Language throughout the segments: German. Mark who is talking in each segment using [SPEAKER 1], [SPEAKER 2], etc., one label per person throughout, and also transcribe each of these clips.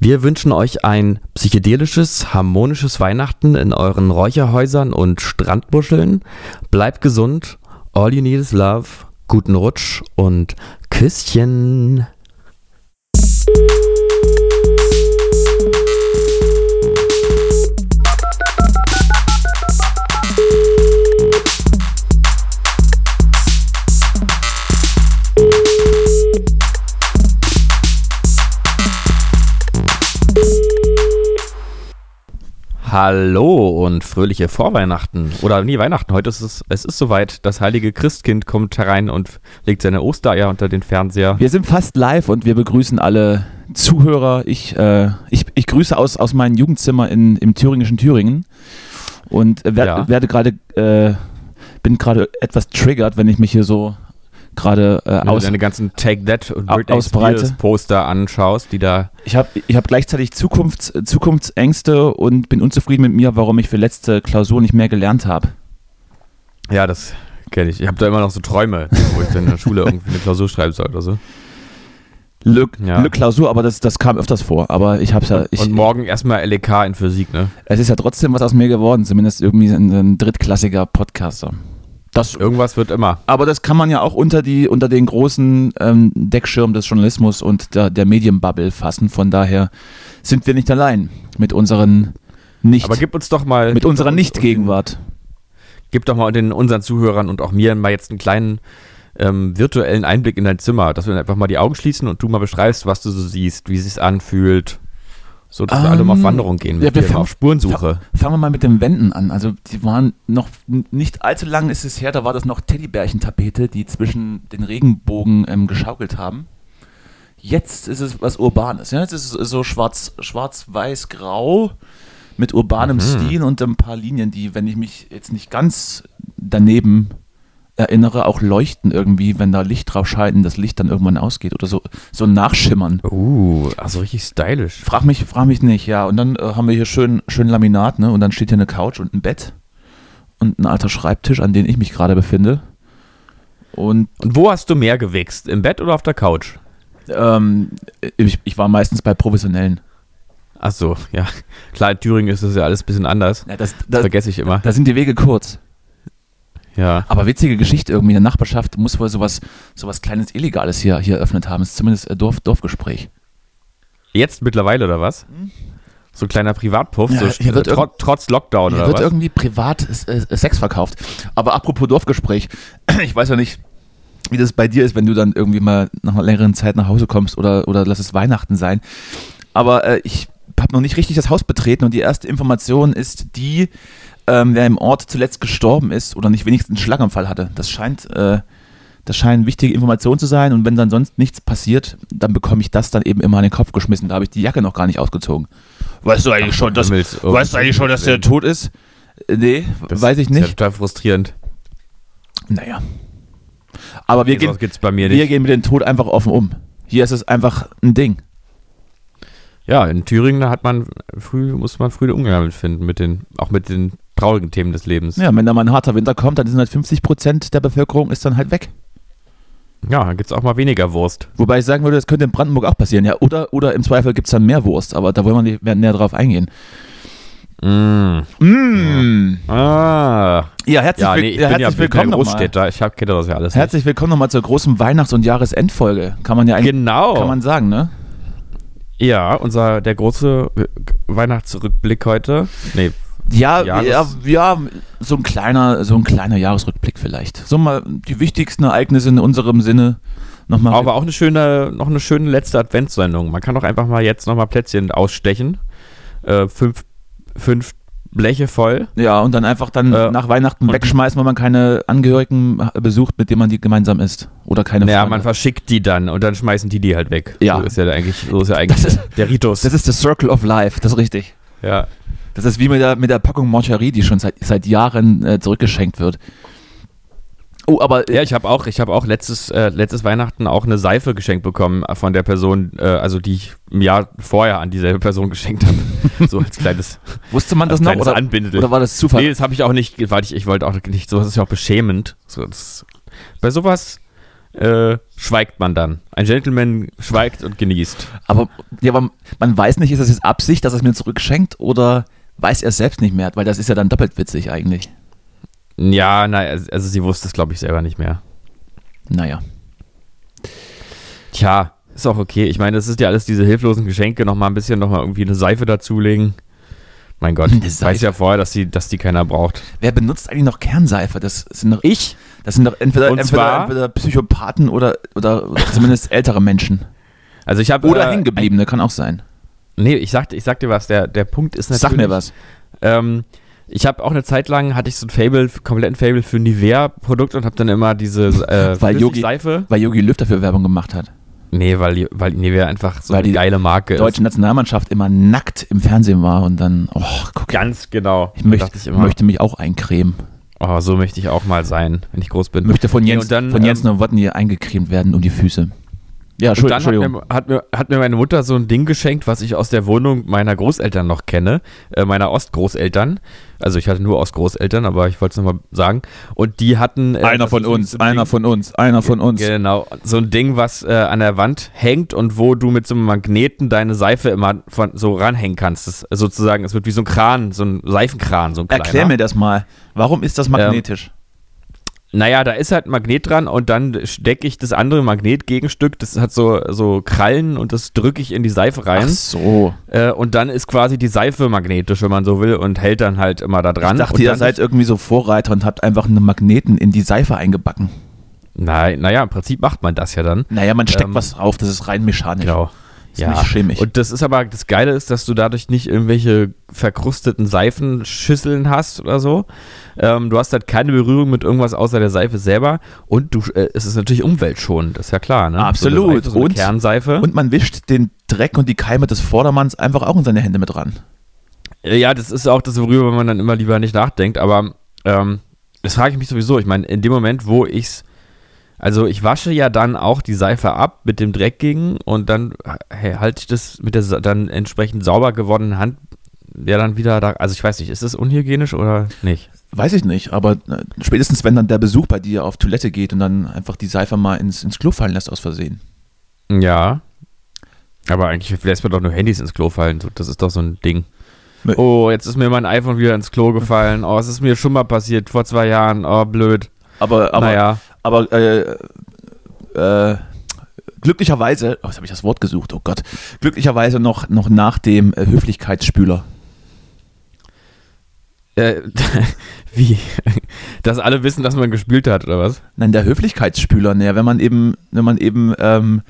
[SPEAKER 1] Wir wünschen euch ein psychedelisches, harmonisches Weihnachten in euren Räucherhäusern und Strandbuscheln. Bleibt gesund, all you need is love, guten Rutsch und Küsschen. Hallo und fröhliche Vorweihnachten. Oder nee, Weihnachten. Heute ist es, es ist soweit. Das heilige Christkind kommt herein und legt seine Ostereier unter den Fernseher.
[SPEAKER 2] Wir sind fast live und wir begrüßen alle Zuhörer. Ich, äh, ich, ich grüße aus, aus meinem Jugendzimmer in, im thüringischen Thüringen und äh, wer,
[SPEAKER 1] Ja.
[SPEAKER 2] werde gerade, äh, bin gerade etwas triggert, wenn ich mich hier so gerade äh,
[SPEAKER 1] Wenn du
[SPEAKER 2] aus.
[SPEAKER 1] deine ganzen Take That und
[SPEAKER 2] Au-
[SPEAKER 1] Britney
[SPEAKER 2] ausbreite.
[SPEAKER 1] Spears Poster anschaust, die da
[SPEAKER 2] Ich habe ich hab gleichzeitig Zukunfts, Zukunftsängste und bin unzufrieden mit mir, warum ich für letzte Klausur nicht mehr gelernt habe.
[SPEAKER 1] Ja, das kenne ich. Ich habe da immer noch so Träume, wo ich dann in der Schule irgendwie eine Klausur schreiben soll oder so.
[SPEAKER 2] Le,
[SPEAKER 1] Ja.
[SPEAKER 2] Le Klausur, aber das, das kam öfters vor. Aber ich hab's ja. Ich,
[SPEAKER 1] Und morgen erstmal LEK in Physik, ne?
[SPEAKER 2] Es ist ja trotzdem was aus mir geworden, zumindest irgendwie ein, ein drittklassiger Podcaster. Das,
[SPEAKER 1] Irgendwas wird immer.
[SPEAKER 2] aber das kann man ja auch unter, die, unter den großen ähm, Deckschirm des Journalismus und der, der Medienbubble fassen. Von daher sind wir nicht allein mit unseren nicht
[SPEAKER 1] Aber gib uns doch mal.
[SPEAKER 2] mit unserer Nicht-Gegenwart.
[SPEAKER 1] Gib doch mal den, unseren Zuhörern und auch mir mal jetzt einen kleinen ähm, virtuellen Einblick in dein Zimmer, dass wir dann einfach mal die Augen schließen und du mal beschreibst, was du so siehst, wie es sich anfühlt. So, dass wir alle mal auf
[SPEAKER 2] Ähm,
[SPEAKER 1] Wanderung gehen,
[SPEAKER 2] ja, wir
[SPEAKER 1] dir, mal
[SPEAKER 2] fangen-
[SPEAKER 1] auf Spurensuche.
[SPEAKER 2] Fangen wir mal mit den Wänden an. Also die waren noch nicht allzu lang ist es her, da war das noch Teddybärchentapete, die zwischen den Regenbogen ähm, geschaukelt haben. Jetzt ist es was Urbanes. Ja? Jetzt ist es so schwarz, schwarz-weiß-grau mit urbanem Stil und ein paar Linien, die, wenn ich mich jetzt nicht ganz daneben erinnere, auch leuchten irgendwie, wenn da Licht drauf scheint und das Licht dann irgendwann ausgeht oder so, so nachschimmern.
[SPEAKER 1] Uh, also richtig stylisch.
[SPEAKER 2] Frag mich, frag mich nicht, ja. Und dann äh, haben wir hier schön, schön Laminat, ne? Und dann steht hier eine Couch und ein Bett und ein alter Schreibtisch, an dem ich mich gerade befinde. Und
[SPEAKER 1] Und wo hast du mehr gewichst? Im Bett oder auf der Couch?
[SPEAKER 2] ähm, ich, ich war meistens bei Professionellen.
[SPEAKER 1] Ach so, ja. Klar, in Thüringen ist das ja alles ein bisschen anders.
[SPEAKER 2] Ja, das,
[SPEAKER 1] Das
[SPEAKER 2] da,
[SPEAKER 1] vergesse ich immer.
[SPEAKER 2] da sind die Wege kurz.
[SPEAKER 1] Ja.
[SPEAKER 2] Aber witzige Geschichte irgendwie. In der Nachbarschaft muss wohl sowas, sowas kleines Illegales hier, hier eröffnet haben. Das ist zumindest äh, Dorf, Dorfgespräch.
[SPEAKER 1] Jetzt mittlerweile oder was? So ein kleiner Privatpuff,
[SPEAKER 2] Ja,
[SPEAKER 1] so
[SPEAKER 2] hier wird
[SPEAKER 1] tro trotz Lockdown
[SPEAKER 2] Hier
[SPEAKER 1] oder
[SPEAKER 2] wird
[SPEAKER 1] was?
[SPEAKER 2] irgendwie privat äh, äh, Sex verkauft. Aber apropos Dorfgespräch, ich weiß ja nicht, wie das bei dir ist, wenn du dann irgendwie mal nach einer längeren Zeit nach Hause kommst oder, oder lass es Weihnachten sein. Aber äh, ich habe noch nicht richtig das Haus betreten und die erste Information ist die, ähm, wer im Ort zuletzt gestorben ist oder nicht wenigstens einen Schlaganfall hatte. Das scheint, äh, das scheinen wichtige Informationen zu sein und wenn dann sonst nichts passiert, dann bekomme ich das dann eben immer an den Kopf geschmissen. Da habe ich die Jacke noch gar nicht ausgezogen. Weißt du eigentlich schon, dass,
[SPEAKER 1] Himmels, oh,
[SPEAKER 2] weißt du eigentlich schon, dass der tot ist? Äh, Nee,
[SPEAKER 1] Das
[SPEAKER 2] weiß ich
[SPEAKER 1] ist Ja
[SPEAKER 2] nicht.
[SPEAKER 1] total frustrierend.
[SPEAKER 2] Naja. Aber wir
[SPEAKER 1] Nee,
[SPEAKER 2] gehen,
[SPEAKER 1] sowas gibt's bei mir
[SPEAKER 2] wir
[SPEAKER 1] nicht.
[SPEAKER 2] gehen mit dem Tod einfach offen um. Hier ist es einfach ein Ding.
[SPEAKER 1] Ja, in Thüringen da hat man früh, muss man früh den Umgang damit finden, mit den, auch mit den traurigen Themen des Lebens.
[SPEAKER 2] Ja, wenn da mal ein harter Winter kommt, dann sind halt 50 Prozent der Bevölkerung ist dann halt weg.
[SPEAKER 1] Ja, dann gibt's auch mal weniger Wurst.
[SPEAKER 2] Wobei ich sagen würde, das könnte in Brandenburg auch passieren. Ja, oder, oder im Zweifel gibt es dann mehr Wurst, aber da wollen wir nicht mehr näher drauf eingehen.
[SPEAKER 1] Mm.
[SPEAKER 2] Mm.
[SPEAKER 1] Ah.
[SPEAKER 2] Ja, herzlich,
[SPEAKER 1] Ja,
[SPEAKER 2] will-
[SPEAKER 1] nee, ich bin ja ich bin
[SPEAKER 2] ja, herzlich
[SPEAKER 1] kein
[SPEAKER 2] willkommen nochmal.
[SPEAKER 1] Großstädter. Ich hab, kenne das ja alles. nicht.
[SPEAKER 2] Herzlich willkommen nochmal zur großen Weihnachts- und Jahresendfolge. Kann man ja eigentlich
[SPEAKER 1] Genau.
[SPEAKER 2] kann man sagen, ne?
[SPEAKER 1] ja, unser, der große äh, Weihnachtsrückblick heute. Nee,
[SPEAKER 2] Ja,
[SPEAKER 1] Jahres-
[SPEAKER 2] ja, ja, so ein kleiner, so ein kleiner Jahresrückblick vielleicht. So mal die wichtigsten Ereignisse in unserem Sinne nochmal.
[SPEAKER 1] Aber auch eine schöne, noch eine schöne letzte Adventssendung. Man kann doch einfach mal jetzt nochmal Plätzchen ausstechen. Äh, fünf, fünf Bleche voll.
[SPEAKER 2] ja, und dann einfach dann
[SPEAKER 1] Äh,
[SPEAKER 2] nach Weihnachten
[SPEAKER 1] und-
[SPEAKER 2] wegschmeißen, wenn man keine Angehörigen besucht, mit denen man die gemeinsam isst. Oder keine
[SPEAKER 1] Naja,
[SPEAKER 2] Freunde.
[SPEAKER 1] man verschickt die dann und dann schmeißen die die halt weg.
[SPEAKER 2] Ja.
[SPEAKER 1] So ist ja da eigentlich, so ist ja eigentlich
[SPEAKER 2] Das ist-
[SPEAKER 1] der Ritus.
[SPEAKER 2] Das ist the Circle of Life, das ist richtig.
[SPEAKER 1] ja.
[SPEAKER 2] Das ist wie mit der, mit der Packung Moncherie, die schon seit, seit Jahren äh, zurückgeschenkt wird.
[SPEAKER 1] Oh, aber ja, ich habe auch, ich habe auch letztes äh, letztes Weihnachten auch eine Seife geschenkt bekommen von der Person, äh, also die ich im Jahr vorher an dieselbe Person geschenkt habe. so als kleines.
[SPEAKER 2] Wusste man das
[SPEAKER 1] als
[SPEAKER 2] noch
[SPEAKER 1] kleines
[SPEAKER 2] oder,
[SPEAKER 1] Anbindel.
[SPEAKER 2] oder war das Zufall?
[SPEAKER 1] Nee, das habe ich auch nicht, weil ich, ich wollte auch nicht, sowas ist ja auch beschämend. So, das, bei sowas äh, schweigt man dann. Ein Gentleman schweigt und genießt.
[SPEAKER 2] Aber, ja, aber man weiß nicht, ist das jetzt Absicht, dass er es mir zurückschenkt oder weiß er es selbst nicht mehr, weil das ist ja dann doppelt witzig eigentlich.
[SPEAKER 1] Ja, nein, also sie wusste es, glaube ich, selber nicht mehr.
[SPEAKER 2] Naja.
[SPEAKER 1] Tja, ist auch okay. Ich meine, das ist ja alles diese hilflosen Geschenke, nochmal ein bisschen, nochmal irgendwie eine Seife dazulegen. Mein Gott,
[SPEAKER 2] Eine
[SPEAKER 1] ich weiß
[SPEAKER 2] Seife.
[SPEAKER 1] ja vorher, dass die, dass die keiner braucht.
[SPEAKER 2] Wer benutzt eigentlich noch Kernseife? Das sind doch,
[SPEAKER 1] Ich?
[SPEAKER 2] das sind doch entweder,
[SPEAKER 1] Und
[SPEAKER 2] entweder,
[SPEAKER 1] zwar-
[SPEAKER 2] entweder Psychopathen oder, oder zumindest ältere Menschen.
[SPEAKER 1] Also ich habe.
[SPEAKER 2] Oder
[SPEAKER 1] äh,
[SPEAKER 2] Hängengebliebene, kann auch sein.
[SPEAKER 1] Nee, ich sag, ich sag dir was, der, der Punkt ist natürlich.
[SPEAKER 2] Sag mir was.
[SPEAKER 1] Ähm, ich habe auch eine Zeit lang, hatte ich so ein Fable, kompletten Fable für Nivea-Produkt und habe dann immer diese äh,
[SPEAKER 2] Weil Yogi-
[SPEAKER 1] Seife.
[SPEAKER 2] Weil Yogi Löw dafür Werbung gemacht hat.
[SPEAKER 1] Nee, weil, weil Nivea einfach so
[SPEAKER 2] Weil
[SPEAKER 1] eine
[SPEAKER 2] die
[SPEAKER 1] geile Marke
[SPEAKER 2] Die deutsche Nationalmannschaft immer nackt im Fernsehen war und dann, oh,
[SPEAKER 1] ist.
[SPEAKER 2] guck,
[SPEAKER 1] Ganz genau.
[SPEAKER 2] ich möchte,
[SPEAKER 1] Dachte ich immer,
[SPEAKER 2] möchte mich auch eincremen.
[SPEAKER 1] Oh, so möchte ich auch mal sein, wenn ich groß bin.
[SPEAKER 2] Möchte von
[SPEAKER 1] Nee,
[SPEAKER 2] Jens,
[SPEAKER 1] und dann,
[SPEAKER 2] von Jens
[SPEAKER 1] ähm,
[SPEAKER 2] Nowotny hier eingecremt werden um die Füße. Ja, Entschuld-
[SPEAKER 1] dann hat
[SPEAKER 2] Entschuldigung.
[SPEAKER 1] mir, hat, mir, hat mir meine Mutter so ein Ding geschenkt, was ich aus der Wohnung meiner Großeltern noch kenne, äh, meiner Ostgroßeltern. Also ich hatte nur Ostgroßeltern, aber ich wollte es nochmal sagen. Und die hatten... äh, das ist so ein Ding-
[SPEAKER 2] von uns, einer von uns.
[SPEAKER 1] Genau, so ein Ding, was äh, an der Wand hängt und wo du mit so einem Magneten deine Seife immer von, so ranhängen kannst. Das, ist sozusagen, es wird wie so ein Kran, so ein Seifenkran, so ein kleiner. Ähm,
[SPEAKER 2] Erklär mir das mal. Warum ist das magnetisch?
[SPEAKER 1] Naja, da ist halt ein Magnet dran und dann stecke ich das andere Magnetgegenstück, das hat so, so Krallen und das drücke ich in die Seife rein.
[SPEAKER 2] so.
[SPEAKER 1] Äh, und dann ist quasi die Seife magnetisch, wenn man so will, und hält dann halt immer da
[SPEAKER 2] Ich
[SPEAKER 1] dran.
[SPEAKER 2] dachte,
[SPEAKER 1] und
[SPEAKER 2] ihr
[SPEAKER 1] dann
[SPEAKER 2] seid irgendwie so Vorreiter und habt einfach einen Magneten in die Seife eingebacken.
[SPEAKER 1] Nein, naja, im Prinzip macht man das ja dann.
[SPEAKER 2] Naja, man steckt
[SPEAKER 1] Ähm,
[SPEAKER 2] was drauf, das ist rein mechanisch.
[SPEAKER 1] Genau.
[SPEAKER 2] Ist nicht chemisch.
[SPEAKER 1] Und das ist aber, das Geile ist, dass du dadurch nicht irgendwelche verkrusteten Seifenschüsseln hast oder so. Ähm, du hast halt keine Berührung mit irgendwas außer der Seife selber. Und du, äh, es ist natürlich umweltschonend, ist ja klar, ne? So
[SPEAKER 2] Absolut.
[SPEAKER 1] eine, Seife, so eine
[SPEAKER 2] Und-
[SPEAKER 1] Kernseife.
[SPEAKER 2] Und man wischt den Dreck und die Keime des Vordermanns einfach auch in seine Hände mit ran.
[SPEAKER 1] Äh, Ja, das ist auch das, worüber man dann immer lieber nicht nachdenkt, aber ähm, das frage ich mich sowieso. Ich meine, in dem Moment, wo ich's. Also ich wasche ja dann auch die Seife ab mit dem Dreck gegen und dann hey, halte ich das mit der sa- dann entsprechend sauber gewordenen Hand ja dann wieder da. Also ich weiß nicht, ist das unhygienisch oder nicht?
[SPEAKER 2] Weiß ich nicht, aber äh, spätestens wenn dann der Besuch bei dir auf Toilette geht und dann einfach die Seife mal ins, ins Klo fallen lässt aus Versehen.
[SPEAKER 1] Ja. Aber eigentlich lässt man doch nur Handys ins Klo fallen. So, Das ist doch so ein Ding.
[SPEAKER 2] Nee.
[SPEAKER 1] Oh, jetzt ist mir mein iPhone wieder ins Klo gefallen. Oh, es ist mir schon mal passiert vor zwei Jahren. Oh, blöd.
[SPEAKER 2] Aber, aber,
[SPEAKER 1] naja.
[SPEAKER 2] aber äh, äh, glücklicherweise, oh, jetzt habe ich das Wort gesucht, oh Gott, glücklicherweise noch, noch nach dem äh, Höflichkeitsspüler.
[SPEAKER 1] Äh, wie? Dass alle wissen, dass man gespielt hat, oder was?
[SPEAKER 2] Nein, der Höflichkeitsspüler, naja, wenn man eben, wenn man eben ähm,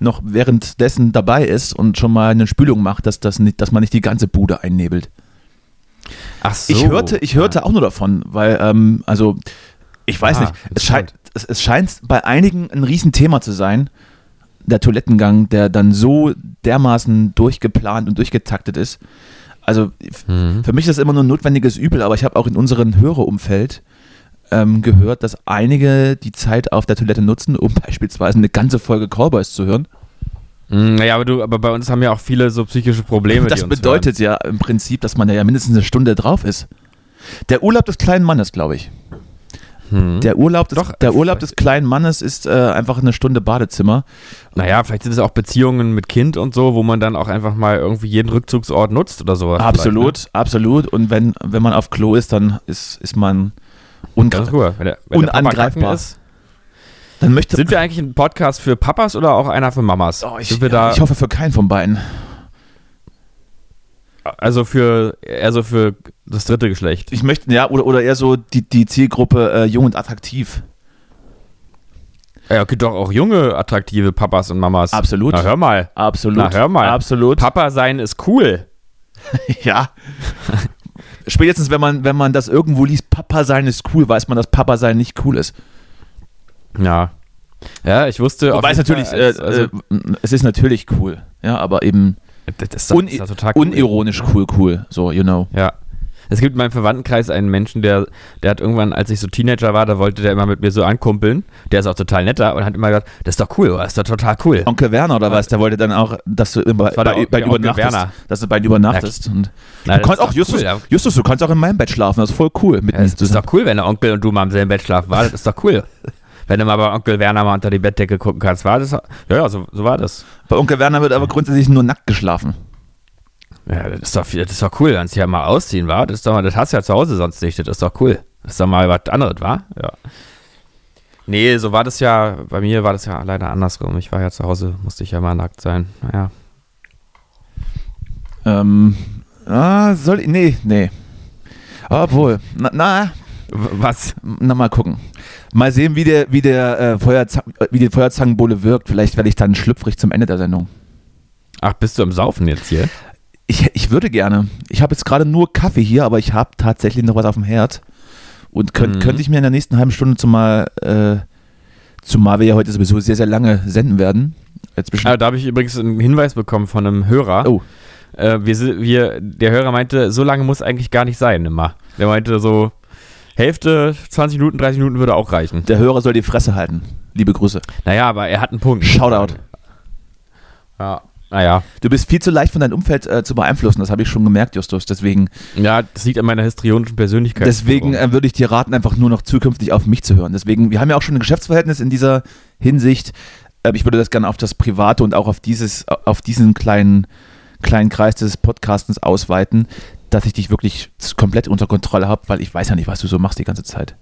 [SPEAKER 2] noch währenddessen dabei ist und schon mal eine Spülung macht, dass, das nicht, dass man nicht die ganze Bude einnebelt.
[SPEAKER 1] Ach so.
[SPEAKER 2] Ich hörte, ich hörte auch nur davon, weil, ähm, also, ich weiß
[SPEAKER 1] Ah,
[SPEAKER 2] nicht, es scheint,
[SPEAKER 1] interessant.
[SPEAKER 2] es, es scheint bei einigen ein Riesenthema zu sein, der Toilettengang, der dann so dermaßen durchgeplant und durchgetaktet ist. Also, f-
[SPEAKER 1] Mhm.
[SPEAKER 2] für mich ist das immer nur ein notwendiges Übel, aber ich habe auch in unserem Hörerumfeld ähm, gehört, dass einige die Zeit auf der Toilette nutzen, um beispielsweise eine ganze Folge Callboys zu hören.
[SPEAKER 1] Hm, Naja, aber, du, aber bei uns haben ja auch viele so psychische Probleme. die
[SPEAKER 2] Das
[SPEAKER 1] uns
[SPEAKER 2] bedeutet ja im Prinzip, dass man da ja mindestens eine Stunde drauf ist. Der Urlaub des kleinen Mannes, glaube ich.
[SPEAKER 1] Hören. Hm.
[SPEAKER 2] Der Urlaub des,
[SPEAKER 1] Doch,
[SPEAKER 2] der Urlaub des kleinen Mannes ist äh, einfach eine Stunde Badezimmer.
[SPEAKER 1] Naja, vielleicht sind es auch Beziehungen mit Kind und so, wo man dann auch einfach mal irgendwie jeden Rückzugsort nutzt oder sowas.
[SPEAKER 2] absolut,
[SPEAKER 1] ne?
[SPEAKER 2] absolut. Und wenn, wenn man auf Klo ist, dann ist, ist man
[SPEAKER 1] Vielleicht, ne? Ganz
[SPEAKER 2] ungreifbar.
[SPEAKER 1] cool. Wenn der, wenn der Papa
[SPEAKER 2] Unangreifbar.
[SPEAKER 1] kacken ist,
[SPEAKER 2] Dann möchte
[SPEAKER 1] sind wir eigentlich ein Podcast für Papas oder auch einer für Mamas?
[SPEAKER 2] oh, ich,
[SPEAKER 1] sind wir da,
[SPEAKER 2] ich hoffe für keinen von beiden.
[SPEAKER 1] also für, also für das dritte Geschlecht.
[SPEAKER 2] Ich möchte, ja, oder, oder eher so die, die Zielgruppe äh, jung und attraktiv.
[SPEAKER 1] Ja, okay, doch auch junge, attraktive Papas und Mamas.
[SPEAKER 2] Absolut.
[SPEAKER 1] Na, hör mal.
[SPEAKER 2] Absolut.
[SPEAKER 1] Na, hör mal.
[SPEAKER 2] Absolut.
[SPEAKER 1] Papa sein ist cool.
[SPEAKER 2] Ja. Spätestens, wenn man, wenn man das irgendwo liest, Papa sein ist cool, weiß man, dass Papa sein nicht cool ist.
[SPEAKER 1] Ja. Ja, ich wusste. auf
[SPEAKER 2] Wobei es
[SPEAKER 1] jeden Fall
[SPEAKER 2] natürlich,
[SPEAKER 1] als-
[SPEAKER 2] äh,
[SPEAKER 1] also,
[SPEAKER 2] äh, es ist natürlich cool, ja, aber eben
[SPEAKER 1] Das ist doch,
[SPEAKER 2] Un
[SPEAKER 1] ist doch total cool.
[SPEAKER 2] unironisch cool, cool. So, you know.
[SPEAKER 1] Ja. Es gibt in meinem Verwandtenkreis einen Menschen, der, der hat irgendwann, als ich so Teenager war, da wollte der immer mit mir so ankumpeln. Der ist auch total netter und hat immer gesagt, das ist doch cool, oder? das ist doch total cool.
[SPEAKER 2] Onkel Werner oder was, der wollte dann auch, dass du immer
[SPEAKER 1] war der
[SPEAKER 2] bei,
[SPEAKER 1] On-
[SPEAKER 2] bei
[SPEAKER 1] der Onkel
[SPEAKER 2] übernachtest.
[SPEAKER 1] Werner.
[SPEAKER 2] Dass du bei ihm übernachtest. Und
[SPEAKER 1] Na,
[SPEAKER 2] du
[SPEAKER 1] das
[SPEAKER 2] kannst
[SPEAKER 1] ist
[SPEAKER 2] auch,
[SPEAKER 1] doch
[SPEAKER 2] Justus,
[SPEAKER 1] cool, ja.
[SPEAKER 2] Justus, du kannst auch in meinem Bett schlafen, das ist voll cool. Mit
[SPEAKER 1] Ja,
[SPEAKER 2] mir
[SPEAKER 1] das ist
[SPEAKER 2] zusammen.
[SPEAKER 1] doch cool, wenn der Onkel und du mal im selben Bett schlafen war, das ist doch cool. Wenn du mal bei Onkel Werner mal unter die Bettdecke gucken kannst, war das. Ja, ja, so, so war das.
[SPEAKER 2] Bei Onkel Werner wird aber grundsätzlich nur nackt geschlafen.
[SPEAKER 1] Ja, das ist doch, viel- das ist doch cool, wenn es ja mal ausziehen war. Das, ist doch mal, das hast du ja zu Hause sonst nicht. Das ist doch cool. Das ist doch mal was anderes, war? Ja. Nee, so war das ja. Bei mir war das ja leider andersrum. Ich war ja zu Hause, musste ich ja mal nackt sein. Naja.
[SPEAKER 2] Ähm, ah, soll ich, nee, nee. Obwohl, na, na,
[SPEAKER 1] W- Was?
[SPEAKER 2] na mal gucken. Mal sehen, wie der, wie der, äh, Feuerzang, äh, wie die Feuerzangenbowle wirkt. Vielleicht werde ich dann schlüpfrig zum Ende der Sendung.
[SPEAKER 1] Ach, bist du am Saufen jetzt hier?
[SPEAKER 2] Ich, ich würde gerne. Ich habe jetzt gerade nur Kaffee hier, aber ich habe tatsächlich noch was auf dem Herd. Und könnt,
[SPEAKER 1] Mhm.
[SPEAKER 2] könnte ich mir in der nächsten halben Stunde zumal, äh, zumal wir ja heute sowieso sehr, sehr lange senden werden. Äh, Jetzt bestimmt-
[SPEAKER 1] Ah, da habe ich übrigens einen Hinweis bekommen von einem Hörer.
[SPEAKER 2] Oh.
[SPEAKER 1] Äh, wir, si- wir, der Hörer meinte, so lange muss eigentlich gar nicht sein immer. Der meinte so, Hälfte, 20 Minuten, 30 Minuten würde auch reichen.
[SPEAKER 2] Der Hörer soll die Fresse halten. Liebe Grüße.
[SPEAKER 1] Naja, aber er hat einen Punkt.
[SPEAKER 2] Shoutout.
[SPEAKER 1] Ja. Naja.
[SPEAKER 2] Du bist viel zu leicht von deinem Umfeld äh, zu beeinflussen, das habe ich schon gemerkt, Justus. Deswegen,
[SPEAKER 1] Ja, das liegt an meiner histrionischen Persönlichkeit.
[SPEAKER 2] deswegen äh, würde ich dir raten, einfach nur noch zukünftig auf mich zu hören. Deswegen, wir haben ja auch schon ein Geschäftsverhältnis in dieser Hinsicht. Äh, ich würde das gerne auf das Private und auch auf, dieses, auf diesen kleinen, kleinen Kreis des Podcastens ausweiten, dass ich dich wirklich z- komplett unter Kontrolle habe, weil ich weiß ja nicht, was du so machst die ganze Zeit.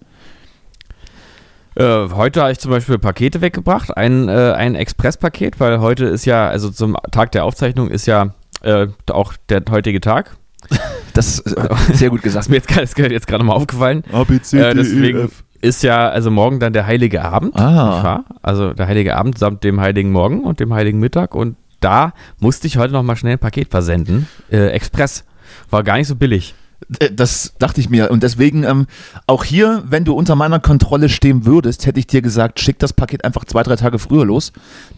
[SPEAKER 1] Äh, heute habe ich zum Beispiel Pakete weggebracht, ein, äh, ein Expresspaket, weil heute ist ja, also zum Tag der Aufzeichnung ist ja äh, auch der heutige Tag.
[SPEAKER 2] Das ist äh, sehr gut
[SPEAKER 1] Ist
[SPEAKER 2] gesagt.
[SPEAKER 1] mir jetzt, gerade- ist jetzt gerade mal aufgefallen.
[SPEAKER 2] A, B, C, E
[SPEAKER 1] Äh, deswegen ist ja, also morgen dann der heilige Abend.
[SPEAKER 2] Ah,
[SPEAKER 1] Ja, also der heilige Abend samt dem heiligen Morgen und dem heiligen Mittag. Und da musste ich heute nochmal schnell ein Paket versenden. Äh, Express. War gar nicht so billig.
[SPEAKER 2] Äh, Das dachte ich mir. Und deswegen, ähm, auch hier, wenn du unter meiner Kontrolle stehen würdest, hätte ich dir gesagt, schick das Paket einfach zwei, drei Tage früher los.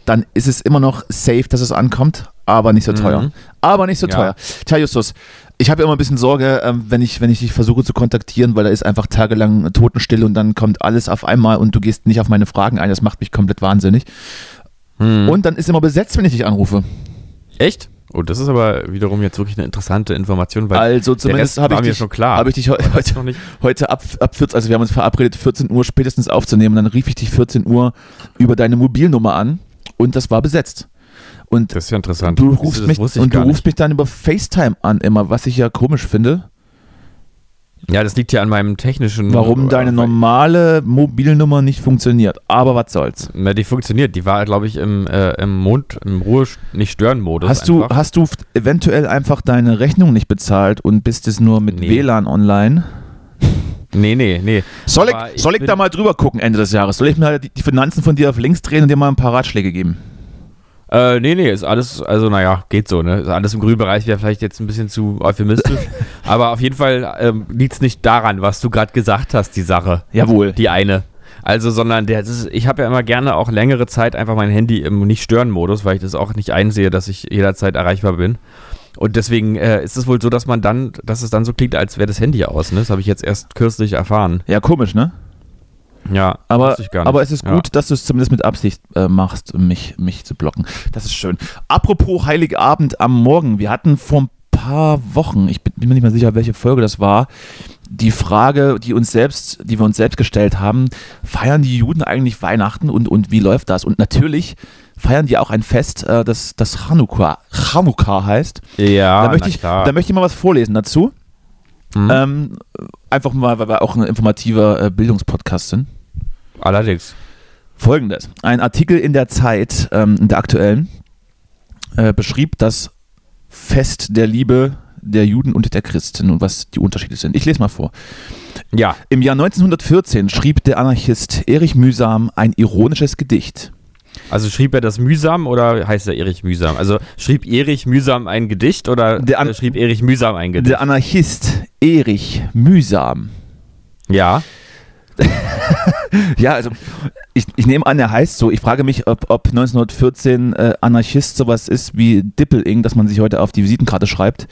[SPEAKER 2] Dann ist es immer noch safe, dass es ankommt, aber nicht so teuer. Aber nicht so
[SPEAKER 1] Mhm. Ja.
[SPEAKER 2] teuer. Tja, Justus, ich habe ja immer ein bisschen Sorge, ähm, wenn, ich, wenn ich dich versuche zu kontaktieren, weil da ist einfach tagelang Totenstille und dann kommt alles auf einmal und du gehst nicht auf meine Fragen ein. Das macht mich komplett wahnsinnig.
[SPEAKER 1] Hm.
[SPEAKER 2] Und dann ist immer besetzt, wenn ich dich anrufe.
[SPEAKER 1] Echt? Oh, das ist aber wiederum jetzt wirklich eine interessante Information, weil
[SPEAKER 2] Also zumindest
[SPEAKER 1] Rest
[SPEAKER 2] habe
[SPEAKER 1] war
[SPEAKER 2] ich,
[SPEAKER 1] mir
[SPEAKER 2] dich-
[SPEAKER 1] schon klar.
[SPEAKER 2] hab ich dich heu-
[SPEAKER 1] das
[SPEAKER 2] heute,
[SPEAKER 1] noch nicht.
[SPEAKER 2] heute ab, ab 14, also wir haben uns verabredet, 14 Uhr spätestens aufzunehmen. Und dann rief ich dich 14 Uhr über deine Mobilnummer an und das war besetzt. Und
[SPEAKER 1] das ist ja interessant.
[SPEAKER 2] du
[SPEAKER 1] Siehst
[SPEAKER 2] rufst,
[SPEAKER 1] das
[SPEAKER 2] mich,
[SPEAKER 1] wusste ich
[SPEAKER 2] und du
[SPEAKER 1] gar nicht.
[SPEAKER 2] rufst mich dann über FaceTime an immer, was ich ja komisch finde.
[SPEAKER 1] Ja, das liegt ja an meinem technischen. äh,
[SPEAKER 2] Warum deine normale Mobilnummer nicht funktioniert. Aber was soll's.
[SPEAKER 1] Na, die funktioniert. Die war, glaube ich, im, äh, im Mond, im Ruhe nicht stören Modus.
[SPEAKER 2] Hast du,
[SPEAKER 1] einfach.
[SPEAKER 2] hast du f- eventuell einfach deine Rechnung nicht bezahlt und bist es nur mit
[SPEAKER 1] Nee.
[SPEAKER 2] WLAN online?
[SPEAKER 1] Nee, nee, nee.
[SPEAKER 2] Soll
[SPEAKER 1] Aber
[SPEAKER 2] ich,
[SPEAKER 1] ich
[SPEAKER 2] soll ich
[SPEAKER 1] bin-
[SPEAKER 2] da mal drüber gucken Ende des Jahres? Soll ich mir die, die Finanzen von dir auf links drehen und dir mal ein paar Ratschläge geben?
[SPEAKER 1] Äh, nee, nee, ist alles, also naja, geht so, ne? Ist alles im grünen Bereich wäre vielleicht jetzt ein bisschen zu euphemistisch. aber auf jeden Fall ähm, liegt's nicht daran, was du gerade gesagt hast, die Sache.
[SPEAKER 2] Jawohl.
[SPEAKER 1] Die eine. Also, sondern der, das ist, ich habe ja immer gerne auch längere Zeit einfach mein Handy im Nicht-Stören-Modus, weil ich das auch nicht einsehe, dass ich jederzeit erreichbar bin. Und deswegen äh, ist es wohl so, dass man dann, dass es dann so klingt, als wäre das Handy aus, ne? Das habe ich jetzt erst kürzlich erfahren.
[SPEAKER 2] Ja, komisch, ne?
[SPEAKER 1] Ja,
[SPEAKER 2] Aber,
[SPEAKER 1] wusste ich gar nicht.
[SPEAKER 2] aber es ist
[SPEAKER 1] Ja.
[SPEAKER 2] gut, dass du es zumindest mit Absicht äh, machst, um mich, mich zu blocken. Das ist schön. Apropos Heiligabend am Morgen. Wir hatten vor ein paar Wochen, ich bin bin mir nicht mal sicher, welche Folge das war, die Frage, die uns selbst, die wir uns selbst gestellt haben, feiern die Juden eigentlich Weihnachten und, und wie läuft das? Und natürlich feiern die auch ein Fest, äh, das, das Chanukka, Chanukka heißt.
[SPEAKER 1] Ja,
[SPEAKER 2] da, möchte
[SPEAKER 1] Ah, na
[SPEAKER 2] ich,
[SPEAKER 1] klar. Hm? Mhm.
[SPEAKER 2] da möchte ich mal was vorlesen dazu. Ähm, einfach mal, weil wir auch ein informativer äh, Bildungspodcast sind.
[SPEAKER 1] Allerdings.
[SPEAKER 2] Folgendes. Ein Artikel in der Zeit, ähm, in der aktuellen, äh, beschrieb das Fest der Liebe der Juden und der Christen und was die Unterschiede sind. Ich lese mal vor.
[SPEAKER 1] Ja.
[SPEAKER 2] Im Jahr 1914 schrieb der Anarchist Erich Mühsam ein ironisches Gedicht.
[SPEAKER 1] Also schrieb er das mühsam oder heißt er Erich mühsam? Also schrieb Erich mühsam ein Gedicht oder
[SPEAKER 2] Der An-
[SPEAKER 1] äh, schrieb Erich mühsam ein Gedicht?
[SPEAKER 2] Der Anarchist Erich Mühsam
[SPEAKER 1] Ja.
[SPEAKER 2] Ja, also ich, ich nehme an, er heißt so. Ich frage mich, ob, ob 1914 äh, Anarchist sowas ist wie Dippeling, dass man sich heute auf die Visitenkarte schreibt.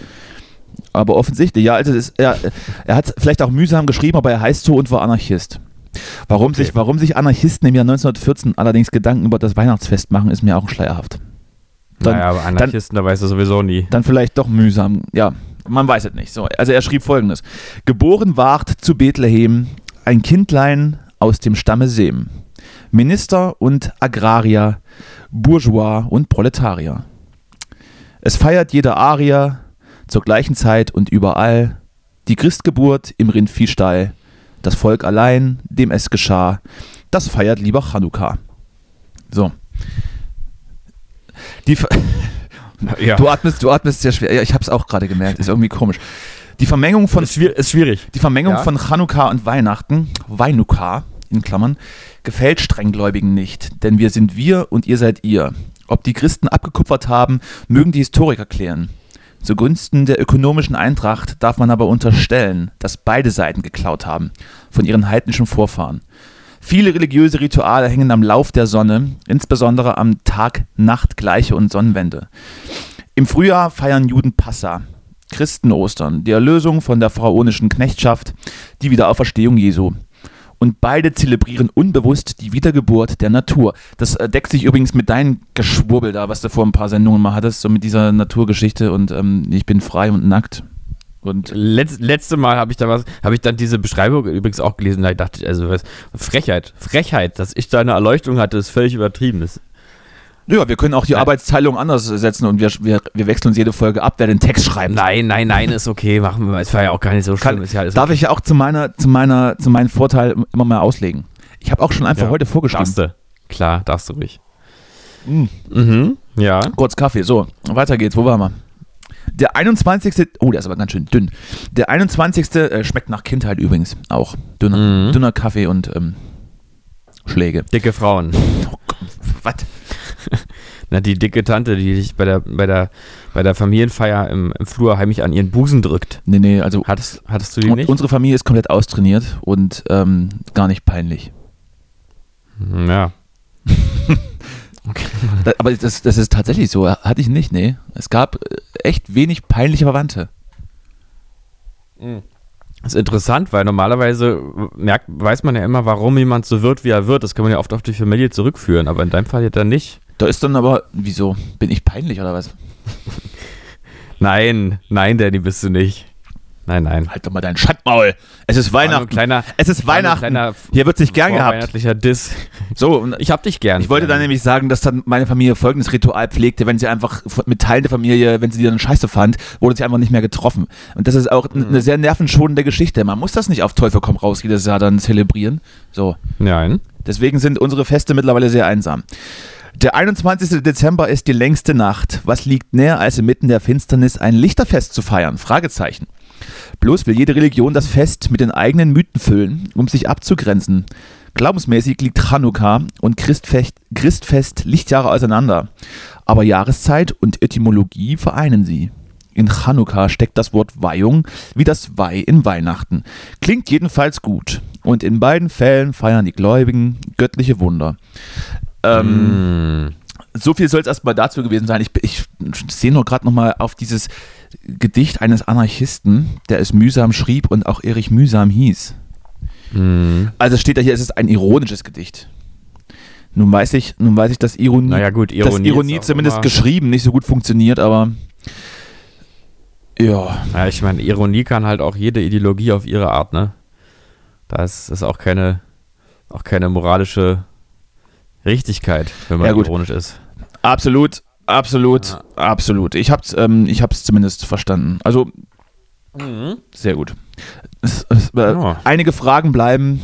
[SPEAKER 2] Aber offensichtlich, ja, also das, er, er hat vielleicht auch mühsam geschrieben, aber er heißt so und war Anarchist. Warum,
[SPEAKER 1] Okay.
[SPEAKER 2] sich, warum sich Anarchisten im Jahr 1914 allerdings Gedanken über das Weihnachtsfest machen, ist mir auch schleierhaft. Dann,
[SPEAKER 1] naja, aber
[SPEAKER 2] dann,
[SPEAKER 1] Anarchisten, da weißt du sowieso nie.
[SPEAKER 2] dann vielleicht doch mühsam. Ja, man weiß es nicht. So, also er schrieb folgendes: Geboren ward zu Bethlehem ein Kindlein aus dem Stamme Sem, Minister und Agrarier, Bourgeois und Proletarier. Es feiert jeder Arier zur gleichen Zeit und überall die Christgeburt im Rindviehstall. Das Volk allein, dem es geschah, das feiert lieber Chanukka. So. Die, Ver-
[SPEAKER 1] Ja.
[SPEAKER 2] Du atmest, du atmest sehr schwer. Ja, ich habe es auch gerade gemerkt. Ist irgendwie komisch. Die Vermengung von,
[SPEAKER 1] ist, schwierig, ist schwierig.
[SPEAKER 2] die Vermengung
[SPEAKER 1] Ja.
[SPEAKER 2] von Chanukka und Weihnachten, Weinukka in Klammern, gefällt Strenggläubigen nicht, denn wir sind wir und ihr seid ihr. Ob die Christen abgekupfert haben, mögen die Historiker klären. Zugunsten der ökonomischen Eintracht darf man aber unterstellen, dass beide Seiten geklaut haben von ihren heidnischen Vorfahren. Viele religiöse Rituale hängen am Lauf der Sonne, insbesondere am Tag-Nacht-Gleiche und Sonnenwende. Im Frühjahr feiern Juden Passa, Christen Ostern, die Erlösung von der pharaonischen Knechtschaft, die Wiederauferstehung Jesu. Und beide zelebrieren unbewusst die Wiedergeburt der Natur. Das äh, deckt sich übrigens mit deinem Geschwurbel da, was du vor ein paar Sendungen mal hattest, so mit dieser Naturgeschichte und ähm, ich bin frei und nackt. Und
[SPEAKER 1] Letz, letzte Mal habe ich da was, habe ich dann diese Beschreibung übrigens auch gelesen, da dachte ich, also was, Frechheit, Frechheit, dass ich da eine Erleuchtung hatte, ist völlig übertrieben. Das,
[SPEAKER 2] äh, ja, wir können auch die Arbeitsteilung anders setzen und wir, wir, wir wechseln uns jede Folge ab, wer den Text schreibt.
[SPEAKER 1] nein, nein, nein, ist okay, machen wir, es war ja auch gar nicht so schlimm.
[SPEAKER 2] Kann,
[SPEAKER 1] ist ja alles
[SPEAKER 2] darf ich ja auch zu meiner, zu meiner, zu meinem Vorteil immer mal auslegen. Ich habe auch schon einfach
[SPEAKER 1] Ja.
[SPEAKER 2] heute vorgeschrieben.
[SPEAKER 1] Darfst du. Klar, darfst du ruhig.
[SPEAKER 2] Mm.
[SPEAKER 1] Mhm, ja.
[SPEAKER 2] Kurz Kaffee. So, weiter geht's. Wo waren wir? Der 21. Oh, der ist aber ganz schön dünn. Der 21. Äh, schmeckt nach Kindheit übrigens auch. Dünner,
[SPEAKER 1] Mhm.
[SPEAKER 2] dünner Kaffee und ähm, Schläge.
[SPEAKER 1] Dicke Frauen.
[SPEAKER 2] Oh Gott, was?
[SPEAKER 1] Na, die dicke Tante, die dich bei der, bei der, bei der Familienfeier im, im Flur heimlich an ihren Busen drückt.
[SPEAKER 2] Nee, nee, also
[SPEAKER 1] Hattest, hattest du die
[SPEAKER 2] un-
[SPEAKER 1] nicht?
[SPEAKER 2] unsere Familie ist komplett austrainiert und ähm, gar nicht peinlich.
[SPEAKER 1] Ja. okay.
[SPEAKER 2] Da, aber das, das ist tatsächlich so. Hatte ich nicht, nee. Es gab äh, echt wenig peinliche Verwandte.
[SPEAKER 1] Das ist interessant, weil normalerweise äh, merkt, weiß man ja immer, warum jemand so wird, wie er wird. Das kann man ja oft auf die Familie zurückführen, aber in deinem Fall ja dann nicht.
[SPEAKER 2] Da ist dann aber, wieso? Bin ich peinlich oder was?
[SPEAKER 1] Nein, nein, Danny, bist du nicht. Nein, nein.
[SPEAKER 2] Halt doch mal dein Schattmaul. Es ist
[SPEAKER 1] War nur ein
[SPEAKER 2] Weihnachten.
[SPEAKER 1] kleiner,
[SPEAKER 2] Es ist
[SPEAKER 1] war nur ein kleiner
[SPEAKER 2] Weihnachten. Hier wird sich gern gehabt.
[SPEAKER 1] weihnachtlicher Diss.
[SPEAKER 2] So, und
[SPEAKER 1] Ich hab dich gern.
[SPEAKER 2] Ich wollte dann nämlich sagen, dass dann meine Familie folgendes Ritual pflegte, wenn sie einfach f- mit Teilen der Familie, wenn sie die dann scheiße fand, wurde sie einfach nicht mehr getroffen. Und das ist auch n- eine sehr nervenschonende Geschichte. Man muss das nicht auf Teufel komm raus jedes Jahr dann zelebrieren. So.
[SPEAKER 1] Nein.
[SPEAKER 2] Deswegen sind unsere Feste mittlerweile sehr einsam. Der 21. Dezember ist die längste Nacht. Was liegt näher, als inmitten der Finsternis ein Lichterfest zu feiern? Fragezeichen. Bloß will jede Religion das Fest mit den eigenen Mythen füllen, um sich abzugrenzen. Glaubensmäßig liegt Chanukka und Christfest, Christfest Lichtjahre auseinander. Aber Jahreszeit und Etymologie vereinen sie. In Chanukka steckt das Wort Weihung wie das Weih in Weihnachten. Klingt jedenfalls gut. Und in beiden Fällen feiern die Gläubigen göttliche Wunder. Ähm,
[SPEAKER 1] Hm.
[SPEAKER 2] so viel soll es erstmal dazu gewesen sein. Ich, ich sehe nur gerade nochmal auf dieses Gedicht eines Anarchisten, der es mühsam schrieb und auch Erich mühsam hieß.
[SPEAKER 1] Hm.
[SPEAKER 2] Also steht da hier, es ist ein ironisches Gedicht. Nun weiß ich, nun weiß ich, dass Ironie,
[SPEAKER 1] Naja, gut,
[SPEAKER 2] dass
[SPEAKER 1] Ironie.
[SPEAKER 2] Ironie
[SPEAKER 1] ist auch
[SPEAKER 2] zumindest
[SPEAKER 1] immer-
[SPEAKER 2] geschrieben nicht so gut funktioniert, aber ja,
[SPEAKER 1] Ja, ich meine, Ironie kann halt auch jede Ideologie auf ihre Art, ne? Da ist, ist auch keine, auch keine moralische Richtigkeit, wenn man
[SPEAKER 2] Ja, gut.
[SPEAKER 1] ironisch ist.
[SPEAKER 2] absolut, absolut, absolut. Ich hab's, ähm, ich hab's zumindest verstanden. Also sehr gut. Es, es, äh,
[SPEAKER 1] Ja.
[SPEAKER 2] Einige Fragen bleiben,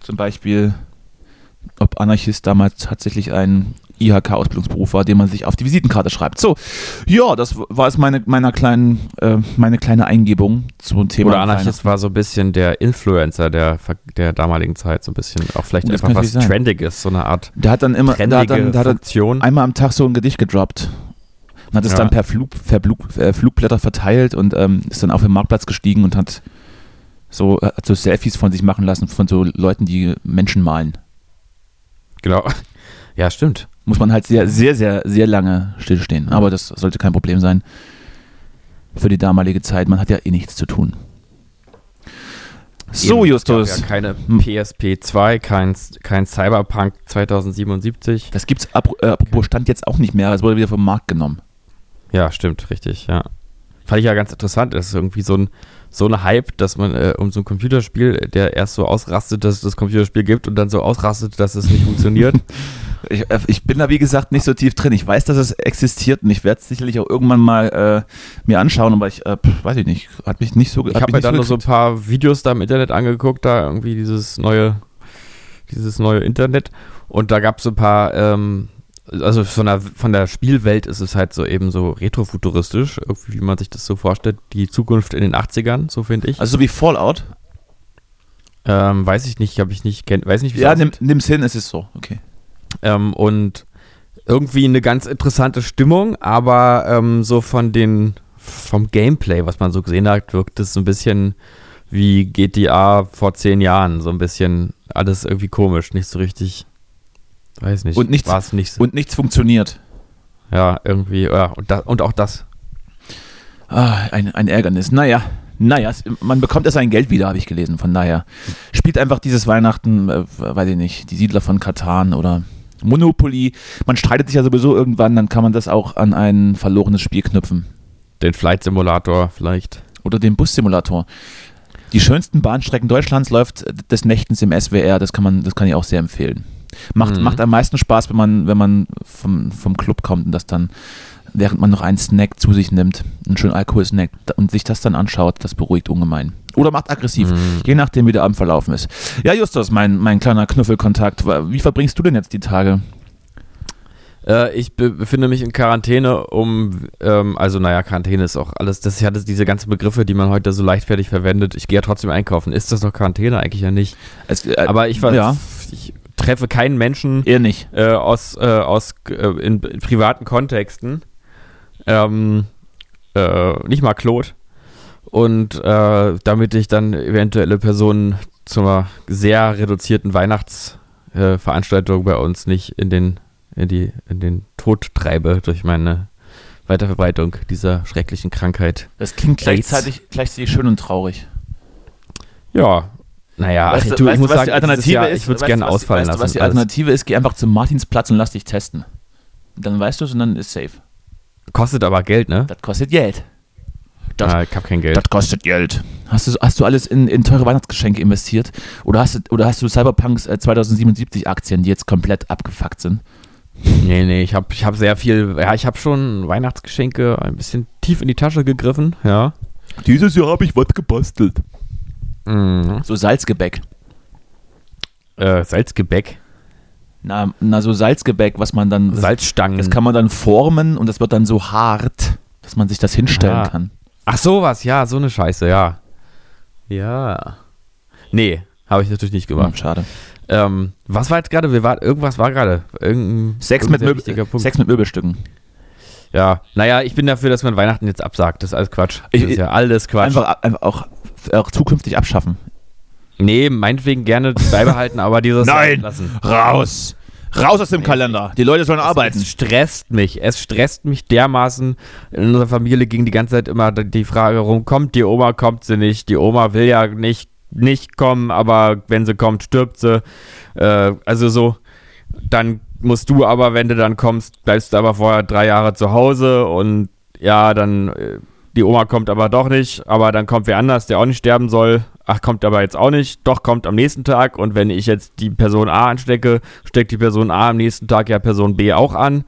[SPEAKER 2] zum Beispiel, ob Anarchist damals tatsächlich ein IHK-Ausbildungsberuf war, den man sich auf die Visitenkarte schreibt. So, ja, das war es meine, meiner kleinen, äh, meine kleine Eingebung zum Thema.
[SPEAKER 1] Oder Anarchist war so ein bisschen der Influencer der, Ver- der damaligen Zeit, so ein bisschen auch vielleicht
[SPEAKER 2] Gut, das
[SPEAKER 1] einfach
[SPEAKER 2] kann
[SPEAKER 1] was
[SPEAKER 2] natürlich sein.
[SPEAKER 1] Trendiges, so eine Art
[SPEAKER 2] Der hat dann immer, der hat
[SPEAKER 1] trendige
[SPEAKER 2] dann, der hat dann
[SPEAKER 1] Funktion.
[SPEAKER 2] einmal am Tag so ein Gedicht gedroppt. Und hat es
[SPEAKER 1] Ja.
[SPEAKER 2] dann per Flug, per Flug, äh, Flugblätter verteilt und ähm, ist dann auf den Marktplatz gestiegen und hat so, hat so Selfies von sich machen lassen von so Leuten, die Menschen malen.
[SPEAKER 1] Genau. Ja, stimmt.
[SPEAKER 2] Muss man halt sehr, sehr, sehr, sehr lange stillstehen. Aber das sollte kein Problem sein für die damalige Zeit. Man hat ja eh nichts zu tun. So,
[SPEAKER 1] Eben, es gab
[SPEAKER 2] Justus. Hm.
[SPEAKER 1] Ja keine PSP 2, kein, kein Cyberpunk 2077.
[SPEAKER 2] Das gibt's ab, äh, apropos Stand jetzt auch nicht mehr. Es wurde wieder vom Markt genommen.
[SPEAKER 1] Ja, stimmt, richtig, ja. Fand ich ja ganz interessant. Das ist irgendwie so ein, so ein Hype, dass man äh, um so ein Computerspiel, der erst so ausrastet, dass es das Computerspiel gibt und dann so ausrastet, dass es nicht funktioniert.
[SPEAKER 2] Ich, äh, ich bin da, wie gesagt, nicht so tief drin. Ich weiß, dass es existiert und ich werde es sicherlich auch irgendwann mal äh, mir anschauen, aber ich äh, pf, weiß ich nicht. Hat mich nicht so ge-
[SPEAKER 1] Ich
[SPEAKER 2] hat
[SPEAKER 1] habe
[SPEAKER 2] mich
[SPEAKER 1] mir
[SPEAKER 2] nicht
[SPEAKER 1] dann noch so ein
[SPEAKER 2] gekriegt.
[SPEAKER 1] paar Videos da im Internet angeguckt, da irgendwie dieses neue, dieses neue Internet. Und da gab es ein paar, ähm, also von der, von der Spielwelt ist es halt so eben so retrofuturistisch, irgendwie, wie man sich das so vorstellt, die Zukunft in den 80ern, so finde ich.
[SPEAKER 2] Also so wie Fallout.
[SPEAKER 1] Ähm, weiß ich nicht, habe ich nicht, kenn, weiß nicht, wie
[SPEAKER 2] Ja, nimm, nimm's hin, es ist so. Okay.
[SPEAKER 1] ähm, und irgendwie eine ganz interessante Stimmung, aber ähm, so von den vom Gameplay, was man so gesehen hat, wirkt es so ein bisschen wie GTA vor zehn Jahren, so ein bisschen alles irgendwie komisch, nicht so richtig, weiß nicht,
[SPEAKER 2] Und nichts-
[SPEAKER 1] war es nicht, so-
[SPEAKER 2] Und nichts funktioniert.
[SPEAKER 1] ja irgendwie, ja und, da, und auch das,
[SPEAKER 2] Ah, ein, ein Ärgernis. Naja, naja, es- man bekommt ja sein Geld wieder, habe ich gelesen. Von daher spielt einfach dieses Weihnachten, äh, weiß ich nicht, die Siedler von Katan oder Monopoly. Man streitet sich ja sowieso irgendwann, dann kann man das auch an ein verlorenes Spiel knüpfen.
[SPEAKER 1] den Flight Simulator vielleicht,
[SPEAKER 2] Oder den Bussimulator. Die schönsten Bahnstrecken Deutschlands läuft äh, des Nächtens im SWR. Das kann man, das kann ich auch sehr empfehlen. Macht,
[SPEAKER 1] Mhm.
[SPEAKER 2] macht am meisten Spaß, wenn man, wenn man vom, vom Club kommt und das dann, während man noch einen Snack zu sich nimmt, einen schönen Alkoholsnack da- und sich das dann anschaut, das beruhigt ungemein. Oder macht aggressiv,
[SPEAKER 1] Mhm.
[SPEAKER 2] je nachdem, wie der Abend verlaufen ist. Ja, Justus, mein, mein kleiner Knuffelkontakt, wa- wie verbringst du denn jetzt die Tage?
[SPEAKER 1] Äh, ich be befinde mich in Quarantäne, um, ähm, also naja, Quarantäne ist auch alles, das ist ja das- diese ganzen Begriffe, die man heute so leichtfertig verwendet. Ich gehe ja trotzdem einkaufen. Ist das doch Quarantäne? Eigentlich ja nicht.
[SPEAKER 2] Es- äh,
[SPEAKER 1] Aber ich, ver-
[SPEAKER 2] Ja,
[SPEAKER 1] ich treffe keinen Menschen
[SPEAKER 2] eher nicht.
[SPEAKER 1] äh, aus, äh, aus äh, in, in privaten Kontexten. Ähm, äh, nicht mal Claude. Und äh, damit ich dann eventuelle Personen zur sehr reduzierten Weihnachtsveranstaltung äh, Veranstaltung bei uns nicht in den, in, die, in den Tod treibe durch meine Weiterverbreitung dieser schrecklichen Krankheit.
[SPEAKER 2] Das klingt
[SPEAKER 1] AIDS.
[SPEAKER 2] gleichzeitig, gleichzeitig schön und traurig.
[SPEAKER 1] Ja. Naja,
[SPEAKER 2] Weißt
[SPEAKER 1] ach,
[SPEAKER 2] du,
[SPEAKER 1] Ah, du, ich
[SPEAKER 2] weißt
[SPEAKER 1] muss
[SPEAKER 2] du, was
[SPEAKER 1] sagen,
[SPEAKER 2] die
[SPEAKER 1] dieses
[SPEAKER 2] Alternative
[SPEAKER 1] Jahr,
[SPEAKER 2] ist?
[SPEAKER 1] ich würde es
[SPEAKER 2] Weißt
[SPEAKER 1] gerne
[SPEAKER 2] du, was-
[SPEAKER 1] ausfallen
[SPEAKER 2] weißt
[SPEAKER 1] lassen. Also
[SPEAKER 2] Du, was die
[SPEAKER 1] und alles.
[SPEAKER 2] Alternative ist? Geh einfach zum Martinsplatz und lass dich testen. Dann weißt du es und dann ist safe.
[SPEAKER 1] Kostet aber Geld, ne?
[SPEAKER 2] Das kostet Geld. Das-
[SPEAKER 1] ah, ich habe kein Geld.
[SPEAKER 2] Das kostet Geld. Hast du, hast du alles in, in teure Weihnachtsgeschenke investiert? Oder hast du, oder hast du Cyberpunks äh, 2077 Aktien, die jetzt komplett abgefuckt sind?
[SPEAKER 1] Nee, nee, ich habe ich hab sehr viel, ja, ich habe schon Weihnachtsgeschenke ein bisschen tief in die Tasche gegriffen, ja.
[SPEAKER 2] Dieses Jahr habe ich was gebastelt.
[SPEAKER 1] Mhm.
[SPEAKER 2] So Salzgebäck.
[SPEAKER 1] Äh, Salzgebäck,
[SPEAKER 2] Na, na, so Salzgebäck, was man dann.
[SPEAKER 1] Salzstangen.
[SPEAKER 2] Das kann man dann formen und das wird dann so hart, dass man sich das hinstellen
[SPEAKER 1] Ah.
[SPEAKER 2] kann.
[SPEAKER 1] Ach, sowas, ja, so eine Scheiße, ja. Ja. Nee, habe ich natürlich nicht
[SPEAKER 2] Hm,
[SPEAKER 1] gemacht.
[SPEAKER 2] schade.
[SPEAKER 1] Ähm, was war jetzt gerade? Wir war, irgendwas war gerade. Irgendein,
[SPEAKER 2] Sex
[SPEAKER 1] irgendein
[SPEAKER 2] mit,
[SPEAKER 1] sehr
[SPEAKER 2] Möbel,
[SPEAKER 1] wichtiger Punkt.
[SPEAKER 2] Sex mit Möbelstücken.
[SPEAKER 1] Ja, naja, ich bin dafür, dass man Weihnachten jetzt absagt. Das ist alles Quatsch. Das
[SPEAKER 2] Ich-
[SPEAKER 1] ist ja alles Quatsch.
[SPEAKER 2] Einfach, einfach auch, auch zukünftig abschaffen.
[SPEAKER 1] nee, meinetwegen gerne beibehalten, aber dieses Jahr
[SPEAKER 2] Nein!
[SPEAKER 1] lassen.
[SPEAKER 2] Raus! Raus aus dem Kalender! Die Leute sollen
[SPEAKER 1] Es stresst mich. Es stresst mich dermaßen. In unserer Familie ging die ganze Zeit immer die Frage rum, kommt die Oma, kommt sie nicht. Die Oma will ja nicht, nicht kommen, aber wenn sie kommt, stirbt sie. Äh, also so, dann musst du aber, wenn du dann kommst, bleibst du aber vorher drei Jahre zu Hause und ja, dann äh, die Oma kommt aber doch nicht, aber dann kommt wer anders, der auch nicht sterben soll. Ach, kommt aber jetzt auch nicht, doch kommt am nächsten Tag und wenn ich jetzt die Person A anstecke, steckt die Person A am nächsten Tag ja Person B auch an.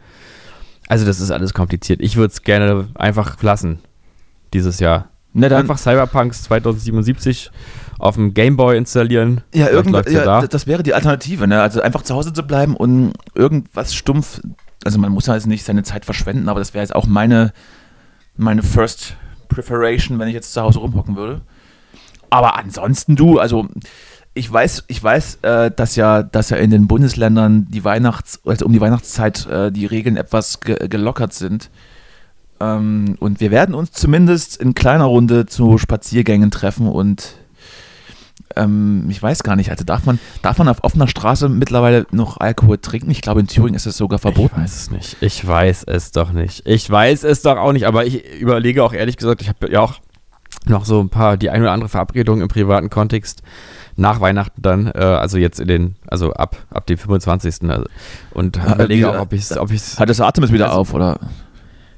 [SPEAKER 1] Also das ist alles kompliziert. Ich würde es gerne einfach lassen dieses Jahr.
[SPEAKER 2] Na dann,
[SPEAKER 1] Einfach Cyberpunks 2077 auf dem Gameboy installieren.
[SPEAKER 2] ja,
[SPEAKER 1] Vielleicht
[SPEAKER 2] irgendwas,
[SPEAKER 1] läuft's ja
[SPEAKER 2] ja,
[SPEAKER 1] da.
[SPEAKER 2] d- das wäre die Alternative, ne? Also einfach zu Hause zu bleiben und irgendwas stumpf. Also man muss ja jetzt nicht seine Zeit verschwenden, aber das wäre jetzt auch meine, meine First Preparation, wenn ich jetzt zu Hause rumhocken würde. Aber ansonsten du, also ich weiß, ich weiß, äh, dass ja, dass ja in den Bundesländern die Weihnachts, also um die Weihnachtszeit äh, die Regeln etwas ge gelockert sind. Ähm, und wir werden uns zumindest in kleiner Runde zu Spaziergängen treffen und ähm, ich weiß gar nicht, also darf man, darf man auf offener Straße mittlerweile noch Alkohol trinken? Ich glaube, in Thüringen ist das sogar
[SPEAKER 1] Ich
[SPEAKER 2] verboten.
[SPEAKER 1] weiß es nicht. Ich weiß es doch nicht. Ich weiß es doch auch nicht, aber ich überlege auch ehrlich gesagt, ich habe ja auch noch so ein paar, die ein oder andere Verabredung im privaten Kontext nach Weihnachten dann, äh, also jetzt in den, also ab, ab dem 25. Also, und überlege
[SPEAKER 2] wie-
[SPEAKER 1] auch, ob ich es, ob ich's,
[SPEAKER 2] Hat das Artemis wieder
[SPEAKER 1] Also-
[SPEAKER 2] auf, oder?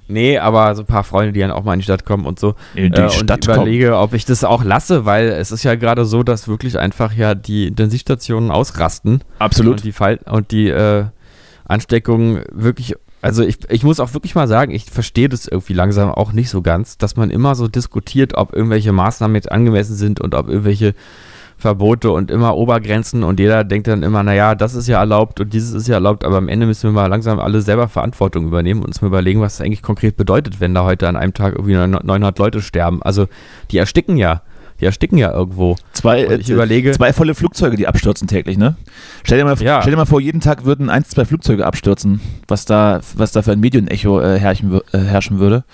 [SPEAKER 1] nee, aber so ein paar Freunde, die dann auch mal in die Stadt kommen und so.
[SPEAKER 2] In die
[SPEAKER 1] äh, und
[SPEAKER 2] Stadt
[SPEAKER 1] überlege, ob ich das auch lasse, weil es ist ja gerade so, dass wirklich einfach ja die Intensivstationen ausrasten.
[SPEAKER 2] Absolut.
[SPEAKER 1] Und die, Fall und die äh, Ansteckung wirklich, also ich, ich muss auch wirklich mal sagen, ich verstehe das irgendwie langsam auch nicht so ganz, dass man immer so diskutiert, ob irgendwelche Maßnahmen jetzt angemessen sind und ob irgendwelche Verbote und immer Obergrenzen und jeder denkt dann immer, naja, das ist ja erlaubt und dieses ist ja erlaubt, aber am Ende müssen wir mal langsam alle selber Verantwortung übernehmen und uns mal überlegen, was das eigentlich konkret bedeutet, wenn da heute an einem Tag irgendwie 900 Leute sterben. Also die ersticken ja, die ersticken ja irgendwo.
[SPEAKER 2] Zwei,
[SPEAKER 1] Und
[SPEAKER 2] äh,
[SPEAKER 1] ich überlege-
[SPEAKER 2] zwei volle Flugzeuge, die abstürzen täglich, ne? Stell dir mal,
[SPEAKER 1] Ja.
[SPEAKER 2] stell dir mal vor, jeden Tag würden eins, zwei Flugzeuge abstürzen, was da, was da für ein Medienecho äh, herrschen, wür- äh, herrschen würde.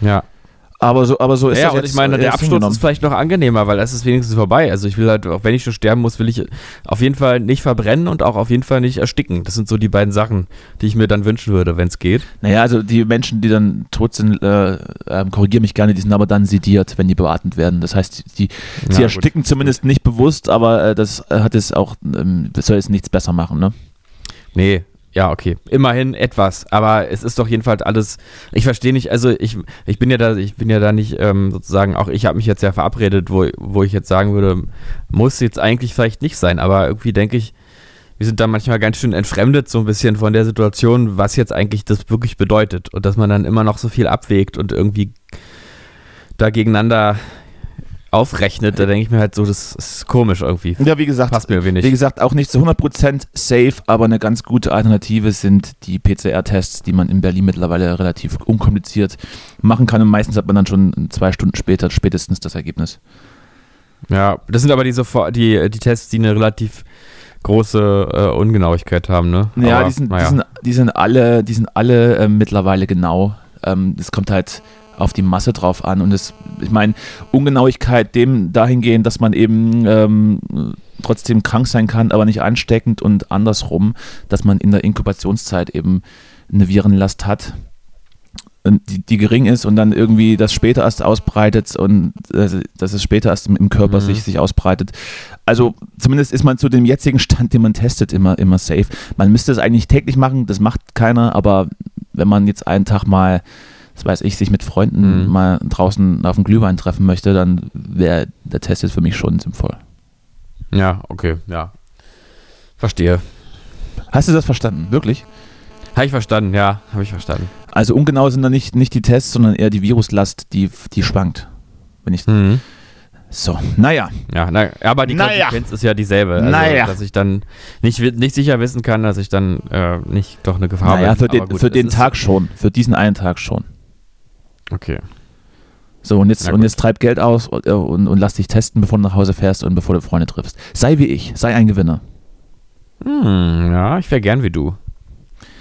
[SPEAKER 1] Ja.
[SPEAKER 2] Aber so, aber so ist
[SPEAKER 1] ja,
[SPEAKER 2] das
[SPEAKER 1] und
[SPEAKER 2] jetzt,
[SPEAKER 1] ich meine,
[SPEAKER 2] äh,
[SPEAKER 1] der
[SPEAKER 2] jetzt
[SPEAKER 1] Absturz
[SPEAKER 2] hingenommen.
[SPEAKER 1] ist vielleicht noch angenehmer, weil das ist wenigstens vorbei. Also ich will halt, auch wenn ich schon sterben muss, will ich auf jeden Fall nicht verbrennen und auch auf jeden Fall nicht ersticken. Das sind so die beiden Sachen, die ich mir dann wünschen würde, wenn es geht.
[SPEAKER 2] Naja, also die Menschen, die dann tot sind, äh, ähm, korrigiere mich gerne, die sind aber dann sediert, wenn die beatmet werden. Das heißt, die,
[SPEAKER 1] Na gut.
[SPEAKER 2] sie ersticken zumindest nicht bewusst, aber äh, das äh, hat es auch, ähm, das soll jetzt nichts besser machen, ne?
[SPEAKER 1] Nee, ja, okay. Immerhin etwas. Aber es ist doch jedenfalls alles. Ich verstehe nicht, also ich, ich bin ja da, ich bin ja da nicht ähm, sozusagen, auch ich habe mich jetzt ja verabredet, wo, wo ich jetzt sagen würde, muss jetzt eigentlich vielleicht nicht sein, aber irgendwie denke ich, wir sind da manchmal ganz schön entfremdet, so ein bisschen von der Situation, was jetzt eigentlich das wirklich bedeutet. Und dass man dann immer noch so viel abwägt und irgendwie da gegeneinander aufrechnet, da denke ich mir halt so, das ist komisch irgendwie.
[SPEAKER 2] Ja, wie gesagt,
[SPEAKER 1] Passt mir wenig.
[SPEAKER 2] wie gesagt, auch nicht zu 100% safe, aber eine ganz gute Alternative sind die PCR-Tests, die man in Berlin mittlerweile relativ unkompliziert machen kann und meistens hat man dann schon zwei Stunden später spätestens das Ergebnis.
[SPEAKER 1] Ja, das sind aber die, sofort, die, die Tests, die eine relativ große äh, Ungenauigkeit haben, ne?
[SPEAKER 2] Ja,
[SPEAKER 1] aber,
[SPEAKER 2] die, sind,
[SPEAKER 1] naja.
[SPEAKER 2] Die, sind, die sind alle, die sind alle ähm, mittlerweile genau. Ähm, das kommt halt auf die Masse drauf an. Und es, ich meine, Ungenauigkeit dem dahingehend, dass man eben ähm, trotzdem krank sein kann, aber nicht ansteckend und andersrum, dass man in der Inkubationszeit eben eine Virenlast hat, und die, die gering ist und dann irgendwie das später erst ausbreitet und äh, dass es später erst im- im Körper
[SPEAKER 1] Mhm.
[SPEAKER 2] sich, sich ausbreitet. Also zumindest ist man zu dem jetzigen Stand, den man testet, immer, immer safe. Man müsste es eigentlich täglich machen, das macht keiner, aber wenn man jetzt einen Tag mal, das weiß ich, sich mit Freunden
[SPEAKER 1] Mhm.
[SPEAKER 2] mal draußen auf dem Glühwein treffen möchte, dann wäre der Test jetzt für mich schon sinnvoll.
[SPEAKER 1] Ja, okay, ja. Verstehe.
[SPEAKER 2] Hast du das verstanden? Wirklich?
[SPEAKER 1] Habe ich verstanden, ja, habe ich verstanden.
[SPEAKER 2] Also ungenau sind da nicht, nicht die Tests, sondern eher die Viruslast, die, die schwankt. Wenn ich,
[SPEAKER 1] Mhm.
[SPEAKER 2] so, naja.
[SPEAKER 1] Ja, na, aber die
[SPEAKER 2] Naja.
[SPEAKER 1] Konsequenz ist ja dieselbe. Also,
[SPEAKER 2] Naja.
[SPEAKER 1] Dass ich dann nicht, wi- nicht sicher wissen kann, dass ich dann äh, nicht doch eine Gefahr
[SPEAKER 2] Naja, für
[SPEAKER 1] aber
[SPEAKER 2] den,
[SPEAKER 1] gut,
[SPEAKER 2] für
[SPEAKER 1] es
[SPEAKER 2] den
[SPEAKER 1] ist-
[SPEAKER 2] Tag schon. Für diesen einen Tag schon.
[SPEAKER 1] Okay.
[SPEAKER 2] So, und jetzt,
[SPEAKER 1] Na
[SPEAKER 2] und
[SPEAKER 1] gut.
[SPEAKER 2] jetzt treib Geld aus und, äh, und, und lass dich testen, bevor du nach Hause fährst und bevor du Freunde triffst. Sei wie ich, sei ein Gewinner.
[SPEAKER 1] Hm, ja, ich wäre gern wie du.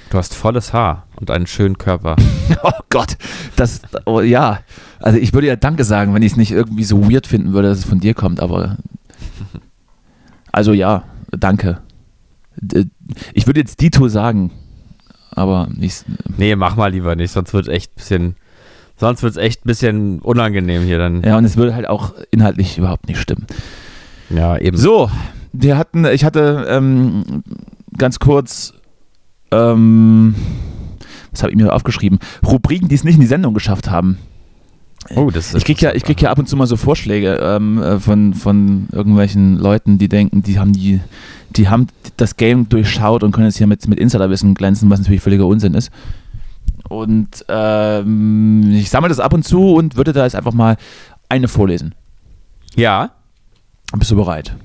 [SPEAKER 1] Du hast volles Haar und einen schönen Körper.
[SPEAKER 2] Oh Gott, das, oh, ja. Also ich würde ja Danke sagen, wenn ich es nicht irgendwie so weird finden würde, dass es von dir kommt, aber. Also ja, danke. D- Ich würde jetzt Dito sagen, aber ich,
[SPEAKER 1] Nee, mach mal lieber nicht, sonst wird echt ein bisschen. Sonst wird es echt ein bisschen unangenehm hier dann.
[SPEAKER 2] ja, und es würde halt auch inhaltlich überhaupt nicht stimmen.
[SPEAKER 1] Ja, eben.
[SPEAKER 2] So, wir hatten, ich hatte ähm, ganz kurz, ähm, was habe ich mir aufgeschrieben? Rubriken, die es nicht in die Sendung geschafft haben.
[SPEAKER 1] Oh, das ist
[SPEAKER 2] Ich krieg ja, ich krieg ja ab und zu mal so Vorschläge ähm, äh, von, von irgendwelchen Leuten, die denken, die haben die, die haben das Game durchschaut und können jetzt hier mit, mit Insiderwissen glänzen, was natürlich völliger Unsinn ist. Und ähm, ich sammle das ab und zu und würde da jetzt einfach mal eine vorlesen.
[SPEAKER 1] Ja,
[SPEAKER 2] Bist du bereit?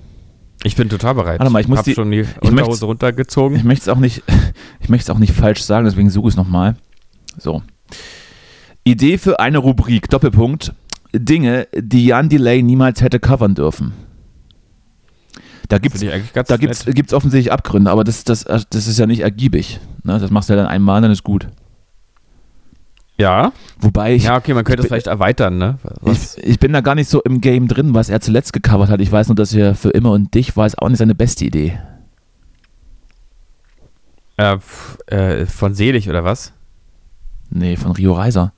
[SPEAKER 1] ich bin total bereit.
[SPEAKER 2] Warte mal, ich muss
[SPEAKER 1] hab
[SPEAKER 2] die-
[SPEAKER 1] schon die
[SPEAKER 2] möcht's-
[SPEAKER 1] Unterhose runtergezogen.
[SPEAKER 2] Ich möchte es auch nicht, ich möchte es auch nicht falsch sagen, deswegen suche ich es nochmal. So. Idee für eine Rubrik, Doppelpunkt. Dinge, die Jan Delay niemals hätte covern dürfen. Da gibt
[SPEAKER 1] Finde ich eigentlich ganz
[SPEAKER 2] da gibt's,
[SPEAKER 1] nett.
[SPEAKER 2] gibt's offensichtlich Abgründe, äh, aber das, das, das ist ja nicht ergiebig. Ne? Das machst du ja dann einmal, dann ist gut.
[SPEAKER 1] Ja.
[SPEAKER 2] Wobei ich,
[SPEAKER 1] Ja, okay, man könnte es vielleicht erweitern, ne? Was?
[SPEAKER 2] ich, ich bin da gar nicht so im Game drin, was er zuletzt gecovert hat. Ich weiß nur, dass er für immer und dich war es auch nicht seine beste Idee.
[SPEAKER 1] Äh, pf- äh, von Selig oder was?
[SPEAKER 2] Nee, von Rio Reiser.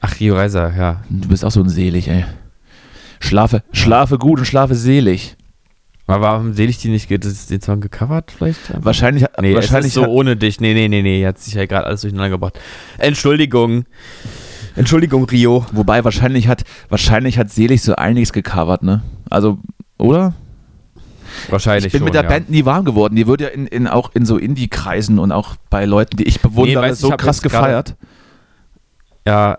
[SPEAKER 1] Ach, Rio Reiser, ja.
[SPEAKER 2] Du bist auch so ein selig, ey. Schlafe, schlafe gut und schlafe selig.
[SPEAKER 1] Aber warum Selig die nicht ge- das- den Song gecovert vielleicht?
[SPEAKER 2] Wahrscheinlich,
[SPEAKER 1] Nee, wahrscheinlich
[SPEAKER 2] wahrscheinlich
[SPEAKER 1] es ist so
[SPEAKER 2] hat-
[SPEAKER 1] ohne dich. Nee, nee, nee, nee, er hat sich ja gerade alles durcheinander gebracht. Entschuldigung. Entschuldigung, Rio.
[SPEAKER 2] Wobei wahrscheinlich hat, wahrscheinlich hat Selig so einiges gecovert, ne? Also, oder?
[SPEAKER 1] Wahrscheinlich
[SPEAKER 2] Ich bin
[SPEAKER 1] schon,
[SPEAKER 2] mit der
[SPEAKER 1] ja.
[SPEAKER 2] Band nie warm geworden. Die wird ja in, in, auch in so Indie-Kreisen und auch bei Leuten, die ich bewundere,
[SPEAKER 1] Nee, weißt du,
[SPEAKER 2] so
[SPEAKER 1] ich hab
[SPEAKER 2] krass
[SPEAKER 1] jetzt gerade-
[SPEAKER 2] gefeiert.
[SPEAKER 1] Ja,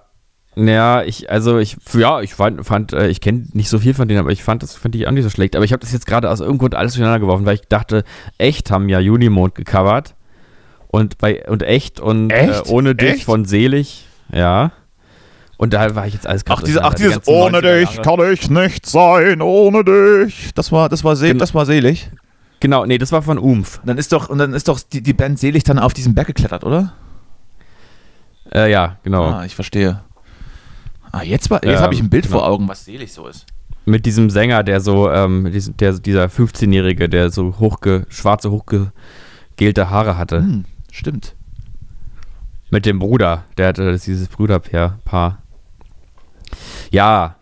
[SPEAKER 1] naja, ich, also ich, ja, ich fand, fand äh, ich kenne nicht so viel von denen, aber ich fand das, fand die auch nicht so schlecht. Aber ich habe das jetzt gerade aus irgendeinem Grund alles durcheinander geworfen, weil ich dachte, echt haben ja Unimond gecovert. Und bei, und echt und
[SPEAKER 2] Echt?
[SPEAKER 1] Äh, ohne dich
[SPEAKER 2] Echt?
[SPEAKER 1] von selig, ja. Und da war ich jetzt alles durcheinander. Die ganzen 90er Jahre.
[SPEAKER 2] kann ich nicht sein, ohne dich. Das war, das war, sel
[SPEAKER 1] Gen-
[SPEAKER 2] das war selig.
[SPEAKER 1] Genau, nee, das war von Umf.
[SPEAKER 2] Und dann ist doch, und dann ist doch die, die Band selig dann auf diesen Berg geklettert, oder?
[SPEAKER 1] Äh, ja, genau.
[SPEAKER 2] Ah, ich verstehe. Ah, jetzt, war- jetzt
[SPEAKER 1] Ähm,
[SPEAKER 2] habe ich ein Bild
[SPEAKER 1] genau.
[SPEAKER 2] vor Augen, was selig so ist.
[SPEAKER 1] Mit diesem Sänger, der so, ähm, dies- der, dieser 15-Jährige, der so hochge, schwarze, hochgegelte Haare hatte.
[SPEAKER 2] Hm, stimmt.
[SPEAKER 1] Mit dem Bruder. Der hatte das, dieses Brüderpaar. Paar. Ja,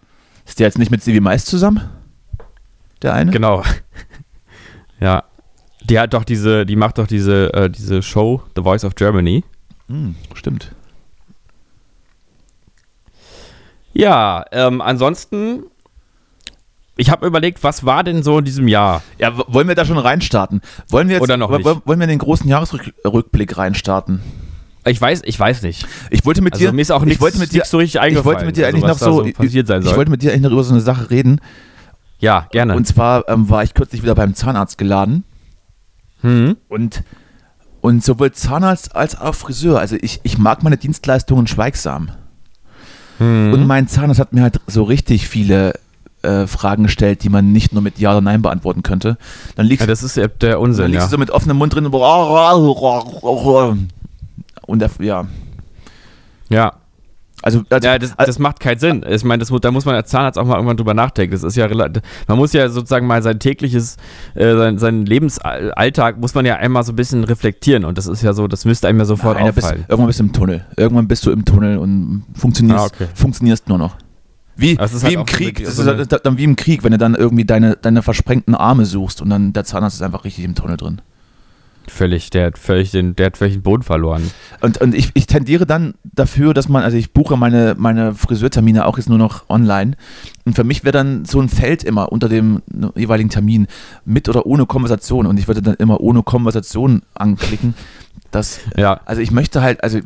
[SPEAKER 2] Ist der jetzt nicht mit Stevie Mais zusammen? Der eine?
[SPEAKER 1] genau. ja. Die hat doch diese, die macht doch diese, äh, diese Show, The Voice of Germany.
[SPEAKER 2] Hm, stimmt.
[SPEAKER 1] Ja, ähm, ansonsten, ich habe überlegt, was war denn so in diesem Jahr?
[SPEAKER 2] Ja, w- wollen wir da schon reinstarten? Wollen wir jetzt,
[SPEAKER 1] Oder noch
[SPEAKER 2] wo- wo-
[SPEAKER 1] nicht.
[SPEAKER 2] Wollen wir in den großen Jahresrückblick reinstarten?
[SPEAKER 1] Ich weiß, ich weiß nicht.
[SPEAKER 2] Ich wollte mit
[SPEAKER 1] Also
[SPEAKER 2] dir,
[SPEAKER 1] mir ist auch
[SPEAKER 2] ich
[SPEAKER 1] nichts-
[SPEAKER 2] wollte mit dir,
[SPEAKER 1] nichts so richtig
[SPEAKER 2] ich wollte mit dir
[SPEAKER 1] eingefallen,
[SPEAKER 2] eigentlich
[SPEAKER 1] also was
[SPEAKER 2] noch so,
[SPEAKER 1] da so passiert sein
[SPEAKER 2] ich,
[SPEAKER 1] soll.
[SPEAKER 2] ich wollte mit dir eigentlich noch über so eine Sache reden.
[SPEAKER 1] Ja, gerne.
[SPEAKER 2] Und zwar ähm, war ich kürzlich wieder beim Zahnarzt geladen
[SPEAKER 1] hm?
[SPEAKER 2] und und sowohl Zahnarzt als auch Friseur. Also ich, ich mag meine Dienstleistungen schweigsam.
[SPEAKER 1] Hm.
[SPEAKER 2] Und mein Zahnarzt hat mir halt so richtig viele äh, Fragen gestellt, die man nicht nur mit Ja oder Nein beantworten könnte. Dann liegst
[SPEAKER 1] Ja, das ist äh, der
[SPEAKER 2] Und dann
[SPEAKER 1] Unsinn,
[SPEAKER 2] liegst
[SPEAKER 1] ja.
[SPEAKER 2] du so mit offenem Mund drin und und der, ja,
[SPEAKER 1] ja.
[SPEAKER 2] also, also
[SPEAKER 1] Ja, das, das macht keinen Sinn. Ich meine, das, mu- da muss man als Zahnarzt auch mal irgendwann drüber nachdenken. Das ist ja rela- man muss ja sozusagen mal sein tägliches, äh, sein, seinen Lebensalltag muss man ja einmal so ein bisschen reflektieren und das ist ja so, das müsste einem ja sofort
[SPEAKER 2] einer bist,
[SPEAKER 1] auffallen.
[SPEAKER 2] irgendwann bist du im Tunnel. Irgendwann bist du im Tunnel und funktionierst,
[SPEAKER 1] Ah, okay.
[SPEAKER 2] funktionierst nur noch. Wie,
[SPEAKER 1] Aber es ist halt
[SPEAKER 2] wie im
[SPEAKER 1] auch so eine-
[SPEAKER 2] Krieg, das
[SPEAKER 1] so
[SPEAKER 2] ist
[SPEAKER 1] eine-
[SPEAKER 2] halt dann wie im Krieg, wenn du dann irgendwie deine, deine versprengten Arme suchst und dann der Zahnarzt ist einfach richtig im Tunnel drin.
[SPEAKER 1] Völlig, der hat völlig den, der hat völlig den Boden verloren.
[SPEAKER 2] Und, und ich, ich tendiere dann dafür, dass man, also ich buche meine, meine Friseurtermine auch jetzt nur noch online. Und für mich wäre dann so ein Feld immer unter dem jeweiligen Termin mit oder ohne Konversation. Und ich würde dann immer ohne Konversation anklicken. Das,
[SPEAKER 1] Ja,
[SPEAKER 2] also ich möchte halt, also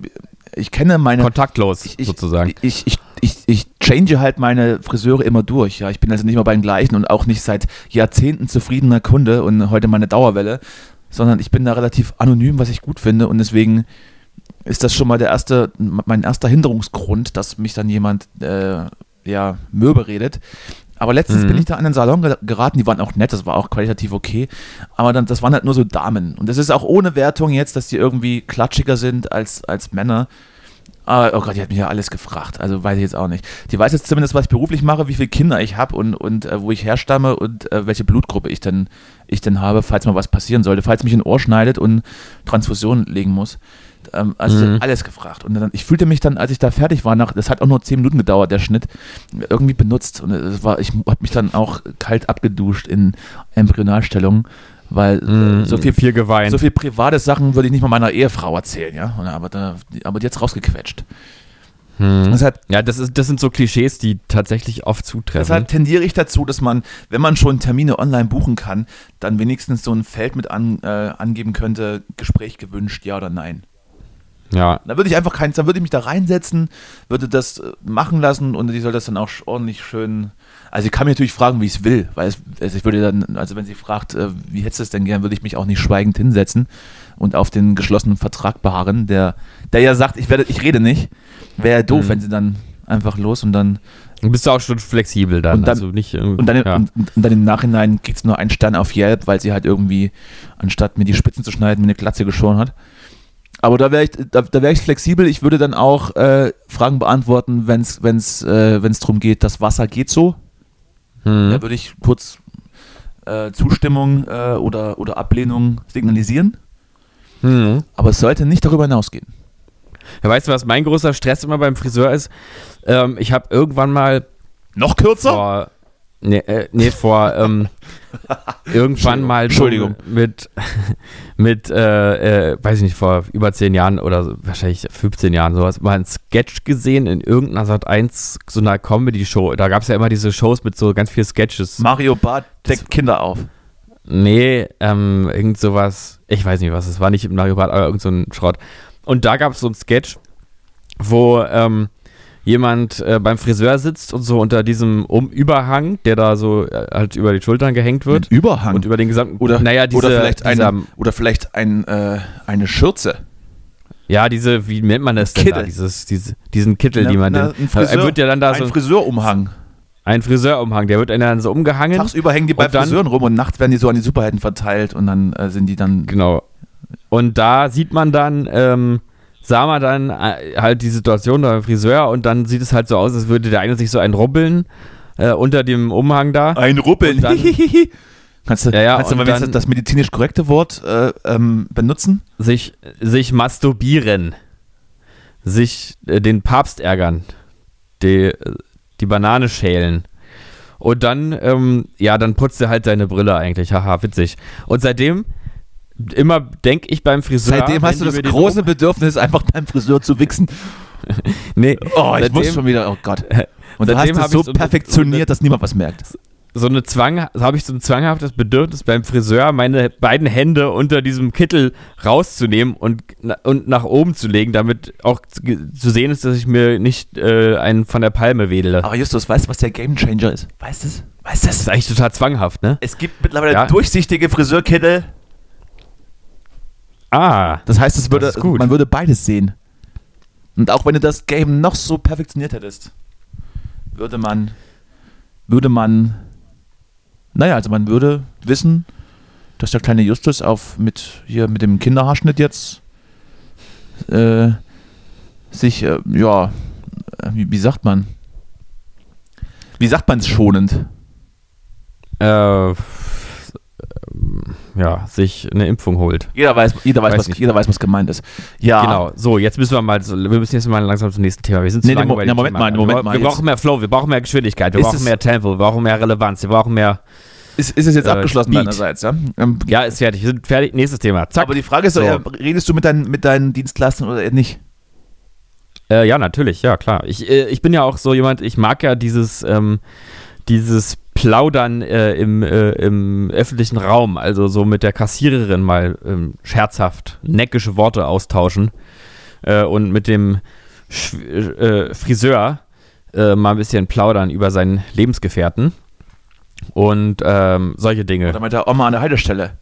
[SPEAKER 2] ich kenne meine
[SPEAKER 1] kontaktlos
[SPEAKER 2] ich, ich,
[SPEAKER 1] sozusagen.
[SPEAKER 2] Ich, ich, ich, ich change halt meine Friseure immer durch. Ja, ich bin also nicht mehr beim gleichen und auch nicht seit Jahrzehnten zufriedener Kunde und heute meine Dauerwelle, sondern ich bin da relativ anonym, was ich gut finde und deswegen ist das schon mal der erste, mein erster Hinderungsgrund, dass mich dann jemand äh, ja Müll redet. Aber letztens
[SPEAKER 1] Mhm.
[SPEAKER 2] bin ich da an einen Salon ge- geraten, die waren auch nett, das war auch qualitativ okay. Aber dann, das waren halt nur so Damen. Und das ist auch ohne Wertung jetzt, dass die irgendwie klatschiger sind als, als Männer. Aber, oh Gott, die hat mich ja alles gefragt. Also weiß ich jetzt auch nicht. Die weiß jetzt zumindest, was ich beruflich mache, wie viele Kinder ich habe und, und äh, wo ich herstamme und äh, welche Blutgruppe ich denn, ich denn habe, falls mal was passieren sollte, falls mich ein Ohr schneidet und Transfusion legen muss. Ähm, also sie
[SPEAKER 1] Mhm.
[SPEAKER 2] hat alles gefragt. Und dann, ich fühlte mich dann, als ich da fertig war, nach, das hat auch nur zehn Minuten gedauert, der Schnitt, irgendwie benutzt. Und es war, ich habe mich dann auch kalt abgeduscht in Embryonalstellung, weil äh, so viel
[SPEAKER 1] Mhm. viel geweint.
[SPEAKER 2] so viel private Sachen würde ich nicht mal meiner Ehefrau erzählen, ja. Und Aber, da, aber die hat's rausgequetscht. Deshalb,
[SPEAKER 1] ja, das, ist, das sind so Klischees, die tatsächlich oft zutreffen.
[SPEAKER 2] deshalb tendiere ich dazu, dass man, wenn man schon Termine online buchen kann, dann wenigstens so ein Feld mit an, äh, angeben könnte, Gespräch gewünscht, ja oder nein.
[SPEAKER 1] ja,
[SPEAKER 2] Da würde ich einfach keins, da würde ich mich da reinsetzen, würde das äh, machen lassen und die soll das dann auch sch- ordentlich schön. Also ich kann mich natürlich fragen, wie ich es will, weil es, also ich würde dann, also wenn sie fragt, äh, wie hättest du es denn gern, würde ich mich auch nicht schweigend hinsetzen und auf den geschlossenen Vertrag beharren, der, der ja sagt, ich werde, ich rede nicht. Wäre ja doof,
[SPEAKER 1] Mhm.
[SPEAKER 2] wenn sie dann einfach los und dann
[SPEAKER 1] du bist auch schon flexibel dann.
[SPEAKER 2] Und dann-
[SPEAKER 1] also nicht,
[SPEAKER 2] und dann,
[SPEAKER 1] ja.
[SPEAKER 2] und, und dann im Nachhinein kriegt es nur einen Stern auf Yelp, weil sie halt irgendwie, anstatt mir die Spitzen zu schneiden, mir eine Glatze geschoren hat. Aber da wäre ich, da, da wär ich flexibel. Ich würde dann auch äh, Fragen beantworten, wenn es wenn's, äh, wenn's darum geht, das Wasser geht so. Da
[SPEAKER 1] Hm.
[SPEAKER 2] würde ich kurz äh, Zustimmung äh, oder, oder Ablehnung signalisieren.
[SPEAKER 1] Hm.
[SPEAKER 2] Aber es sollte nicht darüber hinausgehen.
[SPEAKER 1] Ja, weißt du, was mein großer Stress immer beim Friseur ist? Ähm, ich habe irgendwann mal
[SPEAKER 2] Noch kürzer?
[SPEAKER 1] vor. Nee, äh, nee vor. Ähm, irgendwann mal. so
[SPEAKER 2] Entschuldigung.
[SPEAKER 1] Mit. mit äh, äh, weiß ich nicht, vor über zehn Jahren oder so, wahrscheinlich 15 Jahren sowas, mal einen Sketch gesehen in irgendeiner Sat 1, so einer Comedy-Show. Da gab es ja immer diese Shows mit so ganz vielen Sketches.
[SPEAKER 2] Mario Barth deckt Kinder auf.
[SPEAKER 1] Nee, ähm, irgend sowas. Ich weiß nicht, was es war. Nicht Mario Bart, aber irgend so ein Schrott. Und da gab es so einen Sketch, wo ähm, jemand äh, beim Friseur sitzt und so unter diesem um Überhang, der da so äh, halt über die Schultern gehängt wird.
[SPEAKER 2] Ein Überhang.
[SPEAKER 1] Und über den gesamten.
[SPEAKER 2] oder,
[SPEAKER 1] naja, diese,
[SPEAKER 2] oder vielleicht,
[SPEAKER 1] dieser,
[SPEAKER 2] ein, oder vielleicht ein, äh, eine Schürze.
[SPEAKER 1] Ja, diese, wie nennt man das denn da?
[SPEAKER 2] Kittel.
[SPEAKER 1] Dieses, diese, diesen Kittel,
[SPEAKER 2] Na-
[SPEAKER 1] die man.
[SPEAKER 2] na,
[SPEAKER 1] denn- Also,
[SPEAKER 2] ein Friseur-
[SPEAKER 1] er wird ja dann da so
[SPEAKER 2] ein Friseurumhang.
[SPEAKER 1] ein Friseurumhang, der wird einem dann so umgehangen.
[SPEAKER 2] Tagsüber hängen die bei
[SPEAKER 1] Und dann-
[SPEAKER 2] Friseuren rum und nachts werden die so an die Superhelden verteilt und dann äh, sind die dann.
[SPEAKER 1] Genau. Und da sieht man dann, ähm, sah man dann äh, halt die Situation da beim Friseur und dann sieht es halt so aus, als würde der eine sich so einen rubbeln äh, unter dem Umhang da.
[SPEAKER 2] Ein Ruppeln.
[SPEAKER 1] Und dann-
[SPEAKER 2] Hihihihi. kannst du,
[SPEAKER 1] Ja, ja,
[SPEAKER 2] kannst du
[SPEAKER 1] und
[SPEAKER 2] mal wenigstens
[SPEAKER 1] dann-
[SPEAKER 2] das medizinisch korrekte Wort äh, ähm, benutzen?
[SPEAKER 1] Sich, sich masturbieren. Sich äh, den Papst ärgern. Die, äh, die Banane schälen. Und dann, ähm, ja, dann putzt er halt seine Brille eigentlich. Haha, witzig. Und seitdem, immer denke ich beim Friseur.
[SPEAKER 2] Seitdem
[SPEAKER 1] wenn
[SPEAKER 2] hast du
[SPEAKER 1] die
[SPEAKER 2] das
[SPEAKER 1] mir den
[SPEAKER 2] große Bedürfnis, einfach beim Friseur zu wichsen.
[SPEAKER 1] Um- Nee,
[SPEAKER 2] Oh, ich muss
[SPEAKER 1] seitdem-
[SPEAKER 2] schon wieder, oh Gott. Und du hast
[SPEAKER 1] Seitdem hab
[SPEAKER 2] es
[SPEAKER 1] ich
[SPEAKER 2] so
[SPEAKER 1] so eine-
[SPEAKER 2] perfektioniert, dass niemand was merkt.
[SPEAKER 1] so eine Zwang, habe ich so ein zwanghaftes Bedürfnis beim Friseur, meine beiden Hände unter diesem Kittel rauszunehmen und, und nach oben zu legen, damit auch zu zu sehen ist, dass ich mir nicht äh, einen von der Palme wedele.
[SPEAKER 2] Aber Justus, weißt du, was der Gamechanger ist? Weißt du es? Weißt du
[SPEAKER 1] Das
[SPEAKER 2] es?
[SPEAKER 1] ist eigentlich total zwanghaft, ne?
[SPEAKER 2] Es gibt mittlerweile
[SPEAKER 1] Ja.
[SPEAKER 2] durchsichtige Friseurkittel.
[SPEAKER 1] Ah,
[SPEAKER 2] Das heißt, es würde,
[SPEAKER 1] Das ist gut.
[SPEAKER 2] man würde beides sehen. Und auch wenn du das Game noch so perfektioniert hättest, würde man, würde man, naja, also man würde wissen, dass der kleine Justus auf mit hier mit dem Kinderhaarschnitt jetzt äh, sich, äh, ja, äh, wie, wie sagt man? Wie sagt man es schonend?
[SPEAKER 1] äh, f- ähm, ja, sich eine Impfung holt.
[SPEAKER 2] Jeder weiß, jeder weiß,
[SPEAKER 1] Weiß
[SPEAKER 2] was,
[SPEAKER 1] nicht.
[SPEAKER 2] jeder weiß was gemeint ist. Ja,
[SPEAKER 1] Genau, so, jetzt müssen wir mal, so- wir müssen jetzt mal langsam zum nächsten Thema. Wir sind zu
[SPEAKER 2] Nee, nee,
[SPEAKER 1] lange
[SPEAKER 2] Mo-
[SPEAKER 1] bei
[SPEAKER 2] na,
[SPEAKER 1] dem
[SPEAKER 2] Moment
[SPEAKER 1] Thema.
[SPEAKER 2] mal,
[SPEAKER 1] Wir
[SPEAKER 2] Moment
[SPEAKER 1] bra-
[SPEAKER 2] mal,
[SPEAKER 1] Wir
[SPEAKER 2] jetzt-
[SPEAKER 1] brauchen mehr Flow, wir brauchen mehr Geschwindigkeit, wir
[SPEAKER 2] Ist
[SPEAKER 1] brauchen
[SPEAKER 2] es-
[SPEAKER 1] mehr Tempo, wir brauchen mehr Relevanz, wir brauchen mehr,
[SPEAKER 2] ist, ist es jetzt
[SPEAKER 1] Äh,
[SPEAKER 2] abgeschlossen
[SPEAKER 1] Speed.
[SPEAKER 2] deinerseits, ja? Ähm,
[SPEAKER 1] ja, ist fertig, wir sind fertig, nächstes Thema, zack.
[SPEAKER 2] Aber die Frage ist
[SPEAKER 1] So.
[SPEAKER 2] doch, ja, redest du mit deinen, mit deinen Dienstleistern oder eher nicht?
[SPEAKER 1] Äh, ja, natürlich, ja, klar. Ich, äh, ich bin ja auch so jemand, ich mag ja dieses, ähm, dieses Plaudern äh, im, äh, im öffentlichen Raum, also so mit der Kassiererin mal ähm, scherzhaft neckische Worte austauschen äh, und mit dem Sch äh, Friseur äh, mal ein bisschen plaudern über seinen Lebensgefährten und ähm, solche
[SPEAKER 2] Oder
[SPEAKER 1] Dinge.
[SPEAKER 2] mit der Oma an der Haltestelle?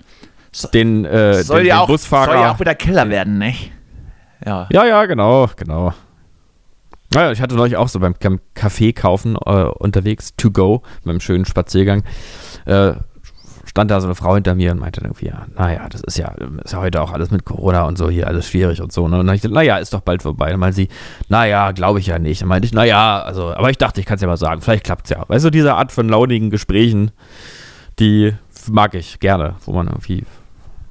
[SPEAKER 1] Den, äh, den, den Busfahrer.
[SPEAKER 2] wieder Killer werden, ne? Ja.
[SPEAKER 1] Ja, ja, genau, genau. Naja, ich hatte neulich auch so beim Cam- Kaffee kaufen äh, unterwegs, to go, beim schönen Spaziergang. Äh, stand da so eine Frau hinter mir und meinte dann irgendwie, ja, naja, das ist ja, ähm, ist ja heute auch alles mit Corona und so hier, alles schwierig und so. Ne? Und dann hab ich gesagt, naja, ist doch bald vorbei. Dann meinte sie, naja, glaube ich ja nicht. Dann meinte ich, naja, also, aber ich dachte, ich kann es ja mal sagen, vielleicht klappt es ja. Weißt du, diese Art von launigen Gesprächen, die mag ich gerne, wo man irgendwie,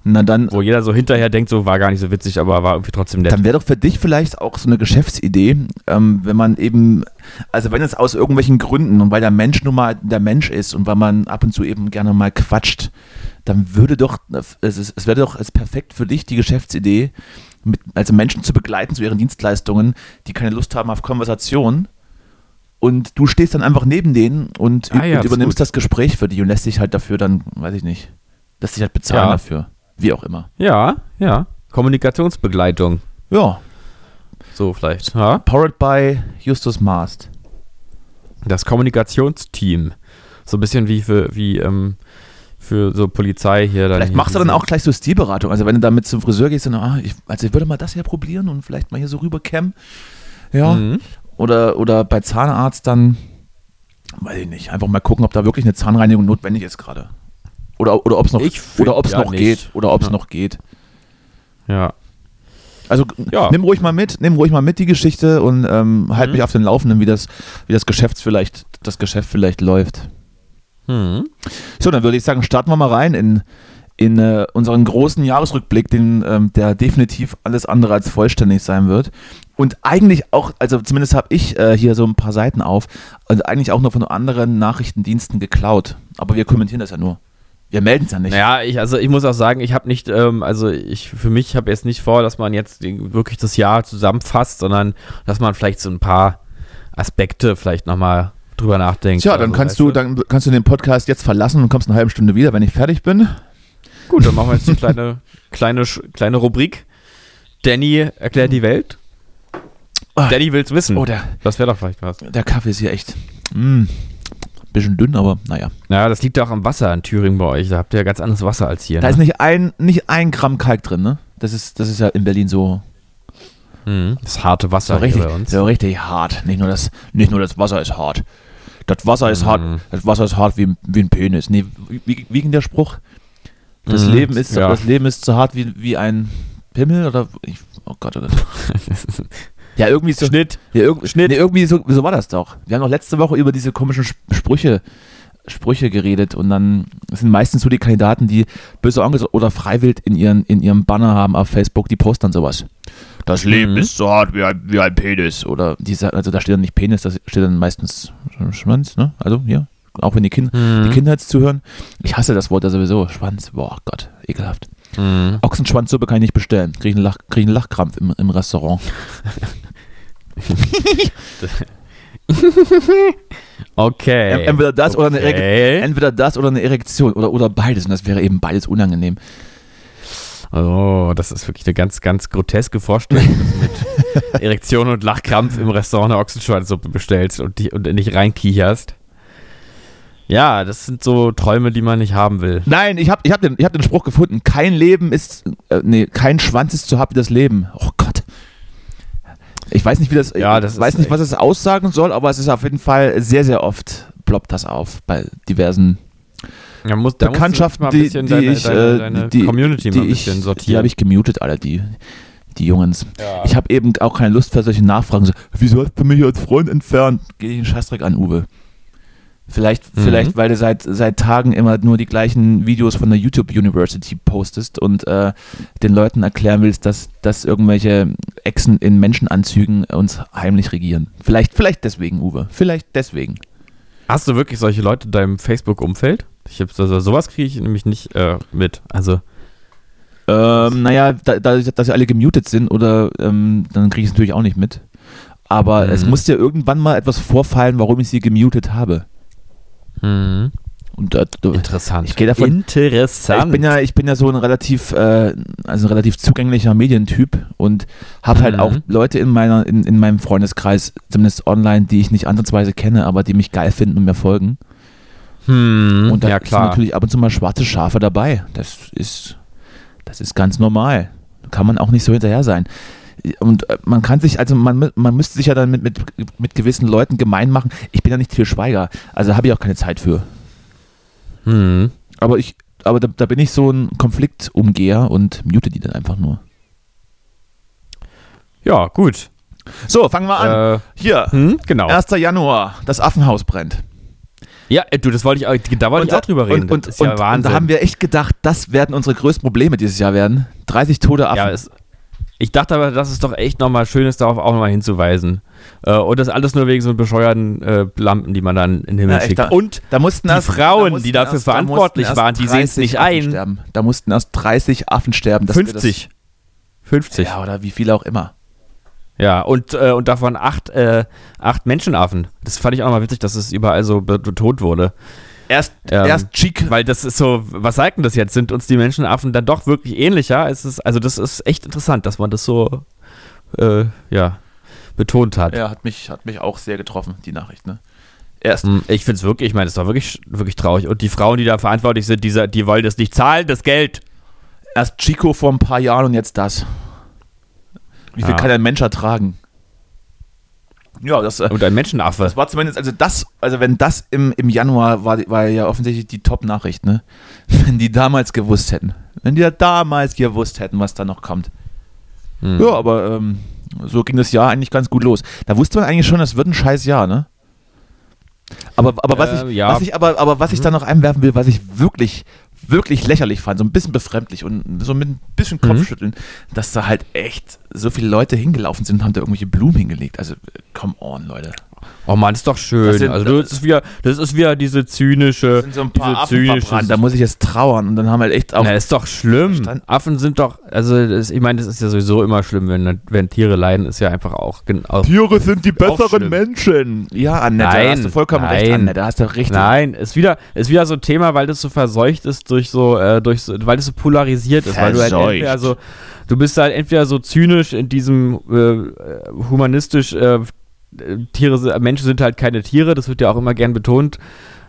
[SPEAKER 2] Na dann,
[SPEAKER 1] wo jeder so hinterher denkt, so war gar nicht so witzig, aber war irgendwie trotzdem nett.
[SPEAKER 2] dann wäre doch für dich vielleicht auch so eine Geschäftsidee, ähm, wenn man eben, also wenn es aus irgendwelchen Gründen und weil der Mensch nun mal der Mensch ist und weil man ab und zu eben gerne mal quatscht, dann würde doch, es, ist- es wäre doch als perfekt für dich die Geschäftsidee, mit, also Menschen zu begleiten zu ihren Dienstleistungen, die keine Lust haben auf Konversation. Und du stehst dann einfach neben denen und,
[SPEAKER 1] Ah ja,
[SPEAKER 2] und
[SPEAKER 1] das ist
[SPEAKER 2] übernimmst
[SPEAKER 1] gut.
[SPEAKER 2] das Gespräch für dich und lässt dich halt dafür dann, weiß ich nicht, lässt dich halt bezahlen
[SPEAKER 1] Ja.
[SPEAKER 2] dafür. Wie auch immer.
[SPEAKER 1] Ja, ja. Kommunikationsbegleitung.
[SPEAKER 2] Ja,
[SPEAKER 1] So vielleicht. Ja.
[SPEAKER 2] powered by Justus Maast.
[SPEAKER 1] Das Kommunikationsteam. So ein bisschen wie für, wie, ähm, für so Polizei hier. Dann
[SPEAKER 2] Vielleicht
[SPEAKER 1] hier
[SPEAKER 2] machst du dann
[SPEAKER 1] diese-
[SPEAKER 2] auch gleich so Stilberatung. Also wenn du damit zum Friseur gehst, dann, ah, ich, also ich würde mal das hier probieren und vielleicht mal hier so rüber kämmen. Ja.
[SPEAKER 1] Mhm.
[SPEAKER 2] Oder, oder bei Zahnarzt dann, weiß ich nicht, einfach mal gucken, ob da wirklich eine Zahnreinigung notwendig ist gerade. Oder, oder ob es noch,
[SPEAKER 1] Ich find
[SPEAKER 2] oder ob's
[SPEAKER 1] ja
[SPEAKER 2] noch
[SPEAKER 1] nicht.
[SPEAKER 2] geht. Oder ob es
[SPEAKER 1] Ja.
[SPEAKER 2] noch geht.
[SPEAKER 1] Ja.
[SPEAKER 2] Also
[SPEAKER 1] Ja. Mhm.
[SPEAKER 2] nimm ruhig mal mit, nimm ruhig mal mit die Geschichte und ähm, halt mich auf den Laufenden, wie das, wie das Geschäft vielleicht, das Geschäft vielleicht läuft.
[SPEAKER 1] Hm.
[SPEAKER 2] So, dann würde ich sagen, starten wir mal rein in, in äh, unseren großen Jahresrückblick, den, ähm, der definitiv alles andere als vollständig sein wird. Und eigentlich auch, also zumindest habe ich äh, hier so ein paar Seiten auf, also eigentlich auch nur von anderen Nachrichtendiensten geklaut. Aber wir kommentieren das ja nur. Wir melden es ja nicht.
[SPEAKER 1] Ja, ich, also ich muss auch sagen, ich habe nicht, ähm, also ich für mich habe jetzt nicht vor, dass man jetzt den- wirklich das Jahr zusammenfasst, sondern dass man vielleicht so ein paar Aspekte vielleicht nochmal drüber nachdenkt.
[SPEAKER 2] Tja, dann
[SPEAKER 1] Also,
[SPEAKER 2] kannst
[SPEAKER 1] weißt
[SPEAKER 2] du, dann kannst du den Podcast jetzt verlassen und kommst eine halbe Stunde wieder, wenn ich fertig bin.
[SPEAKER 1] Gut, dann machen wir jetzt eine kleine, kleine, Sch- kleine Rubrik. Danny erklärt die Welt.
[SPEAKER 2] Ah.
[SPEAKER 1] Danny will's wissen.
[SPEAKER 2] Oh, der,
[SPEAKER 1] Das wäre doch vielleicht was.
[SPEAKER 2] der Kaffee ist hier echt. Mm, bisschen dünn, aber naja.
[SPEAKER 1] Ja, das liegt ja auch am Wasser in Thüringen bei euch. Da habt ihr ja ganz anderes Wasser als hier.
[SPEAKER 2] Da
[SPEAKER 1] ne?
[SPEAKER 2] ist nicht ein, nicht ein Gramm Kalk drin, ne? Das ist, das ist ja in Berlin so
[SPEAKER 1] Mhm. das harte
[SPEAKER 2] So
[SPEAKER 1] Wasser
[SPEAKER 2] richtig,
[SPEAKER 1] hier bei uns.
[SPEAKER 2] so richtig hart. Nicht nur, das, nicht nur das Wasser ist hart. Das Wasser ist hart.
[SPEAKER 1] Mhm.
[SPEAKER 2] Das Wasser ist hart wie, wie ein Penis. Nee, wie, wie ging der Spruch? Das,
[SPEAKER 1] Mhm,
[SPEAKER 2] Leben ist,
[SPEAKER 1] ja.
[SPEAKER 2] das Leben ist so hart wie, wie ein Pimmel oder. Ich, oh Gott, oh Gott. Ja, irgendwie so.
[SPEAKER 1] Schnitt.
[SPEAKER 2] Ja, irg
[SPEAKER 1] Schnitt.
[SPEAKER 2] Nee, irgendwie so, so war das doch. Wir haben doch letzte Woche über diese komischen Sp- Sprüche, Sprüche geredet und dann sind meistens so die Kandidaten, die böse Onkel oder Freiwild in, ihren, in ihrem Banner haben auf Facebook, die posten dann sowas. Das Leben
[SPEAKER 1] Mhm.
[SPEAKER 2] ist so hart wie ein, wie ein Penis. Oder diese, also da steht dann nicht Penis, da steht dann meistens Schwanz, ne? Also hier. Auch wenn die, kind, die
[SPEAKER 1] Mhm.
[SPEAKER 2] Kinder jetzt zuhören. Ich hasse das Wort ja sowieso. Schwanz. Boah, Gott, ekelhaft.
[SPEAKER 1] Mhm.
[SPEAKER 2] Ochsenschwanzsuppe kann ich nicht bestellen. Kriege ich einen, Lach, krieg einen Lachkrampf im, im Restaurant.
[SPEAKER 1] Okay.
[SPEAKER 2] Entweder das oder eine Erge-
[SPEAKER 1] okay.
[SPEAKER 2] Entweder das oder eine Erektion oder, oder beides. Und das wäre eben beides unangenehm.
[SPEAKER 1] Oh, das ist wirklich eine ganz, ganz groteske Vorstellung, dass du mit Erektion und Lachkrampf im Restaurant eine Ochsenschwanzsuppe bestellst und, die, und nicht reinkicherst. Ja, das sind so Träume, die man nicht haben will.
[SPEAKER 2] Nein, ich habe ich hab den, ich hab den Spruch gefunden. Kein Leben ist, äh, nee, kein Schwanz ist so hart wie das Leben. Oh Gott. Ich weiß nicht, wie das,
[SPEAKER 1] Ja, das
[SPEAKER 2] ich weiß
[SPEAKER 1] ist
[SPEAKER 2] nicht, was es aussagen soll, aber es ist auf jeden Fall sehr, sehr oft ploppt das auf bei diversen
[SPEAKER 1] Da muss, da musst du
[SPEAKER 2] Bekanntschaften,
[SPEAKER 1] mal ein
[SPEAKER 2] die,
[SPEAKER 1] bisschen
[SPEAKER 2] die
[SPEAKER 1] deine,
[SPEAKER 2] ich,
[SPEAKER 1] deine,
[SPEAKER 2] äh,
[SPEAKER 1] deine
[SPEAKER 2] die,
[SPEAKER 1] Community
[SPEAKER 2] die
[SPEAKER 1] mal ein
[SPEAKER 2] ich,
[SPEAKER 1] bisschen
[SPEAKER 2] die
[SPEAKER 1] sortieren.
[SPEAKER 2] habe ich gemutet, alle die, die Jungens. Ich habe eben auch keine Lust für solche Nachfragen. So, wieso hast du mich als Freund entfernt? Geh dich einen Scheißdreck an, Uwe. Vielleicht,
[SPEAKER 1] Mhm.
[SPEAKER 2] vielleicht, weil du seit, seit Tagen immer nur die gleichen Videos von der YouTube University postest und äh, den Leuten erklären willst, dass, dass irgendwelche Echsen in Menschenanzügen uns heimlich regieren. Vielleicht, vielleicht deswegen, Uwe. Vielleicht deswegen.
[SPEAKER 1] Hast du wirklich solche Leute in deinem Facebook-Umfeld? Ich hab's, also, sowas kriege ich nämlich nicht äh, mit. Also,
[SPEAKER 2] Ähm, naja, da, da, dass sie alle gemutet sind oder ähm, dann kriege ich es natürlich auch nicht mit. Aber es
[SPEAKER 1] Mhm.
[SPEAKER 2] muss ja irgendwann mal etwas vorfallen, warum ich sie gemutet habe.
[SPEAKER 1] hm,
[SPEAKER 2] Und äh, du-
[SPEAKER 1] interessant.
[SPEAKER 2] Ich gehe davon-
[SPEAKER 1] Interessant.
[SPEAKER 2] ich bin ja, ich bin ja so ein relativ, äh, also ein relativ zugänglicher Medientyp und habe halt
[SPEAKER 1] Mhm.
[SPEAKER 2] auch Leute in meiner, in, in meinem Freundeskreis, zumindest online, die ich nicht ansatzweise kenne, aber die mich geil finden und mir folgen.
[SPEAKER 1] hm,
[SPEAKER 2] Und da
[SPEAKER 1] ja,
[SPEAKER 2] sind
[SPEAKER 1] klar.
[SPEAKER 2] natürlich ab und zu mal schwarze Schafe dabei. Das ist, das ist ganz normal. Da kann man auch nicht so hinterher sein. Und äh, man kann sich, also man, mü- man müsste sich ja dann mit, mit, mit gewissen Leuten gemein machen. Ich bin ja nicht viel Schweiger, also habe ich auch keine Zeit für.
[SPEAKER 1] Hm.
[SPEAKER 2] Aber ich, aber da, da bin ich so ein Konfliktumgeher und mute die dann einfach nur.
[SPEAKER 1] Ja, gut.
[SPEAKER 2] So, fangen wir an.
[SPEAKER 1] Äh,
[SPEAKER 2] Hier,
[SPEAKER 1] hm, genau.
[SPEAKER 2] 1. Januar, das Affenhaus brennt.
[SPEAKER 1] Ja, äh, du, das wollte ich auch, da wollte ich auch drüber reden.
[SPEAKER 2] Und, und,
[SPEAKER 1] das ist
[SPEAKER 2] und,
[SPEAKER 1] ja
[SPEAKER 2] und
[SPEAKER 1] Wahnsinn.
[SPEAKER 2] da haben wir echt gedacht, das werden unsere größten Probleme dieses Jahr werden. 30 tote Affen.
[SPEAKER 1] ja, es, ich dachte aber, dass es doch echt nochmal schön ist, darauf auch nochmal hinzuweisen. Äh, und das alles nur wegen so bescheuerten äh, Lampen, die man dann in den Himmel
[SPEAKER 2] Ja, echt,
[SPEAKER 1] schickt.
[SPEAKER 2] da-
[SPEAKER 1] und
[SPEAKER 2] Da mussten
[SPEAKER 1] Die
[SPEAKER 2] erst,
[SPEAKER 1] Frauen,
[SPEAKER 2] da mussten
[SPEAKER 1] die dafür
[SPEAKER 2] erst- da
[SPEAKER 1] verantwortlich
[SPEAKER 2] mussten
[SPEAKER 1] waren, die
[SPEAKER 2] erst
[SPEAKER 1] sehen's
[SPEAKER 2] 30
[SPEAKER 1] nicht
[SPEAKER 2] Affen
[SPEAKER 1] ein.
[SPEAKER 2] Sterben. Da mussten erst 30 Affen sterben. dass wir
[SPEAKER 1] 50. 50.
[SPEAKER 2] Das, ja,
[SPEAKER 1] Ja,
[SPEAKER 2] oder wie viele auch immer.
[SPEAKER 1] und, äh, und davon acht, äh, acht Menschenaffen. Das fand ich auch mal witzig, dass es überall so be- betont wurde.
[SPEAKER 2] Erst,
[SPEAKER 1] Ähm,
[SPEAKER 2] erst Cheek.
[SPEAKER 1] Weil das ist so, was sagt denn das jetzt? Sind uns die Menschenaffen dann doch wirklich ähnlicher? Es ist, also, das ist echt interessant, dass man das so, äh, ja, betont hat.
[SPEAKER 2] Ja, hat mich, hat mich auch sehr getroffen, die Nachricht. Ne? Erst,
[SPEAKER 1] Hm, Ich finde es wirklich, ich meine, es war wirklich, wirklich traurig. Und die Frauen, die da verantwortlich sind, die, sa- die wollen das nicht zahlen, das Geld.
[SPEAKER 2] erst Chico vor ein paar Jahren und jetzt das. Wie viel
[SPEAKER 1] Ja.
[SPEAKER 2] kann ein Mensch ertragen? Ja, das, äh,
[SPEAKER 1] Und ein Menschenaffe.
[SPEAKER 2] das war zumindest, also das, also wenn das im, im Januar war, war ja offensichtlich die Top-Nachricht, ne? Wenn die damals gewusst hätten. Wenn die ja damals gewusst hätten, was da noch kommt.
[SPEAKER 1] Hm.
[SPEAKER 2] Ja, aber ähm, so ging das Jahr eigentlich ganz gut los. Da wusste man eigentlich schon, das wird ein scheiß Jahr, ne? Aber, aber was,
[SPEAKER 1] Äh,
[SPEAKER 2] ich,
[SPEAKER 1] ja. Mhm.
[SPEAKER 2] was ich aber, aber was ich da noch einwerfen will, was ich wirklich, wirklich lächerlich fand, so ein bisschen befremdlich und so mit ein bisschen
[SPEAKER 1] Mhm.
[SPEAKER 2] Kopfschütteln, dass da halt echt so viele Leute hingelaufen sind und haben da irgendwelche Blumen hingelegt. Also, come on, Leute.
[SPEAKER 1] Oh Mann, ist doch schön.
[SPEAKER 2] Das sind-
[SPEAKER 1] also das ist wieder, das ist wieder diese zynische,
[SPEAKER 2] Da sind so ein paar
[SPEAKER 1] diese
[SPEAKER 2] Affen verbrannt, da muss ich jetzt trauern und dann haben halt echt auch.
[SPEAKER 1] Na, ist doch schlimm.
[SPEAKER 2] Verstanden.
[SPEAKER 1] Affen sind doch, also das, ich meine, das ist ja sowieso immer schlimm, wenn, wenn Tiere leiden, ist ja einfach auch genau.
[SPEAKER 2] Tiere sind die
[SPEAKER 1] besseren schlimm.
[SPEAKER 2] Menschen. Ja, Annette, da
[SPEAKER 1] Nein,
[SPEAKER 2] hast du vollkommen recht,
[SPEAKER 1] nein.
[SPEAKER 2] Annette, da hast du richtig.
[SPEAKER 1] Nein, ist wieder, ist wieder so ein Thema, weil das so verseucht ist durch so, äh, durch so weil das so polarisiert ist, weil du halt
[SPEAKER 2] Verseucht.
[SPEAKER 1] entweder so, du bist halt entweder so zynisch in diesem äh, äh, humanistisch, äh, äh, Tiere, sind- Menschen sind halt keine Tiere, das wird ja auch immer gern betont.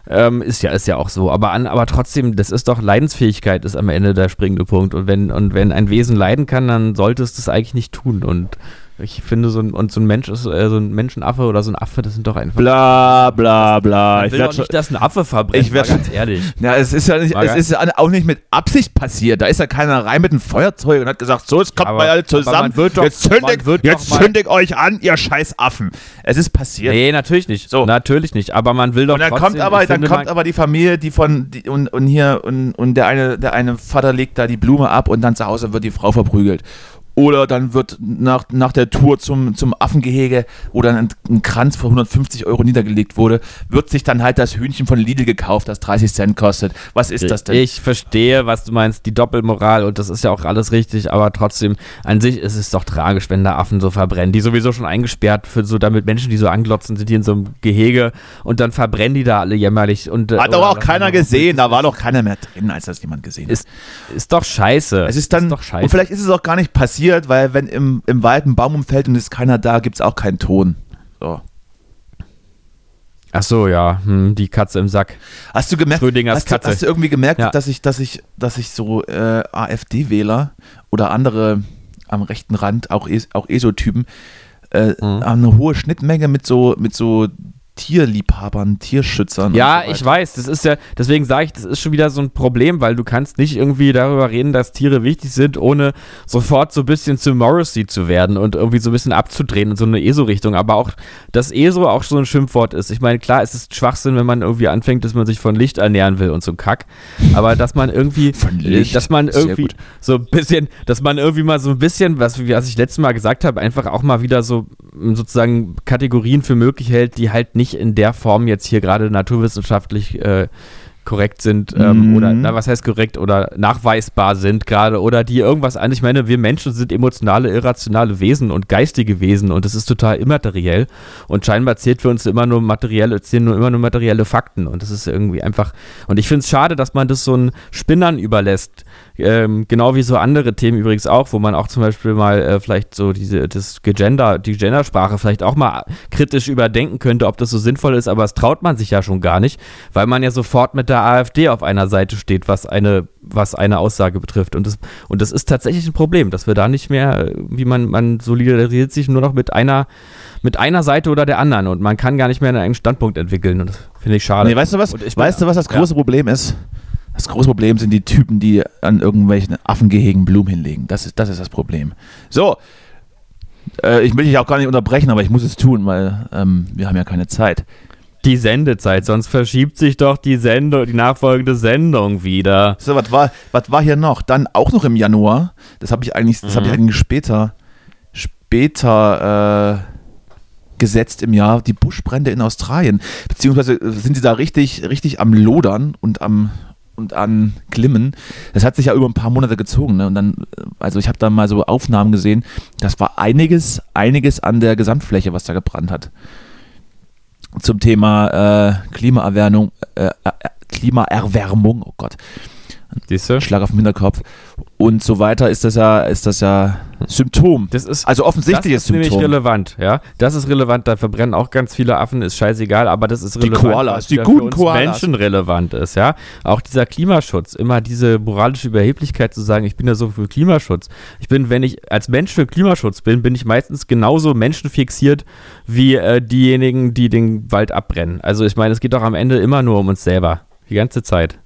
[SPEAKER 1] Ähm, ist ja, ist ja auch so. Aber an, aber trotzdem, das ist doch Leidensfähigkeit ist am Ende der springende Punkt. Und wenn, und wenn ein Wesen leiden kann, dann sollte es das eigentlich nicht tun. Und ich finde, so ein, und so ein Mensch ist, äh, so ein Menschenaffe oder so ein Affe, das sind doch einfach.
[SPEAKER 2] Bla, bla, bla.
[SPEAKER 1] Ich will doch nicht, dass ein Affe verbrennt,
[SPEAKER 2] Ich werd
[SPEAKER 1] mal ganz ehrlich.
[SPEAKER 2] Ja, es ist ja, nicht,
[SPEAKER 1] Mag
[SPEAKER 2] es
[SPEAKER 1] er?
[SPEAKER 2] ist ja auch nicht mit Absicht passiert. Da ist ja keiner rein mit einem Feuerzeug und hat gesagt, so, jetzt kommt
[SPEAKER 1] Aber-
[SPEAKER 2] mal alle
[SPEAKER 1] aber
[SPEAKER 2] zusammen.
[SPEAKER 1] man wird doch-
[SPEAKER 2] jetzt zündig,
[SPEAKER 1] man wird
[SPEAKER 2] jetzt
[SPEAKER 1] doch mal-
[SPEAKER 2] zündig euch an, ihr scheiß Affen. Es ist passiert.
[SPEAKER 1] Nee, natürlich nicht.
[SPEAKER 2] So.
[SPEAKER 1] Natürlich nicht. Aber man will doch
[SPEAKER 2] Und dann
[SPEAKER 1] trotzdem...
[SPEAKER 2] kommt aber,
[SPEAKER 1] ich
[SPEAKER 2] dann
[SPEAKER 1] finde,
[SPEAKER 2] kommt
[SPEAKER 1] man-
[SPEAKER 2] aber die Familie, die von die, und, und hier und, und der eine, der eine Vater legt da die Blume ab und dann zu Hause wird die Frau verprügelt. Oder dann wird nach, nach der Tour zum, zum Affengehege, wo dann ein, ein Kranz für 150 Euro niedergelegt wurde, wird sich dann halt das Hühnchen von Lidl gekauft, das 30 Cent kostet. Was ist das denn?
[SPEAKER 1] Ich verstehe, was du meinst, die Doppelmoral und das ist ja auch alles richtig, aber trotzdem, an sich ist es doch tragisch, wenn da Affen so verbrennen, die sowieso schon eingesperrt für so, damit Menschen, die so anglotzen, sind die in so einem Gehege und dann verbrennen die da alle jämmerlich. Und, äh,
[SPEAKER 2] Hat
[SPEAKER 1] oder
[SPEAKER 2] doch auch
[SPEAKER 1] lassen
[SPEAKER 2] keiner
[SPEAKER 1] die-
[SPEAKER 2] gesehen, da war doch keiner mehr drin, als das jemand gesehen hat.
[SPEAKER 1] Ist, ist doch scheiße.
[SPEAKER 2] Es ist dann,
[SPEAKER 1] doch
[SPEAKER 2] und
[SPEAKER 1] scheiße.
[SPEAKER 2] vielleicht ist es auch gar nicht passiert, weil wenn im, im Wald ein Baum umfällt und ist keiner da, gibt es auch keinen Ton. So.
[SPEAKER 1] Ach so, ja, hm, die Katze im Sack.
[SPEAKER 2] Hast du gemerkt,
[SPEAKER 1] Schrödingers
[SPEAKER 2] hast, du-
[SPEAKER 1] Katze.
[SPEAKER 2] hast du irgendwie gemerkt,
[SPEAKER 1] Ja.
[SPEAKER 2] dass ich, dass ich, dass ich so äh, AfD-Wähler oder andere am rechten Rand, auch, es, auch ESO-Typen, äh,
[SPEAKER 1] Mhm.
[SPEAKER 2] haben eine hohe Schnittmenge mit so, mit so Tierliebhabern, Tierschützern.
[SPEAKER 1] Ja,
[SPEAKER 2] Ne? und so
[SPEAKER 1] ich
[SPEAKER 2] weiter.
[SPEAKER 1] weiß, das ist ja, deswegen sage ich, das ist schon wieder so ein Problem, weil du kannst nicht irgendwie darüber reden, dass Tiere wichtig sind, ohne sofort so ein bisschen zu Morrissey zu werden und irgendwie so ein bisschen abzudrehen in so eine ESO-Richtung. Aber auch, dass ESO auch so ein Schimpfwort ist. Ich meine, klar, es ist Schwachsinn, wenn man irgendwie anfängt, dass man sich von Licht ernähren will und so ein Kack. Aber dass man irgendwie, äh,
[SPEAKER 2] Von Licht,
[SPEAKER 1] dass man
[SPEAKER 2] sehr
[SPEAKER 1] irgendwie
[SPEAKER 2] gut.
[SPEAKER 1] so ein bisschen, dass man irgendwie mal so ein bisschen, was, was ich letztes Mal gesagt habe, einfach auch mal wieder so mm, sozusagen Kategorien für möglich hält, die halt nicht in der Form jetzt hier gerade naturwissenschaftlich äh, korrekt sind ähm,
[SPEAKER 2] Mhm.
[SPEAKER 1] oder na, was heißt korrekt oder nachweisbar sind gerade oder die irgendwas an. Ich meine, wir Menschen sind emotionale, irrationale Wesen und geistige Wesen und das ist total immateriell und scheinbar zählt für uns immer nur materielle, zählen nur immer nur materielle Fakten und das ist irgendwie einfach und ich finde es schade, dass man das so einen Spinnern überlässt. Ähm, genau wie so andere Themen übrigens auch, wo man auch zum Beispiel mal äh, vielleicht so diese das Gegender, die Gendersprache vielleicht auch mal kritisch überdenken könnte, ob das so sinnvoll ist, aber das traut man sich ja schon gar nicht, weil man ja sofort mit der AfD auf einer Seite steht, was eine, was eine Aussage betrifft. Und das, und das ist tatsächlich ein Problem, dass wir da nicht mehr, äh, wie man, man solidarisiert sich nur noch mit einer, mit einer Seite oder der anderen und man kann gar nicht mehr einen eigenen Standpunkt entwickeln. Und das finde ich schade.
[SPEAKER 2] Nee, weißt du was?
[SPEAKER 1] Und ich bin-
[SPEAKER 2] Weißt du, was das große Problem ist? Das große Problem sind die Typen, die an irgendwelchen Affengehegen Blumen hinlegen. Das ist das, ist das Problem. So. Äh, ich will dich auch gar nicht unterbrechen, aber ich muss es tun, weil ähm, wir haben ja keine Zeit.
[SPEAKER 1] die Sendezeit, sonst verschiebt sich doch die Sendung, die nachfolgende Sendung wieder.
[SPEAKER 2] So, was war, was war hier noch? Dann auch noch im Januar. Das habe ich eigentlich, das habe ich eigentlich später, später äh, gesetzt im Jahr. Die Buschbrände in Australien. Beziehungsweise äh, sind sie da richtig, richtig am Lodern und am und an Glimmen. Das hat sich ja über ein paar Monate gezogen. Ne? Und dann, äh, also ich habe da mal so Aufnahmen gesehen. Das war einiges, einiges an der Gesamtfläche, was da gebrannt hat. Zum Thema äh, Klimaerwärmung, äh, äh, Klimaerwärmung, oh Gott,
[SPEAKER 1] Siehst du?
[SPEAKER 2] Schlag auf den Hinterkopf und so weiter ist das ja, ist das ja Symptom.
[SPEAKER 1] Das ist
[SPEAKER 2] Also
[SPEAKER 1] das
[SPEAKER 2] offensichtliches
[SPEAKER 1] ist nämlich
[SPEAKER 2] Symptom.
[SPEAKER 1] relevant, ja. Das ist relevant, da verbrennen auch ganz viele Affen, ist scheißegal, aber das ist relevant.
[SPEAKER 2] Koalas,
[SPEAKER 1] was
[SPEAKER 2] die
[SPEAKER 1] wieder
[SPEAKER 2] guten
[SPEAKER 1] für uns
[SPEAKER 2] Koalas.
[SPEAKER 1] Menschen relevant ist, ja. Auch dieser Klimaschutz, immer diese moralische Überheblichkeit zu sagen, ich bin ja so für Klimaschutz. Ich bin, wenn ich als Mensch für Klimaschutz bin, bin ich meistens genauso menschenfixiert wie äh, diejenigen, die den Wald abbrennen. Also ich meine, es geht doch am Ende immer nur um uns selber. Die ganze Zeit.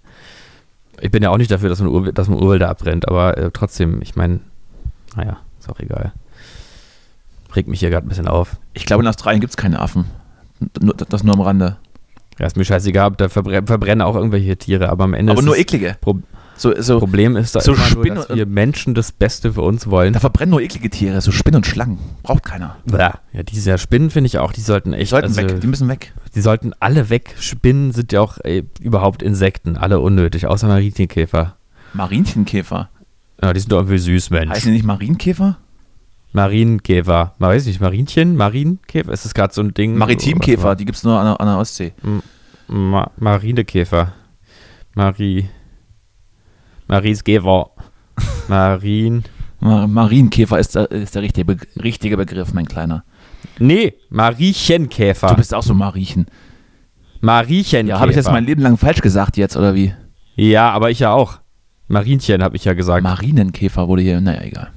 [SPEAKER 1] Ich bin ja auch nicht dafür, dass man, Ur dass man Urwälder abbrennt, aber äh, trotzdem, ich meine, naja, Ist auch egal. Regt mich hier gerade ein bisschen auf.
[SPEAKER 2] Ich glaube, in Australien gibt es keine Affen. Nur- Das nur am Rande.
[SPEAKER 1] Ja, ist mir scheißegal, ob da verbre verbrennen auch irgendwelche Tiere, aber am Ende
[SPEAKER 2] Aber
[SPEAKER 1] ist
[SPEAKER 2] nur
[SPEAKER 1] das
[SPEAKER 2] eklige.
[SPEAKER 1] Pro
[SPEAKER 2] So, so,
[SPEAKER 1] Problem ist da
[SPEAKER 2] So
[SPEAKER 1] immer nur,
[SPEAKER 2] Spinnen
[SPEAKER 1] dass
[SPEAKER 2] und-
[SPEAKER 1] wir Menschen das Beste für uns wollen.
[SPEAKER 2] da verbrennen nur eklige Tiere, so Spinnen und Schlangen. Braucht keiner.
[SPEAKER 1] Ja, diese Spinnen finde ich auch, die sollten
[SPEAKER 2] Die
[SPEAKER 1] echt,
[SPEAKER 2] sollten
[SPEAKER 1] also,
[SPEAKER 2] weg, die müssen weg.
[SPEAKER 1] die sollten alle weg. Spinnen sind ja auch ey, überhaupt Insekten, alle unnötig, außer Marienkäfer.
[SPEAKER 2] Marienchenkäfer.
[SPEAKER 1] Ja, die sind doch irgendwie süß, Mensch.
[SPEAKER 2] Heißen die nicht Marienkäfer?
[SPEAKER 1] Oh, Marienkäfer. Man weiß nicht, Marienchen, Marienkäfer? Ist das gerade so ein Ding?
[SPEAKER 2] Maritimkäfer, die gibt es nur an der, an der Ostsee.
[SPEAKER 1] Ma Marinekäfer. Marie. Marieskäfer. Marien.
[SPEAKER 2] Ma- Marienkäfer ist der, ist der richtige, Be richtige Begriff, mein Kleiner.
[SPEAKER 1] Nee, Mariechenkäfer.
[SPEAKER 2] Du bist auch so Mariechen.
[SPEAKER 1] Mariechenkäfer.
[SPEAKER 2] Ja, habe ich das mein Leben lang falsch gesagt jetzt, oder wie?
[SPEAKER 1] Ja, aber ich ja auch. Marienchen habe ich ja gesagt.
[SPEAKER 2] Marienenkäfer wurde hier, naja, egal.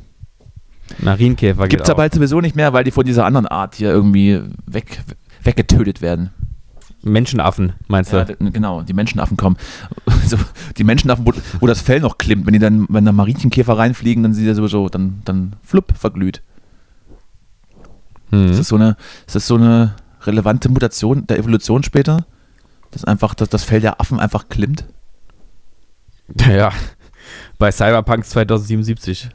[SPEAKER 1] Marienkäfer genau.
[SPEAKER 2] Gibt's
[SPEAKER 1] geht
[SPEAKER 2] aber halt sowieso nicht mehr, weil die von dieser anderen Art hier irgendwie weg, weggetötet werden.
[SPEAKER 1] auch. Menschenaffen, meinst
[SPEAKER 2] Ja,
[SPEAKER 1] du?
[SPEAKER 2] d- genau, die Menschenaffen kommen. So, die Menschenaffen, wo, wo das Fell noch klimmt, wenn die dann, wenn da Marienkäfer reinfliegen, dann sind die sowieso, dann, dann flupp, verglüht. Ist,
[SPEAKER 1] Hm.
[SPEAKER 2] das so eine, ist das so eine relevante Mutation der Evolution später? Dass einfach, dass das Fell der Affen einfach klimmt?
[SPEAKER 1] Ja. Bei Cyberpunk 2077.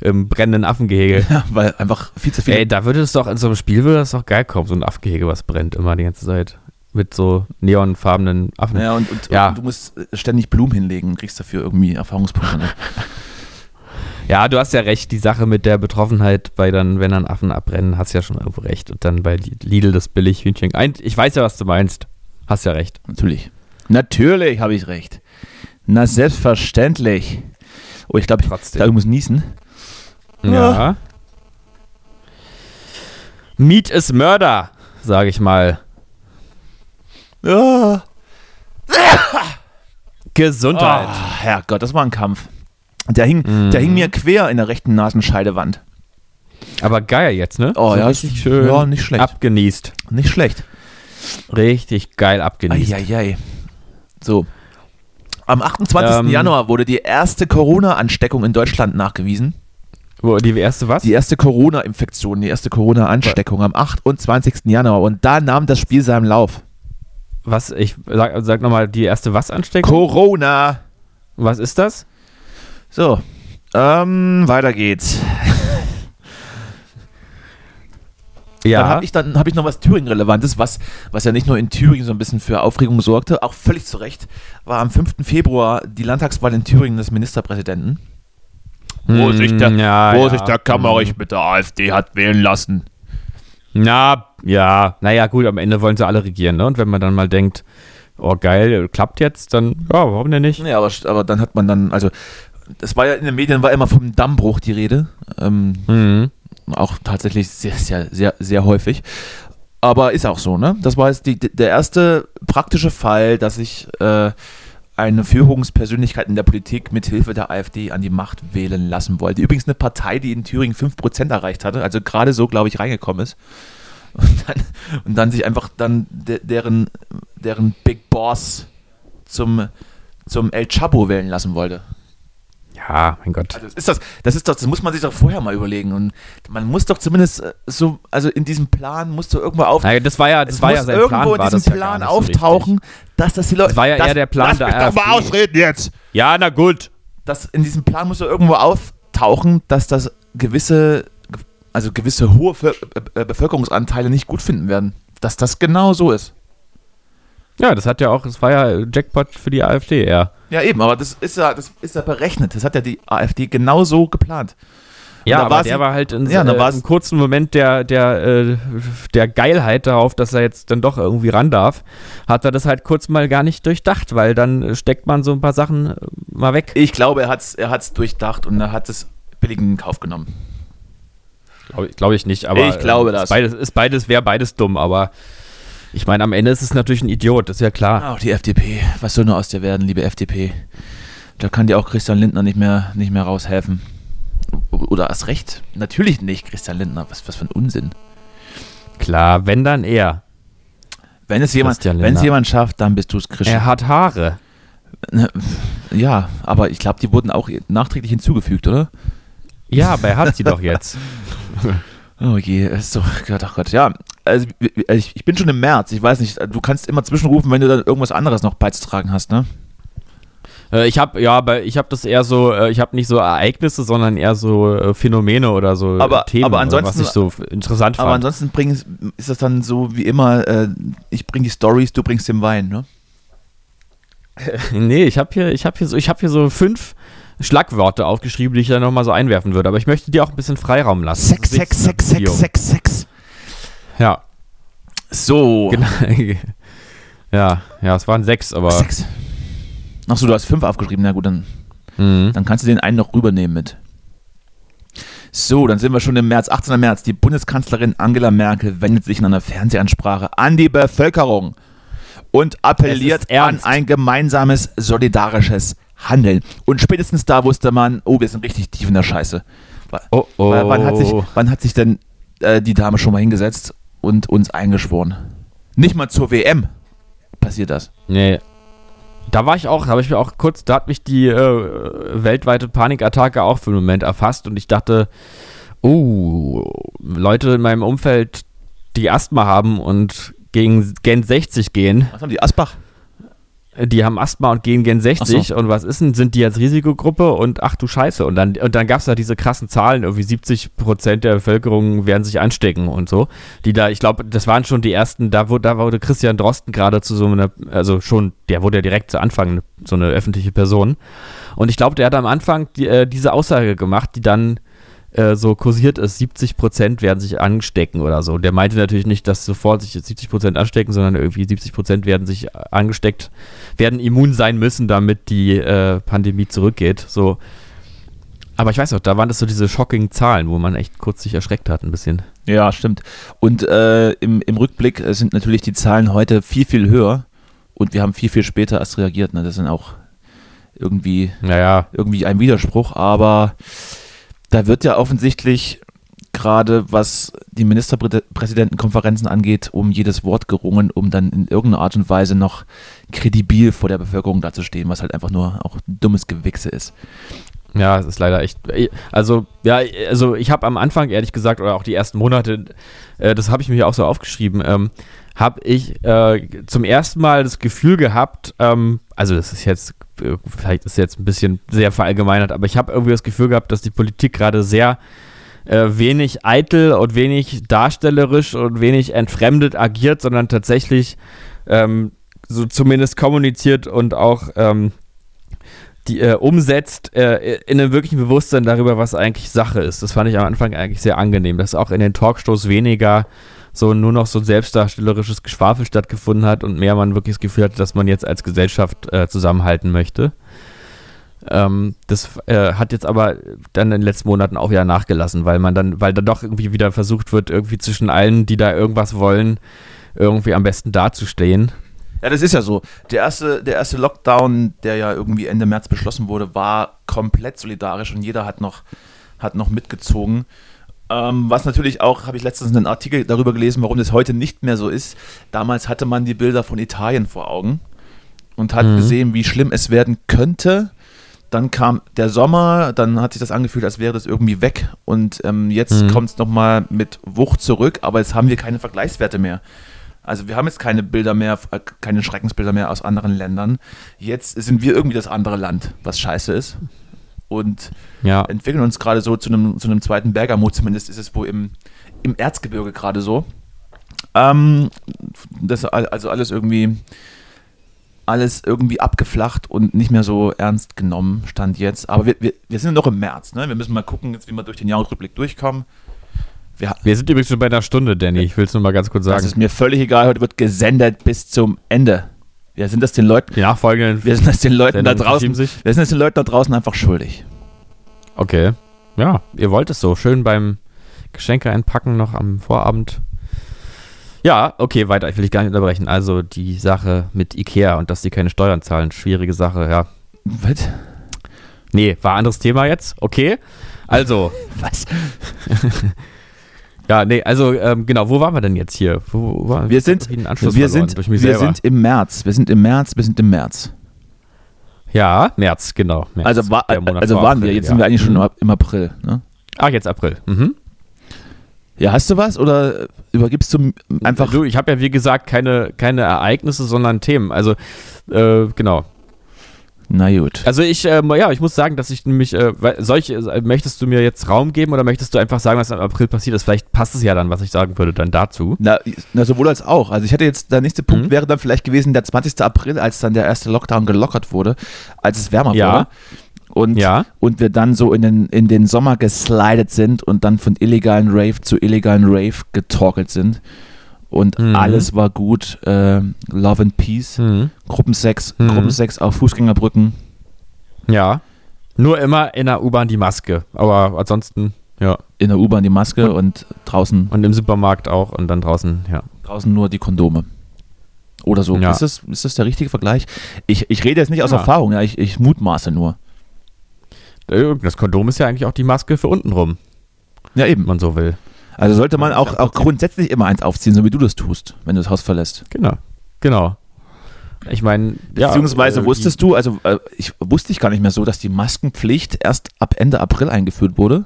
[SPEAKER 1] Im brennenden Affengehege.
[SPEAKER 2] Ja, weil einfach viel zu viel.
[SPEAKER 1] Ey, da würde es doch in so einem Spiel würde das doch geil kommen, so ein Affengehege, was brennt immer die ganze Zeit mit so neonfarbenen Affen.
[SPEAKER 2] ja, und, und,
[SPEAKER 1] ja.
[SPEAKER 2] und du musst äh, ständig Blumen hinlegen und kriegst dafür irgendwie Erfahrungspunkte. Ne?
[SPEAKER 1] Ja, du hast ja recht, die Sache mit der Betroffenheit bei dann, wenn dann Affen abbrennen, hast ja schon irgendwo recht. Und dann bei Lidl das billig Hühnchen. Ein- Ich weiß ja, was du meinst. Hast ja recht.
[SPEAKER 2] Natürlich. Natürlich habe ich recht. Na, selbstverständlich. Oh, ich glaube, ich, ich,
[SPEAKER 1] Trotzdem.
[SPEAKER 2] glaub, ich muss niesen.
[SPEAKER 1] Ja. Meat is Murder, sage ich mal.
[SPEAKER 2] Ah.
[SPEAKER 1] Gesundheit.
[SPEAKER 2] Ah, Herrgott, das war ein Kampf. Der hing, der
[SPEAKER 1] Mhm.
[SPEAKER 2] hing mir quer in der rechten Nasenscheidewand.
[SPEAKER 1] Aber geil jetzt, ne?
[SPEAKER 2] Oh, ja,
[SPEAKER 1] richtig
[SPEAKER 2] ist-
[SPEAKER 1] schön.
[SPEAKER 2] ja, nicht schlecht.
[SPEAKER 1] Abgenießt.
[SPEAKER 2] Nicht schlecht.
[SPEAKER 1] Richtig geil abgenießt.
[SPEAKER 2] Eieiei. So. Am 28.
[SPEAKER 1] Ähm.
[SPEAKER 2] Januar wurde die erste Corona-Ansteckung in Deutschland nachgewiesen.
[SPEAKER 1] Wo, die erste was?
[SPEAKER 2] Die erste Corona-Infektion, die erste Corona-Ansteckung am 28. Januar. Und da nahm das Spiel seinen Lauf.
[SPEAKER 1] Was? Ich sag, sag nochmal, die erste was anstecken?
[SPEAKER 2] Corona!
[SPEAKER 1] Was ist das?
[SPEAKER 2] So. Ähm, weiter geht's. Dann habe ich, dann hab ich noch was Thüringen-Relevantes, was, was ja nicht nur in Thüringen so ein bisschen für Aufregung sorgte, auch völlig zu Recht, war am 5. Februar die Landtagswahl in Thüringen des Ministerpräsidenten.
[SPEAKER 1] Hm, ja, ja.
[SPEAKER 2] Kammerich mit der AfD hat wählen lassen?
[SPEAKER 1] Na, ja. Naja, gut, am Ende wollen sie alle regieren, ne? Und wenn man dann mal denkt, oh geil, klappt jetzt, dann, ja, warum denn nicht?
[SPEAKER 2] Ja, aber, aber dann hat man dann, also, das war ja in den Medien war immer vom Dammbruch die Rede. Ähm,
[SPEAKER 1] Mhm.
[SPEAKER 2] auch tatsächlich sehr, sehr, sehr, sehr häufig. Aber ist auch so, ne? Das war jetzt die, der erste praktische Fall, dass sich äh, eine Führungspersönlichkeit in der Politik mit Hilfe der AfD an die Macht wählen lassen wollte. Übrigens eine Partei, die in Thüringen 5% erreicht hatte, also gerade so, glaube ich, reingekommen ist. Und dann, und dann sich einfach dann de, deren, deren Big Boss zum, zum El Chapo wählen lassen wollte.
[SPEAKER 1] Ja, mein Gott.
[SPEAKER 2] Also das ist das, das ist doch, das muss man sich doch vorher mal überlegen. Und man muss doch zumindest äh, so, also in diesem Plan musst du irgendwo auf.
[SPEAKER 1] Naja, das war ja, das
[SPEAKER 2] es
[SPEAKER 1] war
[SPEAKER 2] muss
[SPEAKER 1] ja sein
[SPEAKER 2] irgendwo
[SPEAKER 1] Plan,
[SPEAKER 2] in
[SPEAKER 1] war
[SPEAKER 2] diesem
[SPEAKER 1] das ja gar
[SPEAKER 2] Plan
[SPEAKER 1] nicht so
[SPEAKER 2] auftauchen, dass das die Leute.
[SPEAKER 1] Das war ja
[SPEAKER 2] dass,
[SPEAKER 1] eher der Plan
[SPEAKER 2] lass
[SPEAKER 1] der
[SPEAKER 2] mich doch mal
[SPEAKER 1] AfD.
[SPEAKER 2] ausreden jetzt.
[SPEAKER 1] richtig. Ja, na gut.
[SPEAKER 2] Das, in diesem Plan muss doch irgendwo auftauchen, dass das gewisse, also gewisse hohe Völ- äh, äh, Bevölkerungsanteile nicht gut finden werden. Dass das genau so ist.
[SPEAKER 1] Ja, das hat ja auch, das war ja Jackpot für die AfD, ja.
[SPEAKER 2] Ja, eben, aber das ist ja, das ist ja berechnet. Das hat ja die AfD genau so geplant.
[SPEAKER 1] Ja,
[SPEAKER 2] da
[SPEAKER 1] aber
[SPEAKER 2] war
[SPEAKER 1] der
[SPEAKER 2] sie-
[SPEAKER 1] war halt in
[SPEAKER 2] Ja, da
[SPEAKER 1] äh,
[SPEAKER 2] war
[SPEAKER 1] einem
[SPEAKER 2] es-
[SPEAKER 1] kurzen Moment der, der, äh, der Geilheit darauf, dass er jetzt dann doch irgendwie ran darf, hat er das halt kurz mal gar nicht durchdacht, weil dann steckt man so ein paar Sachen äh, mal weg.
[SPEAKER 2] Ich glaube, er hat es er hat's durchdacht und er hat es billigen in Kauf genommen.
[SPEAKER 1] Glaube ich, glaub ich nicht, aber
[SPEAKER 2] Ich glaube
[SPEAKER 1] äh,
[SPEAKER 2] das.
[SPEAKER 1] Ist beides, ist beides wäre beides dumm, aber ich meine, am Ende ist es natürlich ein Idiot, ist ja klar.
[SPEAKER 2] Ah, Auch die FDP. Was soll nur aus dir werden, liebe FDP? Da kann dir auch Christian Lindner nicht mehr, nicht mehr raushelfen. O- Oder hast recht? Natürlich nicht, Christian Lindner. Was, was für ein Unsinn.
[SPEAKER 1] Klar, wenn dann er.
[SPEAKER 2] Wenn es jemand,
[SPEAKER 1] Christian
[SPEAKER 2] wenn es
[SPEAKER 1] Lindner.
[SPEAKER 2] jemand schafft, dann bist du es, Christian.
[SPEAKER 1] Er hat Haare.
[SPEAKER 2] Ja, aber ich glaube, die wurden auch nachträglich hinzugefügt, oder?
[SPEAKER 1] Ja, aber er hat sie doch jetzt.
[SPEAKER 2] Oh je, ist so, Gott, ach Gott, ja. Also ich, ich bin schon im März, ich weiß nicht, du kannst immer zwischenrufen, wenn du dann irgendwas anderes noch beizutragen hast, ne?
[SPEAKER 1] Äh, ich habe ja, aber ich habe das eher so, äh, ich habe nicht so Ereignisse, sondern eher so äh, Phänomene oder so äh,
[SPEAKER 2] Aber-
[SPEAKER 1] Themen,
[SPEAKER 2] aber ansonsten-
[SPEAKER 1] was ich so f- interessant
[SPEAKER 2] Aber
[SPEAKER 1] fand.
[SPEAKER 2] ansonsten bring, ist das dann so wie immer, äh, ich bring die Stories, du bringst den Wein, ne?
[SPEAKER 1] Nee, ich habe hier, ich habe hier so, ich habe hier so fünf Schlagworte aufgeschrieben, die ich dann nochmal so einwerfen würde. Aber ich möchte dir auch ein bisschen Freiraum lassen. Das ist wichtig in einer Beziehung.
[SPEAKER 2] sex, sex.
[SPEAKER 1] Ja,
[SPEAKER 2] So.
[SPEAKER 1] genau. ja, ja, es waren sechs, aber
[SPEAKER 2] Sex. Achso, du hast fünf aufgeschrieben, na gut, dann,
[SPEAKER 1] Mhm.
[SPEAKER 2] dann kannst du den einen noch rübernehmen mit. So, dann sind wir schon im März, 18. März. Die Bundeskanzlerin Angela Merkel wendet sich in einer Fernsehansprache an die Bevölkerung und
[SPEAKER 1] Es ist
[SPEAKER 2] appelliert an
[SPEAKER 1] ernst.
[SPEAKER 2] ein gemeinsames, solidarisches Handeln. Und spätestens da wusste man, oh, wir sind richtig tief in der Scheiße. Wa-
[SPEAKER 1] Oh, oh.
[SPEAKER 2] wa- Wann hat sich, wann hat sich denn äh, die Dame schon mal hingesetzt und uns eingeschworen? Nicht mal zur WM passiert das.
[SPEAKER 1] Nee. Da war ich auch, da habe ich mir auch kurz, da hat mich die äh, weltweite Panikattacke auch für einen Moment erfasst und ich dachte, oh, Leute in meinem Umfeld, die Asthma haben und gegen Gen 60 gehen,
[SPEAKER 2] Was haben die? Asbach?
[SPEAKER 1] die haben Asthma und gehen Gen 60
[SPEAKER 2] Ach
[SPEAKER 1] und was ist denn, sind die als Risikogruppe und ach du Scheiße. Und dann, und dann gab es da diese krassen Zahlen, irgendwie 70 Prozent der Bevölkerung werden sich anstecken und so. Die da, ich glaube, das waren schon die ersten, da wurde, da wurde Christian Drosten gerade zu so einer, also schon, der wurde ja direkt zu Anfang so eine öffentliche Person. Und ich glaube, der hat am Anfang die, äh, diese Aussage gemacht, die dann äh, so kursiert ist, 70 Prozent werden sich anstecken oder so. Der meinte natürlich nicht, dass sofort sich jetzt 70 Prozent anstecken, sondern irgendwie 70 Prozent werden sich angesteckt, werden immun sein müssen, damit die äh, Pandemie zurückgeht. So. Aber ich weiß noch, da waren das so diese shocking Zahlen, wo man echt kurz sich erschreckt hat ein bisschen.
[SPEAKER 2] Ja, stimmt. Und äh, im, im Rückblick äh, sind natürlich die Zahlen heute viel, viel höher und wir haben viel, viel später erst reagiert. Ne? Das sind auch irgendwie,
[SPEAKER 1] Naja,
[SPEAKER 2] irgendwie ein Widerspruch, aber da wird ja offensichtlich gerade was die Ministerpräsidentenkonferenzen angeht, um jedes Wort gerungen, um dann in irgendeiner Art und Weise noch kredibil vor der Bevölkerung dazustehen, was halt einfach nur auch dummes Gewichse ist.
[SPEAKER 1] Ja, es ist leider echt. Also, ja, also ich habe am Anfang, ehrlich gesagt, oder auch die ersten Monate, äh, das habe ich mir auch so aufgeschrieben, ähm, habe ich äh, zum ersten Mal das Gefühl gehabt, ähm, also das ist jetzt, äh, vielleicht ist jetzt ein bisschen sehr verallgemeinert, aber ich habe irgendwie das Gefühl gehabt, dass die Politik gerade sehr äh, wenig eitel und wenig darstellerisch und wenig entfremdet agiert, sondern tatsächlich ähm, so zumindest kommuniziert und auch ähm, die äh, umsetzt äh, in einem wirklichen Bewusstsein darüber, was eigentlich Sache ist. Das fand ich am Anfang eigentlich sehr angenehm, dass auch in den Talkshows weniger so nur noch so ein selbstdarstellerisches Geschwafel stattgefunden hat und mehr man wirklich das Gefühl hatte, dass man jetzt als Gesellschaft äh, zusammenhalten möchte. Ähm, das äh, hat jetzt aber dann in den letzten Monaten auch wieder nachgelassen, weil man dann, weil dann doch irgendwie wieder versucht wird, irgendwie zwischen allen, die da irgendwas wollen, irgendwie am besten dazustehen.
[SPEAKER 2] Ja, das ist ja so. Der erste, der erste Lockdown, der ja irgendwie Ende März beschlossen wurde, war komplett solidarisch und jeder hat noch, hat noch mitgezogen. Ähm, was natürlich auch, habe ich letztens einen Artikel darüber gelesen, warum das heute nicht mehr so ist. Damals hatte man die Bilder von Italien vor Augen und hat gesehen, wie schlimm es werden könnte. Dann kam der Sommer, dann hat sich das angefühlt, als wäre das irgendwie weg. Und ähm, jetzt kommt es nochmal mit Wucht zurück, aber jetzt haben wir keine Vergleichswerte mehr. Also wir haben jetzt keine Bilder mehr, äh, keine Schreckensbilder mehr aus anderen Ländern. Jetzt sind wir irgendwie das andere Land, was scheiße ist. Und
[SPEAKER 1] Ja.
[SPEAKER 2] entwickeln uns gerade so zu einem, zu einem zweiten Bergamo, zumindest ist es wohl im, im Erzgebirge gerade so. Ähm, das al- also alles irgendwie alles irgendwie abgeflacht und nicht mehr so ernst genommen, stand jetzt. Aber wir, wir, wir sind ja noch im März, ne? Wir müssen mal gucken, jetzt, wie wir durch den Jahresrückblick durchkommen. Wir,
[SPEAKER 1] Wir sind übrigens schon bei einer Stunde, Danny. Ich will es nur mal ganz kurz
[SPEAKER 2] das
[SPEAKER 1] sagen.
[SPEAKER 2] ist mir völlig egal, heute wird gesendet bis zum Ende. Wir sind das den Leuten,
[SPEAKER 1] Die nachfolgenden.
[SPEAKER 2] wir sind das den Leuten da
[SPEAKER 1] Sendungen
[SPEAKER 2] draußen,
[SPEAKER 1] verschieben sich.
[SPEAKER 2] wir sind das den Leuten da draußen einfach schuldig.
[SPEAKER 1] Okay. Ja, ihr wollt es so. Schön beim Geschenke einpacken noch am Vorabend. Ja, okay, weiter. Ich will dich gar nicht unterbrechen. Also die Sache mit Ikea und dass die keine Steuern zahlen. Schwierige Sache, ja.
[SPEAKER 2] Was?
[SPEAKER 1] Nee, war anderes Thema jetzt. Okay. Also,
[SPEAKER 2] Was?
[SPEAKER 1] ja, nee, also ähm, genau, wo waren wir denn jetzt hier? Wo, wo waren
[SPEAKER 2] Wir sind,
[SPEAKER 1] Ich hab den Anschluss
[SPEAKER 2] wir
[SPEAKER 1] verloren
[SPEAKER 2] sind,
[SPEAKER 1] durch mich
[SPEAKER 2] wir
[SPEAKER 1] selber.
[SPEAKER 2] sind im März. Wir sind im März, wir sind im März.
[SPEAKER 1] ja, März, genau. März,
[SPEAKER 2] Also, wa
[SPEAKER 1] Der Monat
[SPEAKER 2] also
[SPEAKER 1] vor
[SPEAKER 2] waren wir,
[SPEAKER 1] April, ja. Mhm.
[SPEAKER 2] jetzt sind wir eigentlich schon im April. Ne?
[SPEAKER 1] Ah, jetzt April. Mhm.
[SPEAKER 2] Ja, hast du was oder übergibst du einfach.
[SPEAKER 1] Äh, Du, ich habe ja wie gesagt keine, keine Ereignisse, sondern Themen. Also, äh, genau.
[SPEAKER 2] Na gut.
[SPEAKER 1] Also ich, äh, ja, ich muss sagen, dass ich nämlich, äh, weil- solche, äh, möchtest du mir jetzt Raum geben oder möchtest du einfach sagen, was im April passiert ist? Vielleicht passt es ja dann, was ich sagen würde, dann dazu.
[SPEAKER 2] Na, na, sowohl als auch. Also ich hätte jetzt, der nächste
[SPEAKER 1] Mhm.
[SPEAKER 2] Punkt wäre dann vielleicht gewesen der 20. April, als dann der erste Lockdown gelockert wurde, als es wärmer
[SPEAKER 1] Ja.
[SPEAKER 2] wurde. Und,
[SPEAKER 1] Ja.
[SPEAKER 2] und wir dann so in den, in den Sommer geslidet sind und dann von illegalen Rave zu illegalen Rave getorkelt sind. Und
[SPEAKER 1] Mhm.
[SPEAKER 2] alles war gut. Äh, Love and Peace, Gruppensex,
[SPEAKER 1] Mhm.
[SPEAKER 2] Gruppensex auf Fußgängerbrücken.
[SPEAKER 1] Ja. Nur immer in der U-Bahn die Maske. Aber ansonsten, ja.
[SPEAKER 2] In der U-Bahn die Maske und draußen
[SPEAKER 1] Und im Supermarkt auch und dann draußen, ja.
[SPEAKER 2] Draußen nur die Kondome. Oder so.
[SPEAKER 1] Ja.
[SPEAKER 2] Ist, das, ist das der richtige Vergleich? Ich, ich rede jetzt nicht aus
[SPEAKER 1] Ja.
[SPEAKER 2] Erfahrung, ja, ich, ich mutmaße nur.
[SPEAKER 1] Äh, Das Kondom ist ja eigentlich auch die Maske für unten rum,
[SPEAKER 2] Ja,
[SPEAKER 1] wenn
[SPEAKER 2] eben.
[SPEAKER 1] man so will.
[SPEAKER 2] Also sollte man auch, auch grundsätzlich immer eins aufziehen, so wie du das tust, wenn du das Haus verlässt.
[SPEAKER 1] Genau. Genau. Ich meine, ja,
[SPEAKER 2] Beziehungsweise
[SPEAKER 1] äh,
[SPEAKER 2] wusstest du, also äh, ich wusste ich gar nicht mehr so, dass die Maskenpflicht erst ab Ende April eingeführt wurde.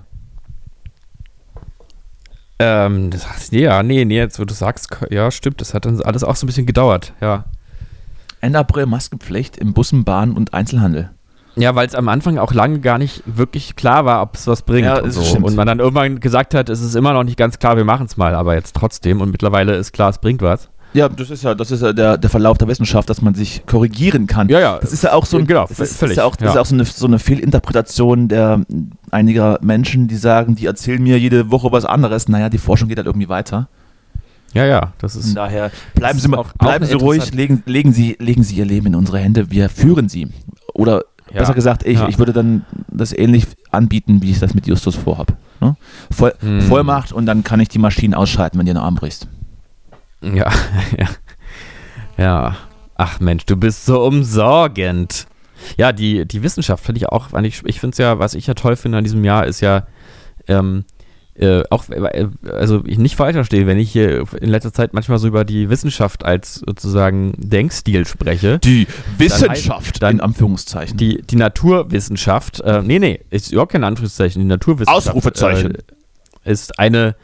[SPEAKER 1] die, ähm, das heißt, ja, nee, nee, jetzt wo du sagst, ja, stimmt, das hat dann alles auch so ein bisschen gedauert, ja.
[SPEAKER 2] Ende April Maskenpflicht im Bussen, Bahn und Einzelhandel.
[SPEAKER 1] Ja, weil es am Anfang auch lange gar nicht wirklich klar war, ob es was bringt
[SPEAKER 2] Ja,
[SPEAKER 1] und
[SPEAKER 2] das
[SPEAKER 1] so.
[SPEAKER 2] stimmt.
[SPEAKER 1] Und man dann irgendwann gesagt hat, es ist immer noch nicht ganz klar, wir machen es mal, aber jetzt trotzdem. Und mittlerweile ist klar, es bringt was.
[SPEAKER 2] Ja, das ist ja, das ist ja der, der Verlauf der Wissenschaft, dass man sich korrigieren kann.
[SPEAKER 1] Ja, ja.
[SPEAKER 2] Das ist ja auch so, ein-
[SPEAKER 1] Genau,
[SPEAKER 2] das ist, das
[SPEAKER 1] völlig,
[SPEAKER 2] ist ja auch, das ist
[SPEAKER 1] ja.
[SPEAKER 2] auch so, eine, so eine Fehlinterpretation der mm, einiger Menschen, die sagen, die erzählen mir jede Woche was anderes. Naja, die Forschung geht halt irgendwie weiter.
[SPEAKER 1] Ja, ja, das ist.
[SPEAKER 2] Von daher bleiben
[SPEAKER 1] ist
[SPEAKER 2] Sie, mal,
[SPEAKER 1] auch- auch
[SPEAKER 2] bleiben Sie ruhig,
[SPEAKER 1] interessant.
[SPEAKER 2] legen, legen, Sie, legen Sie Ihr Leben in unsere Hände, wir führen Sie. Oder
[SPEAKER 1] Ja.
[SPEAKER 2] besser gesagt, ich,
[SPEAKER 1] Ja.
[SPEAKER 2] ich würde dann das ähnlich anbieten, wie ich das mit Justus vorhab. Ne? Voll,
[SPEAKER 1] Hm.
[SPEAKER 2] Vollmacht und dann kann ich die Maschinen ausschalten, wenn du den Arm brichst.
[SPEAKER 1] Ja, ja. Ja. Ach Mensch, du bist so umsorgend. Ja, die, die Wissenschaft finde ich auch, fand ich, ich finde es ja, was ich ja toll finde an diesem Jahr, ist ja, ähm, äh, auch, äh, also ich nicht falsch verstehe, wenn ich hier in letzter Zeit manchmal so über die Wissenschaft als sozusagen Denkstil spreche.
[SPEAKER 2] Die
[SPEAKER 1] Wissenschaft,
[SPEAKER 2] in Anführungszeichen.
[SPEAKER 1] Die, die Naturwissenschaft, äh, nee, nee, ist überhaupt kein Anführungszeichen, die Naturwissenschaft.
[SPEAKER 2] Ausrufezeichen.
[SPEAKER 1] Äh, ist eine,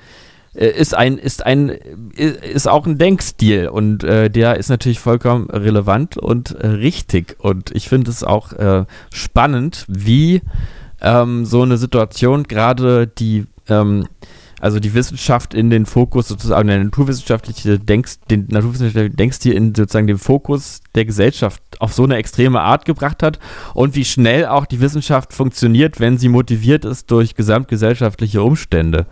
[SPEAKER 1] äh, ist ein, ist ein, äh, ist auch ein Denkstil und äh, der ist natürlich vollkommen relevant und äh, richtig. Und ich finde es auch äh, spannend, wie ähm, so eine Situation gerade die, ähm, also die Wissenschaft in den Fokus sozusagen, der naturwissenschaftliche Denkst, den naturwissenschaftlichen Denkstil in sozusagen den Fokus der Gesellschaft auf so eine extreme Art gebracht hat und wie schnell auch die Wissenschaft funktioniert, wenn sie motiviert ist durch gesamtgesellschaftliche Umstände.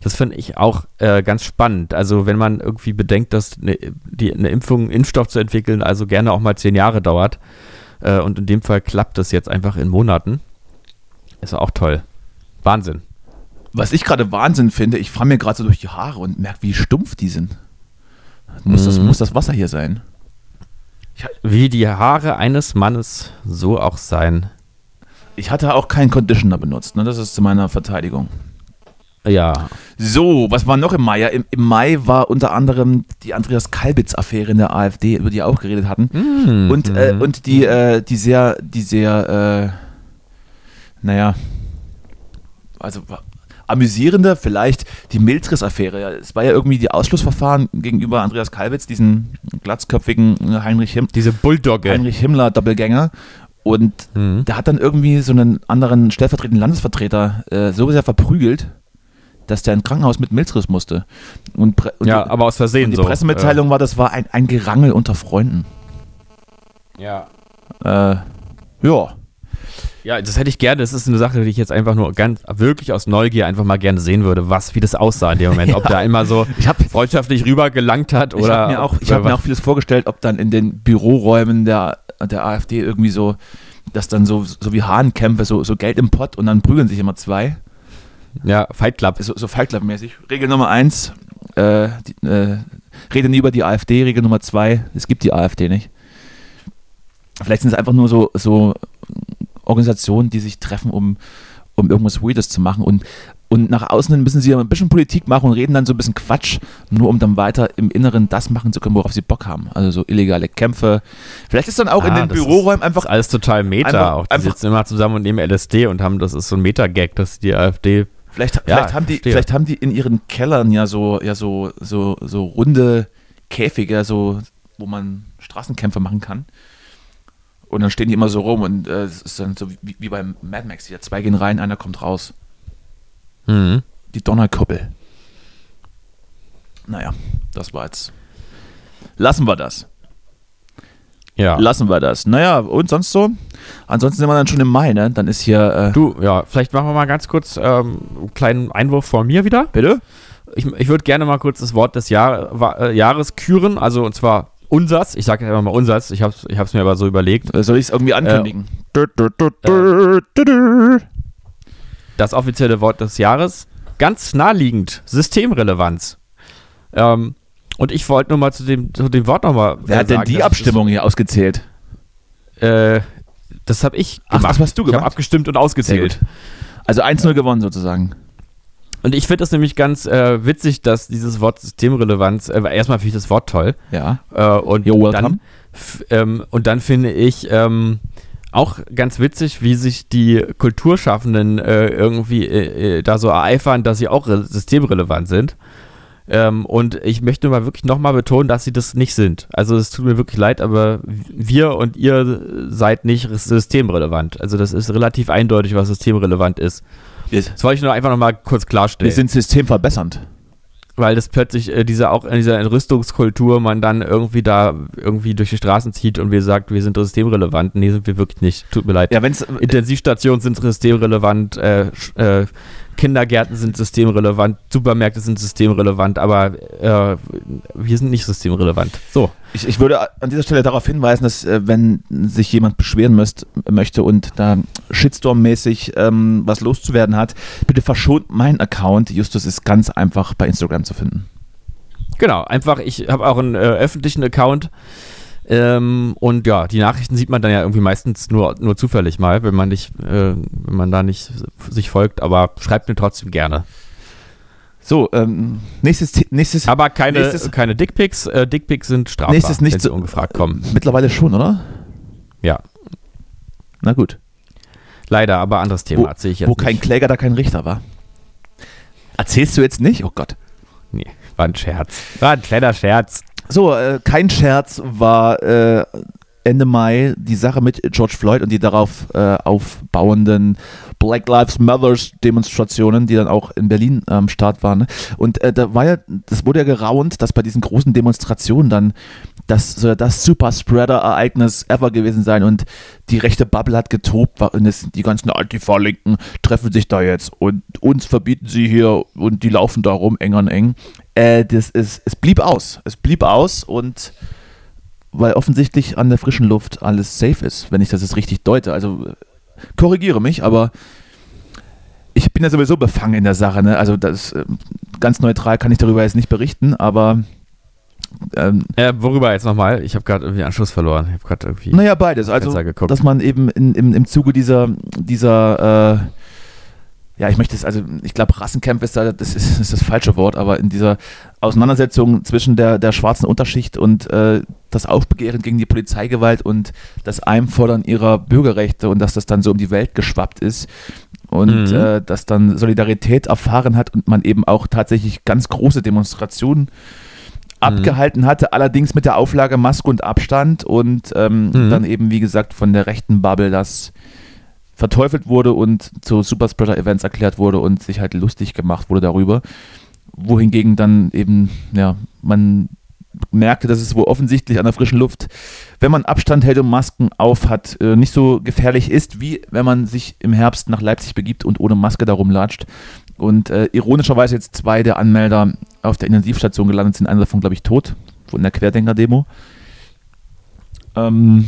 [SPEAKER 1] Das finde ich auch äh, ganz spannend. Also wenn man irgendwie bedenkt, dass eine, die, eine Impfung, einen Impfstoff zu entwickeln, also gerne auch mal zehn Jahre dauert. Äh, und in dem Fall klappt das jetzt einfach in Monaten. Ist auch toll. Wahnsinn.
[SPEAKER 2] Was ich gerade Wahnsinn finde, ich fahre mir gerade so durch die Haare und merke, wie stumpf die sind. Muss, das, muss das Wasser hier sein?
[SPEAKER 1] Wie die Haare eines Mannes so auch sein.
[SPEAKER 2] Ich hatte auch keinen Conditioner benutzt, ne? das ist zu meiner Verteidigung.
[SPEAKER 1] Ja.
[SPEAKER 2] So, was war noch im Mai? Ja, Im, im Mai war unter anderem die Andreas Kalbitz-Affäre in der AfD, über die wir auch geredet hatten.
[SPEAKER 1] hm.
[SPEAKER 2] Und, äh,
[SPEAKER 1] Mhm.
[SPEAKER 2] und die, äh, die sehr, die sehr, äh, naja, also wa- amüsierende, vielleicht die Miltris-Affäre. Ja, Es war ja irgendwie die Ausschlussverfahren gegenüber Andreas Kalbitz, diesen glatzköpfigen äh, Heinrich, Him
[SPEAKER 1] Diese Bulldogge.
[SPEAKER 2] Heinrich Himmler-Doppelgänger. Und
[SPEAKER 1] Mhm.
[SPEAKER 2] der hat dann irgendwie so einen anderen stellvertretenden Landesvertreter äh, so sehr verprügelt, dass der ins Krankenhaus mit Milzriss musste. Und, Pre- und
[SPEAKER 1] Ja,
[SPEAKER 2] die-
[SPEAKER 1] aber aus Versehen
[SPEAKER 2] und die
[SPEAKER 1] so.
[SPEAKER 2] Pressemitteilung war, das war ein, ein Gerangel unter Freunden.
[SPEAKER 1] Äh, ja.
[SPEAKER 2] Äh, ja.
[SPEAKER 1] Ja, das hätte ich gerne. Das ist eine Sache, die ich jetzt einfach nur ganz wirklich aus Neugier einfach mal gerne sehen würde, was, wie das aussah in dem Moment. Ob da einmal so
[SPEAKER 2] Ich habe
[SPEAKER 1] freundschaftlich rüber gelangt hat
[SPEAKER 2] ich
[SPEAKER 1] oder.
[SPEAKER 2] hab mir, auch- ich hab mir auch vieles vorgestellt, ob dann in den Büroräumen der, der AfD irgendwie so, dass dann so, so wie Hahnkämpfe, so, so Geld im Pott und dann prügeln sich immer zwei.
[SPEAKER 1] ja, Fight Club.
[SPEAKER 2] so, so Fight Club-mäßig. Regel Nummer eins, äh, die, äh, rede nie über die AfD. Regel Nummer zwei, es gibt die AfD nicht. Vielleicht sind es einfach nur so, so Organisationen, die sich treffen, um, um irgendwas Weirdes zu machen. Und, und nach außen hin müssen sie ja ein bisschen Politik machen und reden dann so ein bisschen Quatsch, nur um dann weiter im Inneren das machen zu können, worauf sie Bock haben. Also so illegale Kämpfe. Vielleicht ist dann auch in
[SPEAKER 1] Ah,
[SPEAKER 2] den
[SPEAKER 1] das
[SPEAKER 2] Büroräumen
[SPEAKER 1] ist,
[SPEAKER 2] einfach
[SPEAKER 1] ist alles total Meta.
[SPEAKER 2] einfach-
[SPEAKER 1] auch die
[SPEAKER 2] einfach-
[SPEAKER 1] sitzen immer zusammen und nehmen LSD und haben, das ist so ein Meta-Gag, dass die AfD
[SPEAKER 2] Vielleicht,
[SPEAKER 1] Ja,
[SPEAKER 2] vielleicht, haben die,
[SPEAKER 1] verstehe.
[SPEAKER 2] vielleicht haben die in ihren Kellern ja so, ja so, so, so runde Käfige, so, wo man Straßenkämpfe machen kann. Und dann stehen die immer so rum und äh, es ist dann so wie, wie beim Mad Max hier. Zwei gehen rein, einer kommt raus.
[SPEAKER 1] Mhm.
[SPEAKER 2] Die Donnerkuppel. Naja, das war jetzt. Lassen wir das.
[SPEAKER 1] Ja.
[SPEAKER 2] Lassen wir das. Naja, und sonst so? Ansonsten sind wir dann schon im Mai, ne? Dann ist hier. Äh,
[SPEAKER 1] Du, ja, vielleicht machen wir mal ganz kurz ähm, einen kleinen Einwurf von mir wieder.
[SPEAKER 2] bitte?
[SPEAKER 1] Ich, ich würde gerne mal kurz das Wort des Jahr, wa- äh, Jahres küren, also und zwar unsers. Ich sage einfach mal unsers, ich habe es ich hab's mir aber so überlegt.
[SPEAKER 2] Äh, Soll ich es irgendwie ankündigen? Du, du, du,
[SPEAKER 1] Äh.
[SPEAKER 2] du, du, du.
[SPEAKER 1] Das offizielle Wort des Jahres, ganz naheliegend, Systemrelevanz. Ähm, und ich wollte nur mal zu dem, zu dem Wort äh, nochmal.
[SPEAKER 2] Wer hat denn die Abstimmung hier ausgezählt?
[SPEAKER 1] äh, das habe ich
[SPEAKER 2] Ach,
[SPEAKER 1] gemacht.
[SPEAKER 2] das hast du
[SPEAKER 1] Ich
[SPEAKER 2] gemacht.
[SPEAKER 1] habe abgestimmt und ausgezählt.
[SPEAKER 2] Also 1-0 gewonnen sozusagen.
[SPEAKER 1] Und ich finde das nämlich ganz äh, witzig, dass dieses Wort Systemrelevanz, äh, erstmal finde ich das Wort toll.
[SPEAKER 2] Ja.
[SPEAKER 1] Äh, und,
[SPEAKER 2] You're welcome.
[SPEAKER 1] dann, f- ähm, und dann finde ich ähm, auch ganz witzig, wie sich die Kulturschaffenden äh, irgendwie äh, äh, da so ereifern, dass sie auch re- systemrelevant sind. Ähm, und ich möchte mal wirklich nochmal betonen, dass sie das nicht sind. Also es tut mir wirklich leid, aber wir und ihr seid nicht systemrelevant. Also das ist relativ eindeutig, was systemrelevant ist.
[SPEAKER 2] Wir,
[SPEAKER 1] Das wollte ich nur einfach nochmal kurz klarstellen
[SPEAKER 2] wir sind systemverbessernd.
[SPEAKER 1] weil das plötzlich äh, diese auch in dieser Entrüstungskultur man dann irgendwie da irgendwie durch die Straßen zieht und wir sagt, wir sind systemrelevant. Nee, sind wir wirklich nicht. Tut mir leid.
[SPEAKER 2] Ja, wenn's,
[SPEAKER 1] Intensivstationen sind systemrelevant, äh, Sch- äh, Kindergärten sind systemrelevant, Supermärkte sind systemrelevant, aber äh, wir sind nicht systemrelevant. So.
[SPEAKER 2] ich, ich würde an dieser Stelle darauf hinweisen, dass äh, wenn sich jemand beschweren müsst, möchte und da Shitstorm-mäßig ähm, was loszuwerden hat, bitte verschont meinen Account. Justus ist ganz einfach bei Instagram zu finden.
[SPEAKER 1] Genau, einfach, ich habe auch einen äh, öffentlichen Account. Ähm, und ja, die Nachrichten sieht man dann ja irgendwie meistens nur, nur zufällig mal, wenn man nicht, äh, wenn man da nicht sich folgt, aber schreibt mir trotzdem gerne.
[SPEAKER 2] So, ähm, nächstes, The- nächstes,
[SPEAKER 1] Aber keine,
[SPEAKER 2] Nächstes-
[SPEAKER 1] keine Dickpics, äh, Dickpics sind strafbar,
[SPEAKER 2] Nächstes nicht
[SPEAKER 1] wenn sie
[SPEAKER 2] so-
[SPEAKER 1] ungefragt kommen.
[SPEAKER 2] mittlerweile schon, oder?
[SPEAKER 1] Ja,
[SPEAKER 2] Na gut.
[SPEAKER 1] leider, aber anderes Thema
[SPEAKER 2] Wo-
[SPEAKER 1] sehe ich jetzt
[SPEAKER 2] Wo kein
[SPEAKER 1] nicht.
[SPEAKER 2] Kläger, da kein Richter war. Erzählst du jetzt nicht? Oh Gott.
[SPEAKER 1] Nee, war ein Scherz. War ein kleiner Scherz.
[SPEAKER 2] So, äh, kein Scherz war äh, Ende Mai die Sache mit George Floyd und die darauf äh, aufbauenden Black Lives Matters Demonstrationen, die dann auch in Berlin am Start waren. ne? Und äh, da war ja, das wurde ja geraunt, dass bei diesen großen Demonstrationen dann das soll das Super Spreader Ereignis ever gewesen sein und die rechte Bubble hat getobt wa- und es, die ganzen Antifa-Linken treffen sich da jetzt und uns verbieten sie hier und die laufen da rum eng an eng. Äh, das ist, es blieb aus. Es blieb aus und weil offensichtlich an der frischen Luft alles safe ist, wenn ich das jetzt richtig deute. Also äh, korrigiere mich, aber ich bin ja sowieso befangen in der Sache. Ne? Also das äh, ganz neutral kann ich darüber jetzt nicht berichten, aber ähm,
[SPEAKER 1] Äh, worüber jetzt nochmal? Ich habe gerade irgendwie Anschluss verloren. Ich habe gerade irgendwie.
[SPEAKER 2] Naja, beides. Also,
[SPEAKER 1] Fenster geguckt.
[SPEAKER 2] dass man eben in, im, im Zuge dieser, dieser äh, ja, ich möchte es, also ich glaube, Rassenkampf ist da, das ist, ist das falsche Wort, aber in dieser Auseinandersetzung zwischen der, der schwarzen Unterschicht und äh, das Aufbegehren gegen die Polizeigewalt und das Einfordern ihrer Bürgerrechte und dass das dann so um die Welt geschwappt ist und
[SPEAKER 1] Mhm.
[SPEAKER 2] äh, dass dann Solidarität erfahren hat und man eben auch tatsächlich ganz große
[SPEAKER 1] Mhm.
[SPEAKER 2] Demonstrationen abgehalten hatte, allerdings mit der Auflage Maske und Abstand und ähm,
[SPEAKER 1] Mhm.
[SPEAKER 2] dann eben, wie gesagt, von der rechten Bubble das verteufelt wurde und zu Superspreader-Events erklärt wurde und sich halt lustig gemacht wurde darüber. Wohingegen dann eben, ja, man merkte, dass es wohl offensichtlich an der frischen Luft, wenn man Abstand hält und Masken auf hat, äh, nicht so gefährlich ist, wie wenn man sich im Herbst nach Leipzig begibt und ohne Maske darum latscht. Und äh, ironischerweise jetzt zwei der Anmelder auf der Intensivstation gelandet sind. Einer davon, glaube ich, tot von der Querdenker-Demo. Ähm,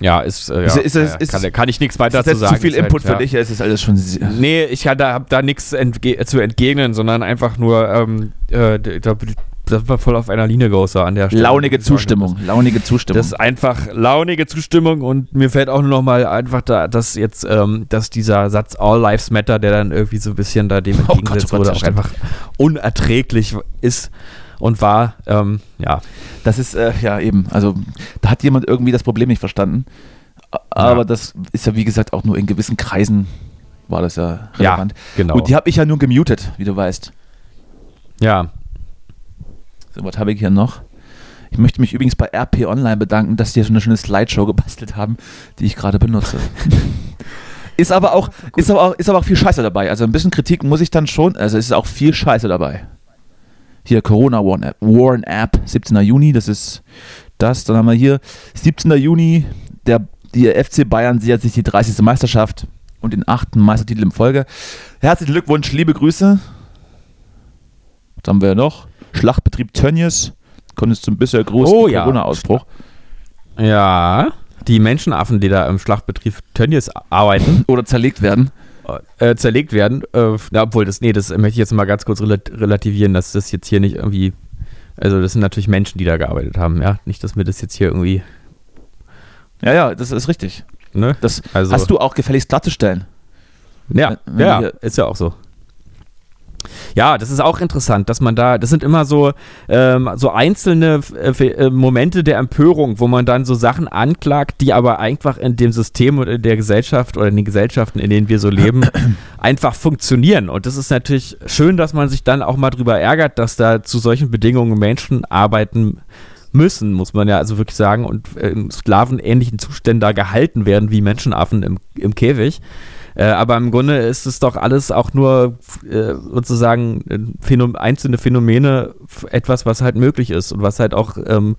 [SPEAKER 1] Ja, ist. Äh, ja,
[SPEAKER 2] Ist- ist-
[SPEAKER 1] ja,
[SPEAKER 2] ist-
[SPEAKER 1] kann, kann ich nichts
[SPEAKER 2] das
[SPEAKER 1] weiter
[SPEAKER 2] ist
[SPEAKER 1] zu
[SPEAKER 2] jetzt
[SPEAKER 1] sagen.
[SPEAKER 2] zu viel
[SPEAKER 1] Ist halt,
[SPEAKER 2] Input
[SPEAKER 1] ja.
[SPEAKER 2] für dich. Es ist alles schon sehr,
[SPEAKER 1] Nee, ich habe da, hab da nichts entge zu entgegnen, sondern einfach nur, ähm, äh, d- da, da sind wir voll auf einer Linie, Großer, an der Stelle.
[SPEAKER 2] launige
[SPEAKER 1] muss ich sagen.
[SPEAKER 2] Zustimmung. Launige Zustimmung.
[SPEAKER 1] Das ist einfach launige Zustimmung und mir fällt auch nur noch mal einfach da, dass jetzt, ähm, dass dieser Satz All Lives Matter, der dann irgendwie so ein bisschen da dem
[SPEAKER 2] Oh Gott,
[SPEAKER 1] entgegengesetzt
[SPEAKER 2] oh Gott,
[SPEAKER 1] wurde,
[SPEAKER 2] das
[SPEAKER 1] auch einfach unerträglich ist und war. Ähm, ja,
[SPEAKER 2] Das ist, äh, ja, eben. Also, da hat jemand irgendwie das Problem nicht verstanden. A-
[SPEAKER 1] Ja.
[SPEAKER 2] Aber das ist ja, wie gesagt, auch nur in gewissen Kreisen war das ja relevant.
[SPEAKER 1] Ja, genau.
[SPEAKER 2] Und die habe ich ja nur gemutet, wie du weißt.
[SPEAKER 1] Ja,
[SPEAKER 2] So, was habe ich hier noch? Ich möchte mich übrigens bei RP Online bedanken, dass die hier so eine schöne Slideshow gebastelt haben, die ich gerade benutze. ist, aber auch, ist, aber auch, ist aber auch viel Scheiße dabei. Also ein bisschen Kritik muss ich dann schon. Also es ist auch viel Scheiße dabei. Hier Corona Warn App, Warn App 17. Juni, das ist das. Dann haben wir hier 17. Juni, der, die FC Bayern sichert sich die 30. Meisterschaft und den 8. Meistertitel in Folge. Herzlichen Glückwunsch, liebe Grüße. Was haben wir noch? Schlachtbetrieb Tönnies. Kommt jetzt zum bisher großen
[SPEAKER 1] Oh ja.
[SPEAKER 2] Corona-Ausbruch.
[SPEAKER 1] ja. Die Menschenaffen, die da im Schlachtbetrieb Tönnies arbeiten,
[SPEAKER 2] Oder zerlegt werden.
[SPEAKER 1] äh, zerlegt werden. Äh, na, obwohl, das, nee, das möchte ich jetzt mal ganz kurz relat- relativieren, dass das jetzt hier nicht irgendwie. Also, das sind natürlich Menschen, die da gearbeitet haben, ja. Nicht, dass mir das jetzt hier irgendwie.
[SPEAKER 2] Ja, ja, das ist richtig.
[SPEAKER 1] Ne?
[SPEAKER 2] Das
[SPEAKER 1] Also-
[SPEAKER 2] hast du auch gefälligst klarzustellen.
[SPEAKER 1] Ja,
[SPEAKER 2] Wenn- wenn
[SPEAKER 1] ja,
[SPEAKER 2] wir-
[SPEAKER 1] ist ja auch so. Ja, das ist auch interessant, dass man da, das sind immer so, ähm, so einzelne äh, Fe- äh, Momente der Empörung, wo man dann so Sachen anklagt, die aber einfach in dem System und in der Gesellschaft oder in den Gesellschaften, in denen wir so leben, einfach funktionieren. Und das ist natürlich schön, dass man sich dann auch mal drüber ärgert, dass da zu solchen Bedingungen Menschen arbeiten müssen, muss man ja also wirklich sagen, und äh, im sklavenähnlichen Zuständen da gehalten werden wie Menschenaffen im, im Käfig. Äh, aber im Grunde ist es doch alles auch nur äh, sozusagen äh, Phänom einzelne Phänomene, f- etwas, was halt möglich ist und was halt auch ähm,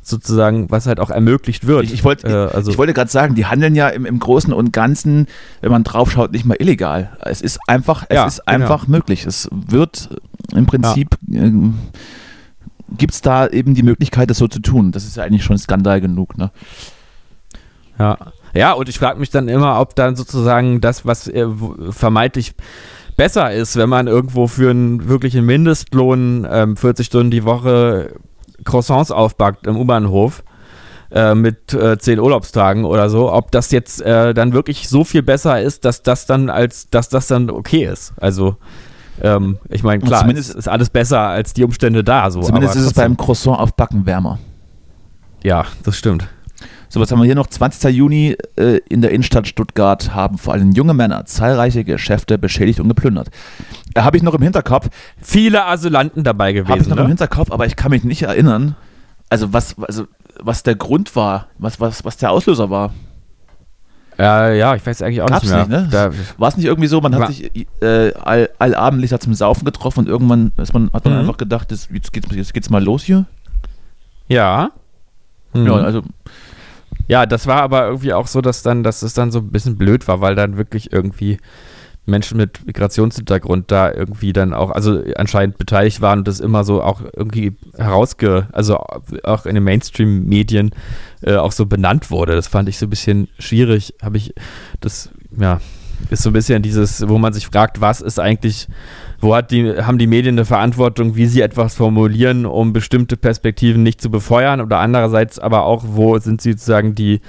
[SPEAKER 1] sozusagen, was halt auch ermöglicht wird.
[SPEAKER 2] Ich, ich, wollt,
[SPEAKER 1] äh, also,
[SPEAKER 2] ich wollte gerade sagen, die handeln ja im, im Großen und Ganzen, wenn man draufschaut, nicht mal illegal. Es ist einfach, es
[SPEAKER 1] Ja,
[SPEAKER 2] ist
[SPEAKER 1] genau.
[SPEAKER 2] einfach möglich. Es wird im Prinzip ähm, gibt es da eben die Möglichkeit, das so zu tun. Das ist ja eigentlich schon Skandal genug. Ne?
[SPEAKER 1] Ja. Ja, und ich frage mich dann immer, ob dann sozusagen das, was äh, w- vermeintlich besser ist, wenn man irgendwo für einen wirklichen Mindestlohn ähm, 40 Stunden die Woche Croissants aufbackt im U-Bahnhof äh, mit äh, 10 Urlaubstagen oder so, ob das jetzt äh, dann wirklich so viel besser ist, dass das dann als, dass das dann okay ist. Also ähm, ich meine,
[SPEAKER 2] Und
[SPEAKER 1] klar,
[SPEAKER 2] zumindest-
[SPEAKER 1] es ist alles besser als die Umstände da. So,
[SPEAKER 2] Zumindest
[SPEAKER 1] aber
[SPEAKER 2] ist es
[SPEAKER 1] trotzdem-
[SPEAKER 2] beim Croissant auf Backen wärmer.
[SPEAKER 1] Ja, das stimmt.
[SPEAKER 2] So, was haben wir hier noch? 20. Juni äh, in der Innenstadt Stuttgart haben vor allem junge Männer zahlreiche Geschäfte beschädigt und geplündert. Äh, Habe ich noch im Hinterkopf,
[SPEAKER 1] Viele Asylanten dabei
[SPEAKER 2] Habe ich
[SPEAKER 1] gewesen.
[SPEAKER 2] noch im
[SPEAKER 1] Ne?
[SPEAKER 2] Hinterkopf, aber ich kann mich nicht erinnern. Also was, also was der Grund war, was, was, was der Auslöser war.
[SPEAKER 1] Äh, ja, ich weiß eigentlich auch
[SPEAKER 2] Gab's
[SPEAKER 1] nicht mehr.
[SPEAKER 2] nicht, ne?
[SPEAKER 1] Da,
[SPEAKER 2] War es nicht irgendwie so, man hat
[SPEAKER 1] War-
[SPEAKER 2] sich äh, all, allabendlich da zum Saufen getroffen und irgendwann ist man, hat man
[SPEAKER 1] Mhm.
[SPEAKER 2] einfach gedacht, das, jetzt, geht's, jetzt geht's mal los hier.
[SPEAKER 1] Ja.
[SPEAKER 2] Ja,
[SPEAKER 1] Ja,
[SPEAKER 2] also
[SPEAKER 1] ja, das war aber irgendwie auch so, dass dann, dass es dann so ein bisschen blöd war, weil dann wirklich irgendwie Menschen mit Migrationshintergrund da irgendwie dann auch, also anscheinend beteiligt waren und das immer so auch irgendwie herausge, also auch in den Mainstream-Medien äh, auch so benannt wurde. Das fand ich so ein bisschen schwierig. Habe ich das, ja, ist so ein bisschen dieses, wo man sich fragt, was ist eigentlich, wo hat die, haben die Medien eine Verantwortung, wie sie etwas formulieren, um bestimmte Perspektiven nicht zu befeuern oder andererseits aber auch, wo sind sie sozusagen die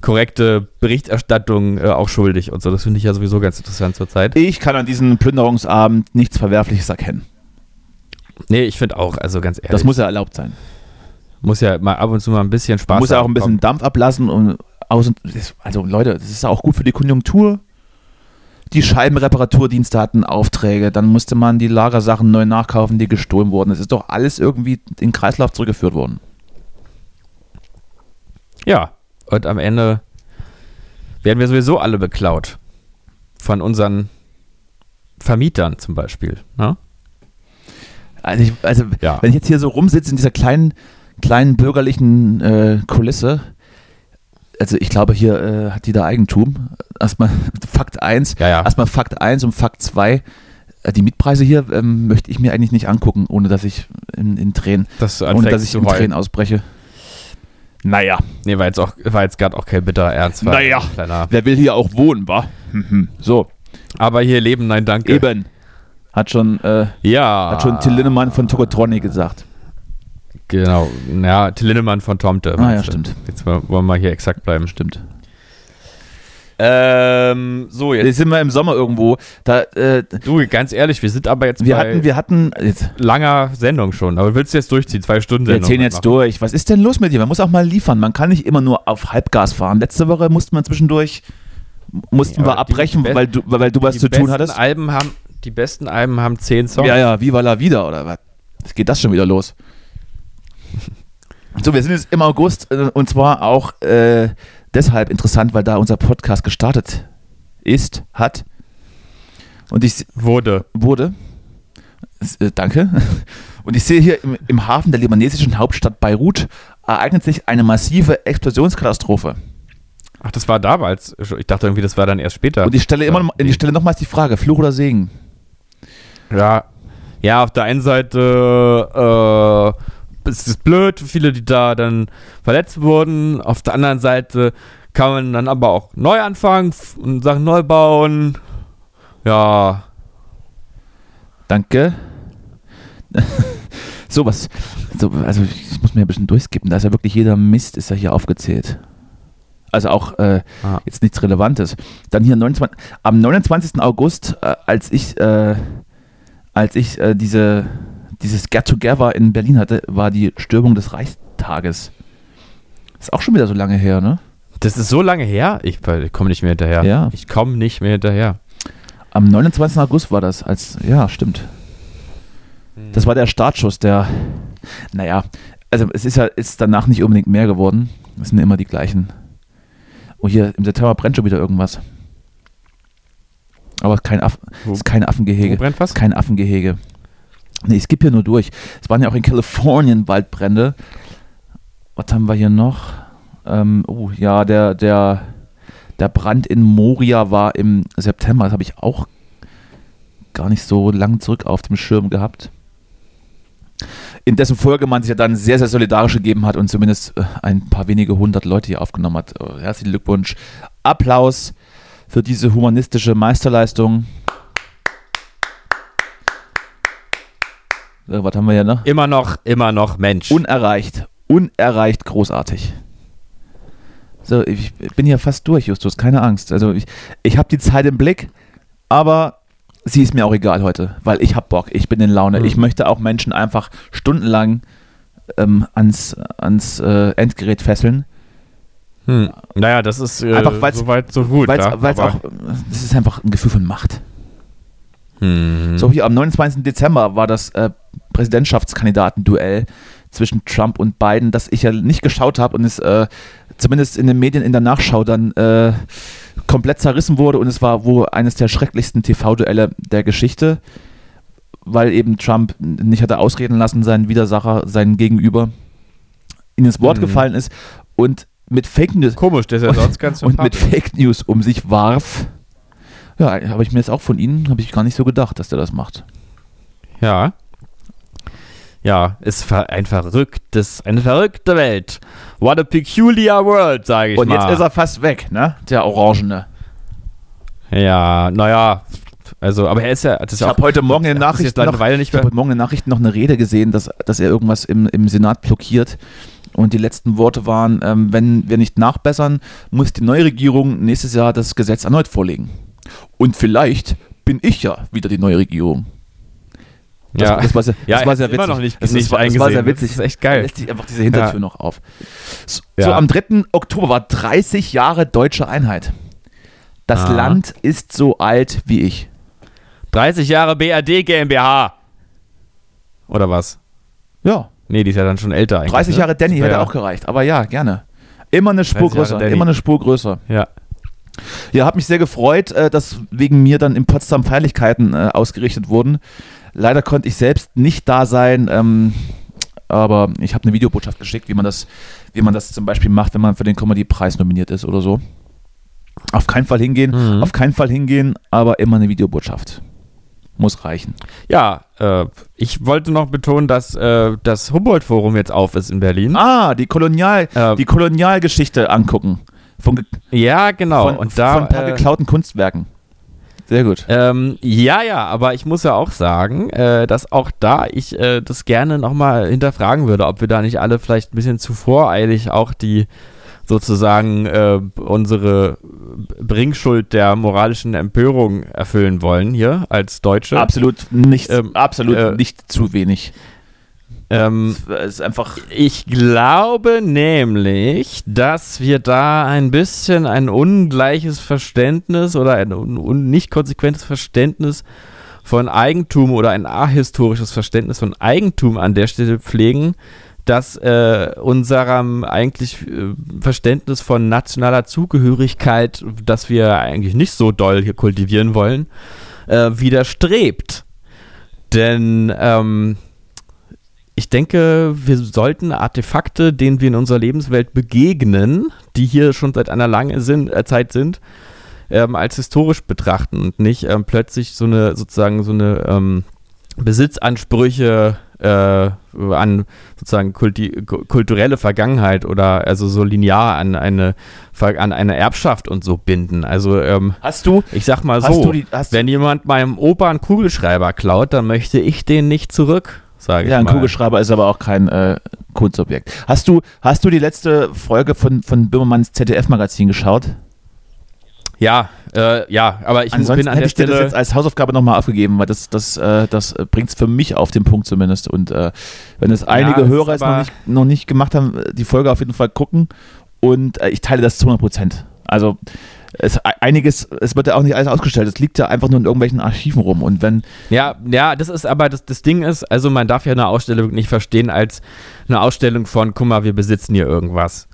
[SPEAKER 1] korrekte Berichterstattung äh, auch schuldig und so. Das finde ich ja sowieso ganz interessant zurzeit.
[SPEAKER 2] ich kann an diesem Plünderungsabend nichts Verwerfliches erkennen.
[SPEAKER 1] Nee, ich finde auch, also ganz ehrlich,
[SPEAKER 2] Das muss ja erlaubt sein.
[SPEAKER 1] muss ja mal ab und zu mal ein bisschen Spaß
[SPEAKER 2] Man muss ja auch ein
[SPEAKER 1] haben.
[SPEAKER 2] bisschen Dampf ablassen und aus und das- also Leute, das ist ja auch gut für die Konjunktur. Die Scheibenreparaturdienste hatten Aufträge, dann musste man die Lagersachen neu nachkaufen, die gestohlen wurden. Es ist doch alles irgendwie in den Kreislauf zurückgeführt worden.
[SPEAKER 1] Ja, und am Ende werden wir sowieso alle beklaut. Von unseren Vermietern zum Beispiel. Ne?
[SPEAKER 2] Also, ich, also
[SPEAKER 1] Ja.
[SPEAKER 2] wenn ich jetzt hier so rumsitze in dieser kleinen, kleinen bürgerlichen äh, Kulisse, also ich glaube, hier äh, hat jeder Eigentum. Erstmal Fakt 1.
[SPEAKER 1] Ja, ja.
[SPEAKER 2] Erstmal Fakt 1 und Fakt 2. äh, Die Mietpreise hier ähm, möchte ich mir eigentlich nicht angucken, ohne dass ich in, in Tränen,
[SPEAKER 1] Dass du
[SPEAKER 2] ohne
[SPEAKER 1] anfängst
[SPEAKER 2] dass ich
[SPEAKER 1] zu
[SPEAKER 2] in
[SPEAKER 1] heulen.
[SPEAKER 2] Tränen ausbreche. Naja,
[SPEAKER 1] Nee, war jetzt auch, war jetzt gerade auch kein bitterer Ernst. war
[SPEAKER 2] Naja.
[SPEAKER 1] ein Kleiner.
[SPEAKER 2] wer will hier auch wohnen, wa? Mhm. so,
[SPEAKER 1] Aber hier leben, nein, danke.
[SPEAKER 2] eben. Hat schon, äh,
[SPEAKER 1] Ja.
[SPEAKER 2] hat schon Till Lindemann von Tokotronic gesagt.
[SPEAKER 1] Genau. Ja, Till Lindemann von Tomte.
[SPEAKER 2] Ah, ja,
[SPEAKER 1] Jetzt, äh,
[SPEAKER 2] stimmt.
[SPEAKER 1] Jetzt mal- wollen wir hier exakt bleiben.
[SPEAKER 2] Stimmt.
[SPEAKER 1] Ähm, so,
[SPEAKER 2] Jetzt sind wir im Sommer irgendwo. Da, äh,
[SPEAKER 1] Du, ganz ehrlich, wir sind aber jetzt
[SPEAKER 2] wir
[SPEAKER 1] bei
[SPEAKER 2] hatten, wir hatten, jetzt,
[SPEAKER 1] langer Sendung schon. Aber willst du jetzt durchziehen? Zwei Stunden
[SPEAKER 2] wir
[SPEAKER 1] Sendung.
[SPEAKER 2] erzählen jetzt durch. Was ist denn los mit dir? Man muss auch mal liefern. Man kann nicht immer nur auf Halbgas fahren. Letzte Woche musste man zwischendurch mussten
[SPEAKER 1] Ja,
[SPEAKER 2] wir
[SPEAKER 1] aber die-
[SPEAKER 2] abbrechen,
[SPEAKER 1] die be-
[SPEAKER 2] weil, du, weil du was
[SPEAKER 1] die
[SPEAKER 2] zu tun
[SPEAKER 1] besten
[SPEAKER 2] hattest.
[SPEAKER 1] Alben haben, die besten Alben haben zehn Songs.
[SPEAKER 2] Ja, ja, Viva la Vida oder was? Jetzt geht das schon wieder los. So, wir sind jetzt im August äh, und zwar auch äh, deshalb interessant, weil da unser Podcast gestartet ist, hat und ich
[SPEAKER 1] Wurde.
[SPEAKER 2] wurde. S- äh, Danke. Und ich sehe hier im, im Hafen der libanesischen Hauptstadt Beirut ereignet sich eine massive Explosionskatastrophe.
[SPEAKER 1] Ach, das war damals. schon. Ich dachte irgendwie, das war dann erst später.
[SPEAKER 2] Und ich stelle immer noch- ich stelle nochmals die Frage, Fluch oder Segen?
[SPEAKER 1] Ja. Ja, auf der einen Seite äh, ist es blöd, viele, die da dann verletzt wurden. Auf der anderen Seite kann man dann aber auch neu anfangen f- und Sachen neu bauen. Ja.
[SPEAKER 2] Danke. Sowas. So, also ich muss mir ein bisschen durchskippen. Da ist ja wirklich jeder Mist ist ja hier aufgezählt. Also auch äh,
[SPEAKER 1] Ah.
[SPEAKER 2] jetzt nichts Relevantes. Dann hier 29, am 29. August, äh, als ich, äh, als ich äh, diese, dieses Get Together in Berlin hatte, war die Stürmung des Reichstages. Ist auch schon wieder so lange her, ne?
[SPEAKER 1] Das ist so lange her. Ich komme nicht mehr hinterher.
[SPEAKER 2] Ja.
[SPEAKER 1] Ich komme nicht mehr hinterher.
[SPEAKER 2] Am 29. August war das, als, ja, stimmt.
[SPEAKER 1] Hm.
[SPEAKER 2] Das war der Startschuss, der, naja, also es ist ja, ist danach nicht unbedingt mehr geworden. Es sind immer die gleichen. Oh, hier im September brennt schon wieder irgendwas. Aber kein Aff,
[SPEAKER 1] Wo-
[SPEAKER 2] ist kein Affengehege.
[SPEAKER 1] Wo brennt was?
[SPEAKER 2] Ist kein Affengehege. Nee, ich skippe hier nur durch. Es waren ja auch in Kalifornien Waldbrände. Was haben wir hier noch? Ähm, oh, ja, der, der, der Brand in Moria war im September. Das habe ich auch gar nicht so lang zurück auf dem Schirm gehabt. In dessen Folge man sich ja dann sehr, sehr solidarisch gegeben hat und zumindest äh, ein paar wenige hundert Leute hier aufgenommen hat. Oh, Herzlichen Glückwunsch. Applaus für diese humanistische Meisterleistung. So, Äh, was haben wir hier noch?
[SPEAKER 1] Immer noch, immer noch Mensch.
[SPEAKER 2] Unerreicht. Unerreicht großartig. So, ich bin hier fast durch, Justus, keine Angst. Also ich, ich habe die Zeit im Blick, aber sie ist mir auch egal heute, weil ich hab Bock, ich bin in Laune.
[SPEAKER 1] Mhm.
[SPEAKER 2] Ich möchte auch Menschen einfach stundenlang ähm, ans, ans äh, Endgerät fesseln.
[SPEAKER 1] hm. Naja, das ist äh,
[SPEAKER 2] Einfach weil's-
[SPEAKER 1] so weit, so gut.
[SPEAKER 2] Weil es
[SPEAKER 1] ja? Aber-
[SPEAKER 2] auch, äh, das ist einfach ein Gefühl von Macht.
[SPEAKER 1] Hm.
[SPEAKER 2] So, hier am 29. Dezember war das äh, Präsidentschaftskandidatenduell zwischen Trump und Biden, das ich ja nicht geschaut habe und es äh, zumindest in den Medien in der Nachschau dann äh, komplett zerrissen wurde und es war wohl eines der schrecklichsten TV-Duelle der Geschichte, weil eben Trump nicht hatte ausreden lassen, seinen Widersacher, seinen Gegenüber, ihn ins Wort
[SPEAKER 1] Mhm.
[SPEAKER 2] gefallen ist und mit Fake News
[SPEAKER 1] Komisch, der ist ja sonst ganz
[SPEAKER 2] und mit
[SPEAKER 1] sympathisch.
[SPEAKER 2] Fake News um sich warf. Ja, habe ich mir jetzt auch von Ihnen, habe ich gar nicht so gedacht, dass der das macht.
[SPEAKER 1] Ja. Ja, ist ver ein verrücktes, eine verrückte Welt. What a peculiar world, sage ich
[SPEAKER 2] Und
[SPEAKER 1] mal.
[SPEAKER 2] jetzt ist er fast weg, ne? Der Orangene.
[SPEAKER 1] er. Ja, naja. Also, aber er ist ja. Das ist
[SPEAKER 2] Ich
[SPEAKER 1] ja auch-
[SPEAKER 2] habe heute Morgen in
[SPEAKER 1] das
[SPEAKER 2] den
[SPEAKER 1] ist jetzt
[SPEAKER 2] Nachrichten
[SPEAKER 1] leider
[SPEAKER 2] noch,
[SPEAKER 1] eine Weile nicht
[SPEAKER 2] ich hab
[SPEAKER 1] mehr.
[SPEAKER 2] heute Morgen in den Nachrichten noch eine Rede gesehen, dass, dass er irgendwas im, im Senat blockiert. Und die letzten Worte waren, ähm, wenn wir nicht nachbessern, muss die neue Regierung nächstes Jahr das Gesetz erneut vorlegen. Und vielleicht bin ich ja wieder die neue Regierung. Das,
[SPEAKER 1] Ja,
[SPEAKER 2] das war sehr,
[SPEAKER 1] Ja,
[SPEAKER 2] das war
[SPEAKER 1] er
[SPEAKER 2] sehr
[SPEAKER 1] hat's immer
[SPEAKER 2] witzig.
[SPEAKER 1] noch nicht-
[SPEAKER 2] das,
[SPEAKER 1] nicht
[SPEAKER 2] ist- das war
[SPEAKER 1] eingesehen.
[SPEAKER 2] sehr
[SPEAKER 1] Das
[SPEAKER 2] witzig.
[SPEAKER 1] ist echt geil.
[SPEAKER 2] Lässt sich einfach diese Hintertür
[SPEAKER 1] Ja.
[SPEAKER 2] noch auf. So, so
[SPEAKER 1] Ja.
[SPEAKER 2] am 3. Oktober war 30 Jahre deutsche Einheit. Das
[SPEAKER 1] Aha.
[SPEAKER 2] Land ist so alt wie ich.
[SPEAKER 1] 30 Jahre BRD GmbH. Oder was?
[SPEAKER 2] Ja,
[SPEAKER 1] Nee, die ist ja dann schon älter eigentlich.
[SPEAKER 2] 30 Jahre
[SPEAKER 1] ne?
[SPEAKER 2] Danny
[SPEAKER 1] ja,
[SPEAKER 2] hätte auch gereicht. Aber ja, gerne. Immer eine Spur
[SPEAKER 1] 30 Jahre
[SPEAKER 2] größer.
[SPEAKER 1] Danny.
[SPEAKER 2] Immer eine Spur größer.
[SPEAKER 1] Ja.
[SPEAKER 2] Ja, hat mich sehr gefreut, äh, dass wegen mir dann in Potsdam Feierlichkeiten äh, ausgerichtet wurden. Leider konnte ich selbst nicht da sein, ähm, aber ich habe eine Videobotschaft geschickt, wie man das, wie man das zum Beispiel macht, wenn man für den Comedy-Preis nominiert ist oder so. Auf keinen Fall hingehen,
[SPEAKER 1] Mhm.
[SPEAKER 2] auf keinen Fall hingehen, aber immer eine Videobotschaft. Muss reichen.
[SPEAKER 1] Ja, äh, ich wollte noch betonen, dass äh, das Humboldt-Forum jetzt auf ist in Berlin.
[SPEAKER 2] Ah, die, Kolonial,
[SPEAKER 1] Ähm.
[SPEAKER 2] die Kolonialgeschichte angucken. Von, ge-
[SPEAKER 1] Ja, genau.
[SPEAKER 2] von,
[SPEAKER 1] Und da
[SPEAKER 2] von ein paar
[SPEAKER 1] äh,
[SPEAKER 2] geklauten Kunstwerken. Sehr gut.
[SPEAKER 1] Ähm, ja, ja, aber ich muss ja auch sagen, äh, dass auch da ich äh, das gerne nochmal hinterfragen würde, ob wir da nicht alle vielleicht ein bisschen zu voreilig auch die sozusagen äh, unsere Bringschuld der moralischen Empörung erfüllen wollen hier als Deutsche.
[SPEAKER 2] Absolut nicht,
[SPEAKER 1] Ähm,
[SPEAKER 2] absolut
[SPEAKER 1] äh,
[SPEAKER 2] nicht zu wenig.
[SPEAKER 1] Ähm,
[SPEAKER 2] Es ist einfach.
[SPEAKER 1] ich glaube nämlich, dass wir da ein bisschen ein ungleiches Verständnis oder ein un un nicht konsequentes Verständnis von Eigentum oder ein ahistorisches Verständnis von Eigentum an der Stelle pflegen, das äh, unserem eigentlich äh, Verständnis von nationaler Zugehörigkeit, das wir eigentlich nicht so doll hier kultivieren wollen, äh, widerstrebt. Denn ähm, ich denke, wir sollten Artefakte, denen wir in unserer Lebenswelt begegnen, die hier schon seit einer langen Sinn, äh, Zeit sind, ähm, als historisch betrachten und nicht ähm, plötzlich so eine sozusagen so eine ähm, Besitzansprüche äh, an sozusagen kulti ku- kulturelle Vergangenheit oder also so linear an eine Ver- an eine Erbschaft und so binden. Also ähm,
[SPEAKER 2] Hast du.
[SPEAKER 1] ich sag mal
[SPEAKER 2] Hast
[SPEAKER 1] so,
[SPEAKER 2] du die- hast du-
[SPEAKER 1] wenn jemand meinem Opa einen Kugelschreiber klaut, dann möchte ich den nicht zurück, sage
[SPEAKER 2] Ja,
[SPEAKER 1] ich
[SPEAKER 2] ein
[SPEAKER 1] mal.
[SPEAKER 2] Kugelschreiber ist aber auch kein äh, Kunstsubjekt. Hast du, hast du die letzte Folge von, von Böhmermanns ZDF-Magazin geschaut?
[SPEAKER 1] Ja, äh, ja, aber ich
[SPEAKER 2] Ansonsten
[SPEAKER 1] bin an
[SPEAKER 2] hätte
[SPEAKER 1] der
[SPEAKER 2] ich dir das
[SPEAKER 1] Stelle.
[SPEAKER 2] jetzt als Hausaufgabe nochmal aufgegeben, weil das, das, äh, das bringt es für mich auf den Punkt zumindest. Und äh, wenn es einige
[SPEAKER 1] das ist
[SPEAKER 2] Hörer jetzt noch
[SPEAKER 1] aber-
[SPEAKER 2] nicht, noch nicht gemacht haben, äh, die Folge auf jeden Fall gucken. Und äh, ich teile das zu 100 Prozent. Also es, einiges, es wird ja auch nicht alles ausgestellt. Es liegt ja einfach nur in irgendwelchen Archiven rum. Und wenn,
[SPEAKER 1] Ja, ja, das ist aber das, das Ding ist, also man darf ja eine Ausstellung nicht verstehen als eine Ausstellung von, guck mal, wir besitzen hier irgendwas.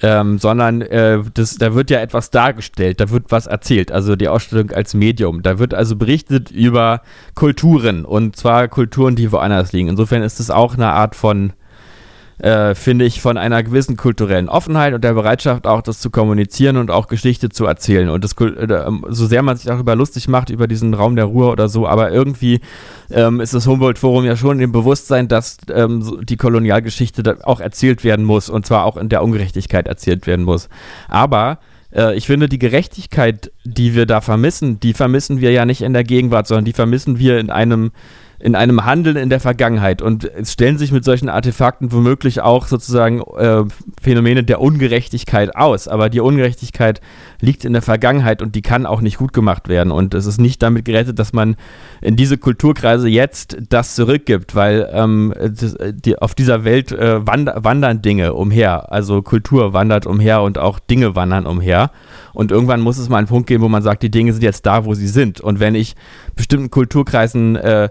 [SPEAKER 1] Ähm, sondern äh, das, da wird ja etwas dargestellt, da wird was erzählt, also die Ausstellung als Medium. Da wird also berichtet über Kulturen und zwar Kulturen, die woanders liegen. Insofern ist es auch eine Art von, äh, finde ich, von einer gewissen kulturellen Offenheit und der Bereitschaft auch, das zu kommunizieren und auch Geschichte zu erzählen. Und das, Kul- äh, ähm, so sehr man sich darüber lustig macht, über diesen Raum der Ruhe oder so, aber irgendwie ähm, ist das Humboldt-Forum ja schon im Bewusstsein, dass ähm, so die Kolonialgeschichte da auch erzählt werden muss und zwar auch in der Ungerechtigkeit erzählt werden muss. Aber äh, ich finde, die Gerechtigkeit, die wir da vermissen, die vermissen wir ja nicht in der Gegenwart, sondern die vermissen wir in einem in einem Handeln in der Vergangenheit. Und es stellen sich mit solchen Artefakten womöglich auch sozusagen äh, Phänomene der Ungerechtigkeit aus. Aber die Ungerechtigkeit liegt in der Vergangenheit und die kann auch nicht gut gemacht werden. Und es ist nicht damit gerettet, dass man in diese Kulturkreise jetzt das zurückgibt, weil ähm, das, die, auf dieser Welt äh, wand, wandern Dinge umher. Also Kultur wandert umher und auch Dinge wandern umher. Und irgendwann muss es mal einen Punkt geben, wo man sagt, die Dinge sind jetzt da, wo sie sind. Und wenn ich bestimmten Kulturkreisen äh,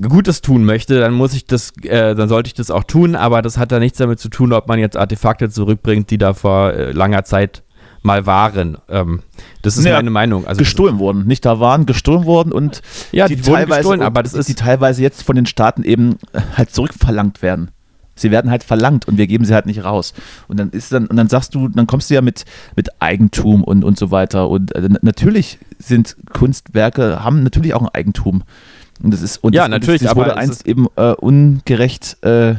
[SPEAKER 1] Gutes tun möchte, dann muss ich das, äh, dann sollte ich das auch tun, aber das hat da nichts damit zu tun, ob man jetzt Artefakte zurückbringt, die da vor äh, langer Zeit mal waren. Ähm, das ist
[SPEAKER 2] Ja,
[SPEAKER 1] meine Meinung. Also
[SPEAKER 2] gestohlen wurden, nicht da waren, gestohlen wurden und
[SPEAKER 1] Ja, die wurden gestohlen, aber das ist-
[SPEAKER 2] die teilweise jetzt von den Staaten eben äh, halt zurückverlangt werden. Sie werden halt verlangt und wir geben sie halt nicht raus. Und dann ist dann und dann sagst du, dann kommst du ja mit mit Eigentum und und so weiter und äh, na- natürlich sind Kunstwerke haben natürlich auch ein Eigentum. Und das ist und
[SPEAKER 1] Ja,
[SPEAKER 2] das,
[SPEAKER 1] natürlich,
[SPEAKER 2] und das, das
[SPEAKER 1] aber
[SPEAKER 2] wurde
[SPEAKER 1] es
[SPEAKER 2] einst
[SPEAKER 1] ist-
[SPEAKER 2] eben äh, ungerecht äh,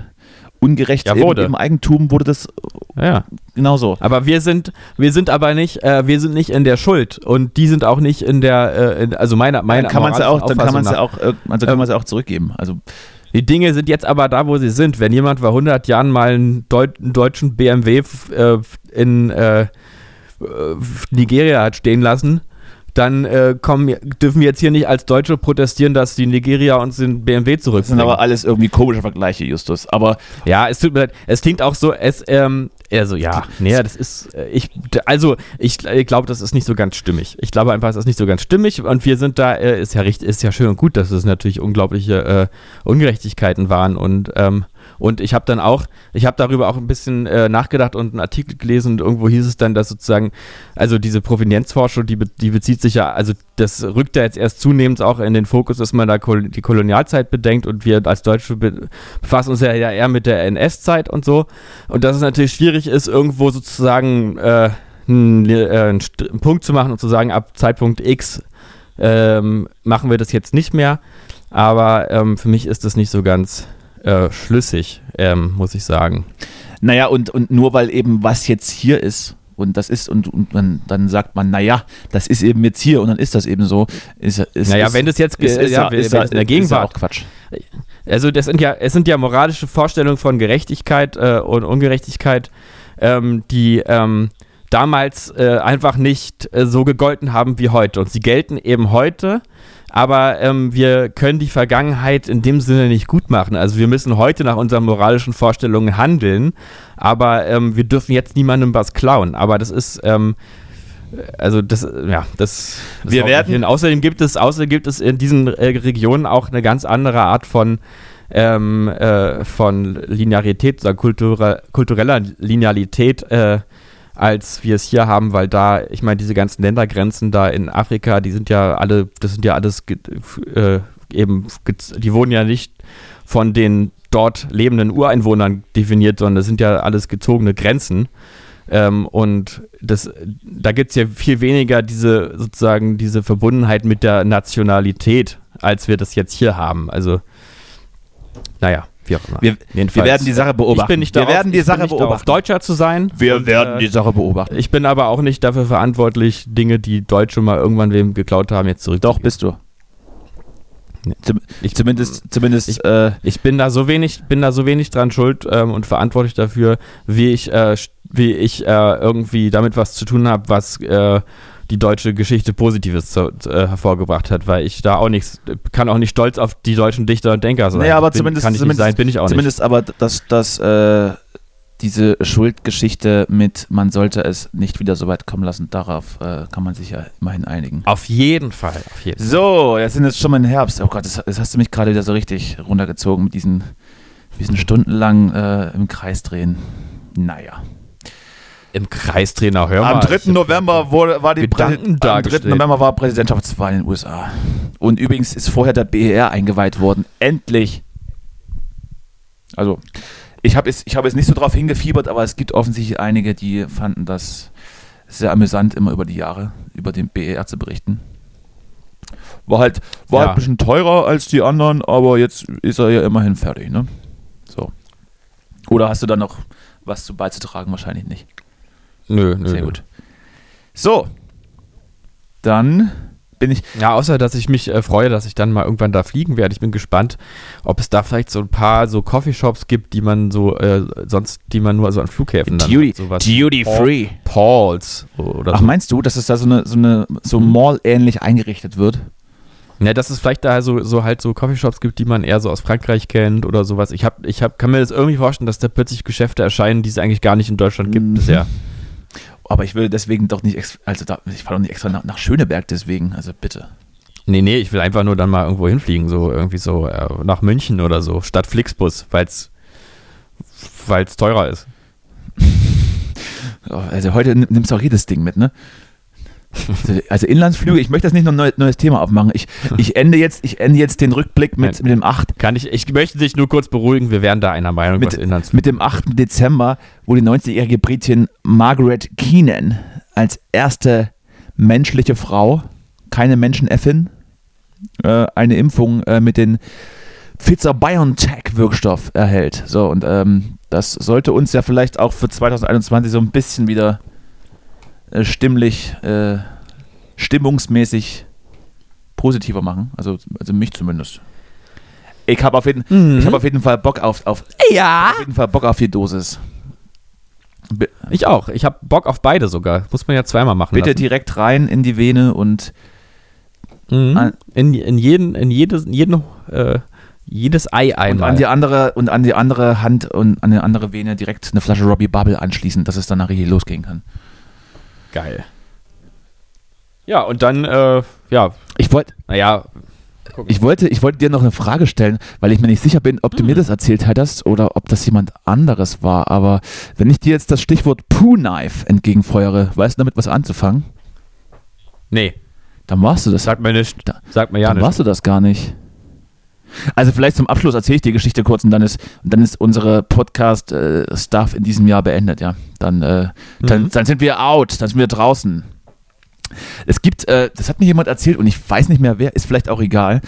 [SPEAKER 2] ungerecht
[SPEAKER 1] Ja,
[SPEAKER 2] eben,
[SPEAKER 1] wurde.
[SPEAKER 2] eben Eigentum wurde das
[SPEAKER 1] ja.
[SPEAKER 2] genauso.
[SPEAKER 1] Aber wir sind, wir sind aber nicht, äh, wir sind nicht in der Schuld und die sind auch nicht in der, äh, in, also meiner, meiner
[SPEAKER 2] Dann kann man es ja auch, dann kann man
[SPEAKER 1] Auffassung
[SPEAKER 2] es ja
[SPEAKER 1] nach.
[SPEAKER 2] auch, äh, also kann
[SPEAKER 1] Ähm,
[SPEAKER 2] man es ja auch zurückgeben. Also
[SPEAKER 1] Die Dinge sind jetzt aber da, wo sie sind. Wenn jemand vor 100 Jahren mal einen, Deut einen deutschen BMW f- äh, in äh, äh, Nigeria hat stehen lassen, dann äh, kommen, dürfen wir jetzt hier nicht als Deutsche protestieren, dass die Nigeria uns den BMW
[SPEAKER 2] Das sind
[SPEAKER 1] zurückbringen.
[SPEAKER 2] aber alles irgendwie komische Vergleiche, Justus. Aber
[SPEAKER 1] Ja, es tut mir leid. Es klingt auch so, es, ähm, also ja, naja, das ist, äh, ich, d- also ich, gl- ich glaube, das ist nicht so ganz stimmig. Ich glaube einfach, es ist nicht so ganz stimmig und wir sind da, äh, ist ja richtig, ist ja schön und gut, dass es natürlich unglaubliche äh, Ungerechtigkeiten waren und, ähm, und ich habe dann auch, ich habe darüber auch ein bisschen äh, nachgedacht und einen Artikel gelesen und irgendwo hieß es dann, dass sozusagen, also diese Provenienzforschung, die, be die bezieht sich ja, also das rückt ja jetzt erst zunehmend auch in den Fokus, dass man da Kol die Kolonialzeit bedenkt und wir als Deutsche be befassen uns ja ja eher mit der NS-Zeit und so. Und dass es natürlich schwierig ist, irgendwo sozusagen äh, einen, äh, einen St- einen Punkt zu machen und zu sagen, ab Zeitpunkt X ähm, machen wir das jetzt nicht mehr. Aber ähm, für mich ist das nicht so ganz äh, schlüssig, ähm, muss ich sagen.
[SPEAKER 2] naja, und, und nur weil eben was jetzt hier ist und das ist und, und dann, dann sagt man, naja, das ist eben jetzt hier und dann ist das eben so. Ist, ist,
[SPEAKER 1] Naja,
[SPEAKER 2] ist,
[SPEAKER 1] wenn das jetzt-
[SPEAKER 2] ist, ist,
[SPEAKER 1] ja,
[SPEAKER 2] ja,
[SPEAKER 1] wenn
[SPEAKER 2] ist,
[SPEAKER 1] das in der Gegenwart-
[SPEAKER 2] ist ja auch Quatsch.
[SPEAKER 1] Also das sind ja, es sind ja moralische Vorstellungen von Gerechtigkeit äh, und Ungerechtigkeit, ähm, die ähm, damals äh, einfach nicht äh, so gegolten haben wie heute. Und sie gelten eben heute aber ähm, wir können die Vergangenheit in dem Sinne nicht gut machen. Also wir müssen heute nach unseren moralischen Vorstellungen handeln, aber ähm, wir dürfen jetzt niemandem was klauen. Aber das ist ähm, also das, ja, das. das
[SPEAKER 3] Wir
[SPEAKER 1] haut
[SPEAKER 3] werden-
[SPEAKER 1] nicht hin. Außerdem gibt es, außerdem gibt es in diesen äh, Regionen auch eine ganz andere Art von ähm, äh, von Linearität oder kulture, kultureller Linealität äh, als wir es hier haben, weil da, ich meine, diese ganzen Ländergrenzen da in Afrika, die sind ja alle, das sind ja alles ge- f- äh, eben, gez- die wurden ja nicht von den dort lebenden Ureinwohnern definiert, sondern das sind ja alles gezogene Grenzen. Ähm, und das, da gibt es ja viel weniger diese sozusagen diese Verbundenheit mit der Nationalität, als wir das jetzt hier haben. Also, naja, wie auch immer.
[SPEAKER 3] Wir-
[SPEAKER 1] Jedenfalls,
[SPEAKER 3] Wir werden die Sache
[SPEAKER 1] ich
[SPEAKER 3] beobachten.
[SPEAKER 1] bin nicht
[SPEAKER 3] wir
[SPEAKER 1] darauf,
[SPEAKER 3] werden die
[SPEAKER 1] ich
[SPEAKER 3] Sache
[SPEAKER 1] bin nicht darauf,
[SPEAKER 3] beobachten.
[SPEAKER 1] Deutscher zu sein. Und, äh,
[SPEAKER 2] Sache beobachten.
[SPEAKER 1] ich bin aber auch nicht dafür verantwortlich, Dinge, die Deutsche mal irgendwann wem geklaut haben, jetzt zurück.
[SPEAKER 2] Doch, bist du.
[SPEAKER 1] Nee.
[SPEAKER 2] Zum,
[SPEAKER 1] Ich-
[SPEAKER 2] zumindest, zumindest,
[SPEAKER 1] ich-
[SPEAKER 2] äh,
[SPEAKER 1] Ich bin da so wenig, bin da so wenig dran schuld ähm, und verantwortlich dafür, wie ich, äh, st- wie ich äh, irgendwie damit was zu tun habe, was äh, die deutsche Geschichte Positives zu, äh, hervorgebracht hat, weil ich da auch nichts, kann auch nicht stolz auf die deutschen Dichter und Denker sein.
[SPEAKER 2] Naja, aber
[SPEAKER 1] bin,
[SPEAKER 2] zumindest-
[SPEAKER 1] kann ich
[SPEAKER 2] zumindest-
[SPEAKER 1] nicht sein, bin ich auch nicht.
[SPEAKER 2] zumindest aber, dass, dass äh, diese Schuldgeschichte mit, man sollte es nicht wieder so weit kommen lassen, darauf äh, kann man sich ja immerhin einigen.
[SPEAKER 1] Auf jeden Fall, auf jeden Fall.
[SPEAKER 2] So, jetzt sind jetzt schon mal im Herbst. Oh Gott, das, das hast du mich gerade wieder so richtig runtergezogen mit diesen, diesen stundenlang äh, im Kreis drehen. Naja.
[SPEAKER 1] Im Kreistrainer, hör
[SPEAKER 2] Am
[SPEAKER 1] mal.
[SPEAKER 2] 3. November wurde, war die
[SPEAKER 1] Gedanken
[SPEAKER 2] Präsi- am 3.
[SPEAKER 1] dargestellt.
[SPEAKER 2] November war Präsidentschaftswahl in den USA. Und übrigens ist vorher der BER eingeweiht worden. Endlich. Also, ich habe jetzt, ich hab jetzt nicht so drauf hingefiebert, aber es gibt offensichtlich einige, die fanden das sehr amüsant, immer über die Jahre, über den BER zu berichten. War halt,
[SPEAKER 1] Ja.
[SPEAKER 2] war halt ein bisschen teurer als die anderen, aber jetzt ist er ja immerhin fertig, ne? So. Oder hast du da noch was zu beizutragen? Wahrscheinlich nicht.
[SPEAKER 1] Nö, nö.
[SPEAKER 2] Sehr
[SPEAKER 1] nö.
[SPEAKER 2] gut. So, dann bin ich.
[SPEAKER 1] Ja, außer dass ich mich äh, freue, dass ich dann mal irgendwann da fliegen werde. Ich bin gespannt, ob es da vielleicht so ein paar so Coffeeshops gibt, die man so äh, sonst, die man nur so an Flughäfen dann hat, sowas. Oh. Also
[SPEAKER 2] Duty
[SPEAKER 1] Paul- Pauls oder
[SPEAKER 2] Ach,
[SPEAKER 1] so.
[SPEAKER 2] meinst du, dass es da so eine, so eine so
[SPEAKER 1] Hm.
[SPEAKER 2] Mall-ähnlich eingerichtet wird?
[SPEAKER 1] Ja, dass es vielleicht da so, so halt so Coffeeshops gibt, die man eher so aus Frankreich kennt oder sowas. Ich hab, ich hab, kann mir das irgendwie vorstellen, dass da plötzlich Geschäfte erscheinen, die es eigentlich gar nicht in Deutschland gibt
[SPEAKER 2] Mhm.
[SPEAKER 1] bisher.
[SPEAKER 2] Aber ich will deswegen doch nicht, ex- also da, ich fahre doch nicht extra nach, nach Schöneberg deswegen, also bitte.
[SPEAKER 1] Nee, nee, ich will einfach nur dann mal irgendwo hinfliegen, so irgendwie so äh, nach München oder so, statt Flixbus, weil's, weil's teurer ist.
[SPEAKER 2] Oh, Also heute nimm- nimmst du auch jedes Ding mit, ne? Also- Also Inlandsflüge, ich möchte das nicht noch ein neues, neues Thema aufmachen. Ich, ich, ende jetzt, ich ende jetzt den Rückblick mit,
[SPEAKER 1] Nein.
[SPEAKER 2] mit dem 8.
[SPEAKER 1] Kann ich, ich möchte dich nur kurz beruhigen, wir wären da einer Meinung,
[SPEAKER 2] Mit-
[SPEAKER 1] was Inlandsflug.
[SPEAKER 2] mit dem 8. Dezember, wo die 90-jährige Britin Margaret Keenan als erste menschliche Frau, keine Menscheneffin, äh, eine Impfung äh, mit dem Pfizer-BioNTech-Wirkstoff erhält. So, und ähm, das sollte uns ja vielleicht auch für 2021 so ein bisschen wieder äh, stimmlich, äh, stimmungsmäßig positiver machen. Also, also mich zumindest. Ich habe auf, jeden-
[SPEAKER 1] Mhm.
[SPEAKER 2] ich hab auf jeden Fall Bock auf, auf
[SPEAKER 1] Ja!
[SPEAKER 2] auf jeden Fall Bock auf die Dosis. B
[SPEAKER 1] Ich auch. Ich habe Bock auf beide sogar. Muss man ja zweimal machen.
[SPEAKER 2] bitte
[SPEAKER 1] lassen.
[SPEAKER 2] direkt rein in die Vene und
[SPEAKER 1] Mhm.
[SPEAKER 2] an-
[SPEAKER 1] In, in jeden, in jedes, in jeden, äh, jedes Ei
[SPEAKER 2] und an
[SPEAKER 1] einmal.
[SPEAKER 2] die andere und an die andere Hand und an die andere Vene direkt eine Flasche Robbie Bubble anschließen, dass es danach richtig losgehen kann.
[SPEAKER 1] Geil. Ja, und dann, äh, ja,
[SPEAKER 2] Ich wollte
[SPEAKER 1] naja,
[SPEAKER 2] ich wollte ich wollte dir noch eine Frage stellen, weil ich mir nicht sicher bin, ob du mir das erzählt hättest oder ob das jemand anderes war, aber wenn ich dir jetzt das Stichwort Poo Knife entgegenfeuere, weißt du damit was anzufangen?
[SPEAKER 1] nee,
[SPEAKER 2] Dann machst du das.
[SPEAKER 1] sagt mir nicht.
[SPEAKER 2] Da-
[SPEAKER 1] Sagt mir ja
[SPEAKER 2] Dann
[SPEAKER 1] nicht.
[SPEAKER 2] warst du das gar nicht. Also vielleicht zum Abschluss erzähle ich die Geschichte kurz und dann ist, und dann ist unsere Podcast-Stuff in diesem Jahr beendet, ja. Dann, äh, dann,
[SPEAKER 1] Mhm.
[SPEAKER 2] dann sind wir out, dann sind wir draußen. Es gibt, äh, das hat mir jemand erzählt und ich weiß nicht mehr wer, ist vielleicht auch egal.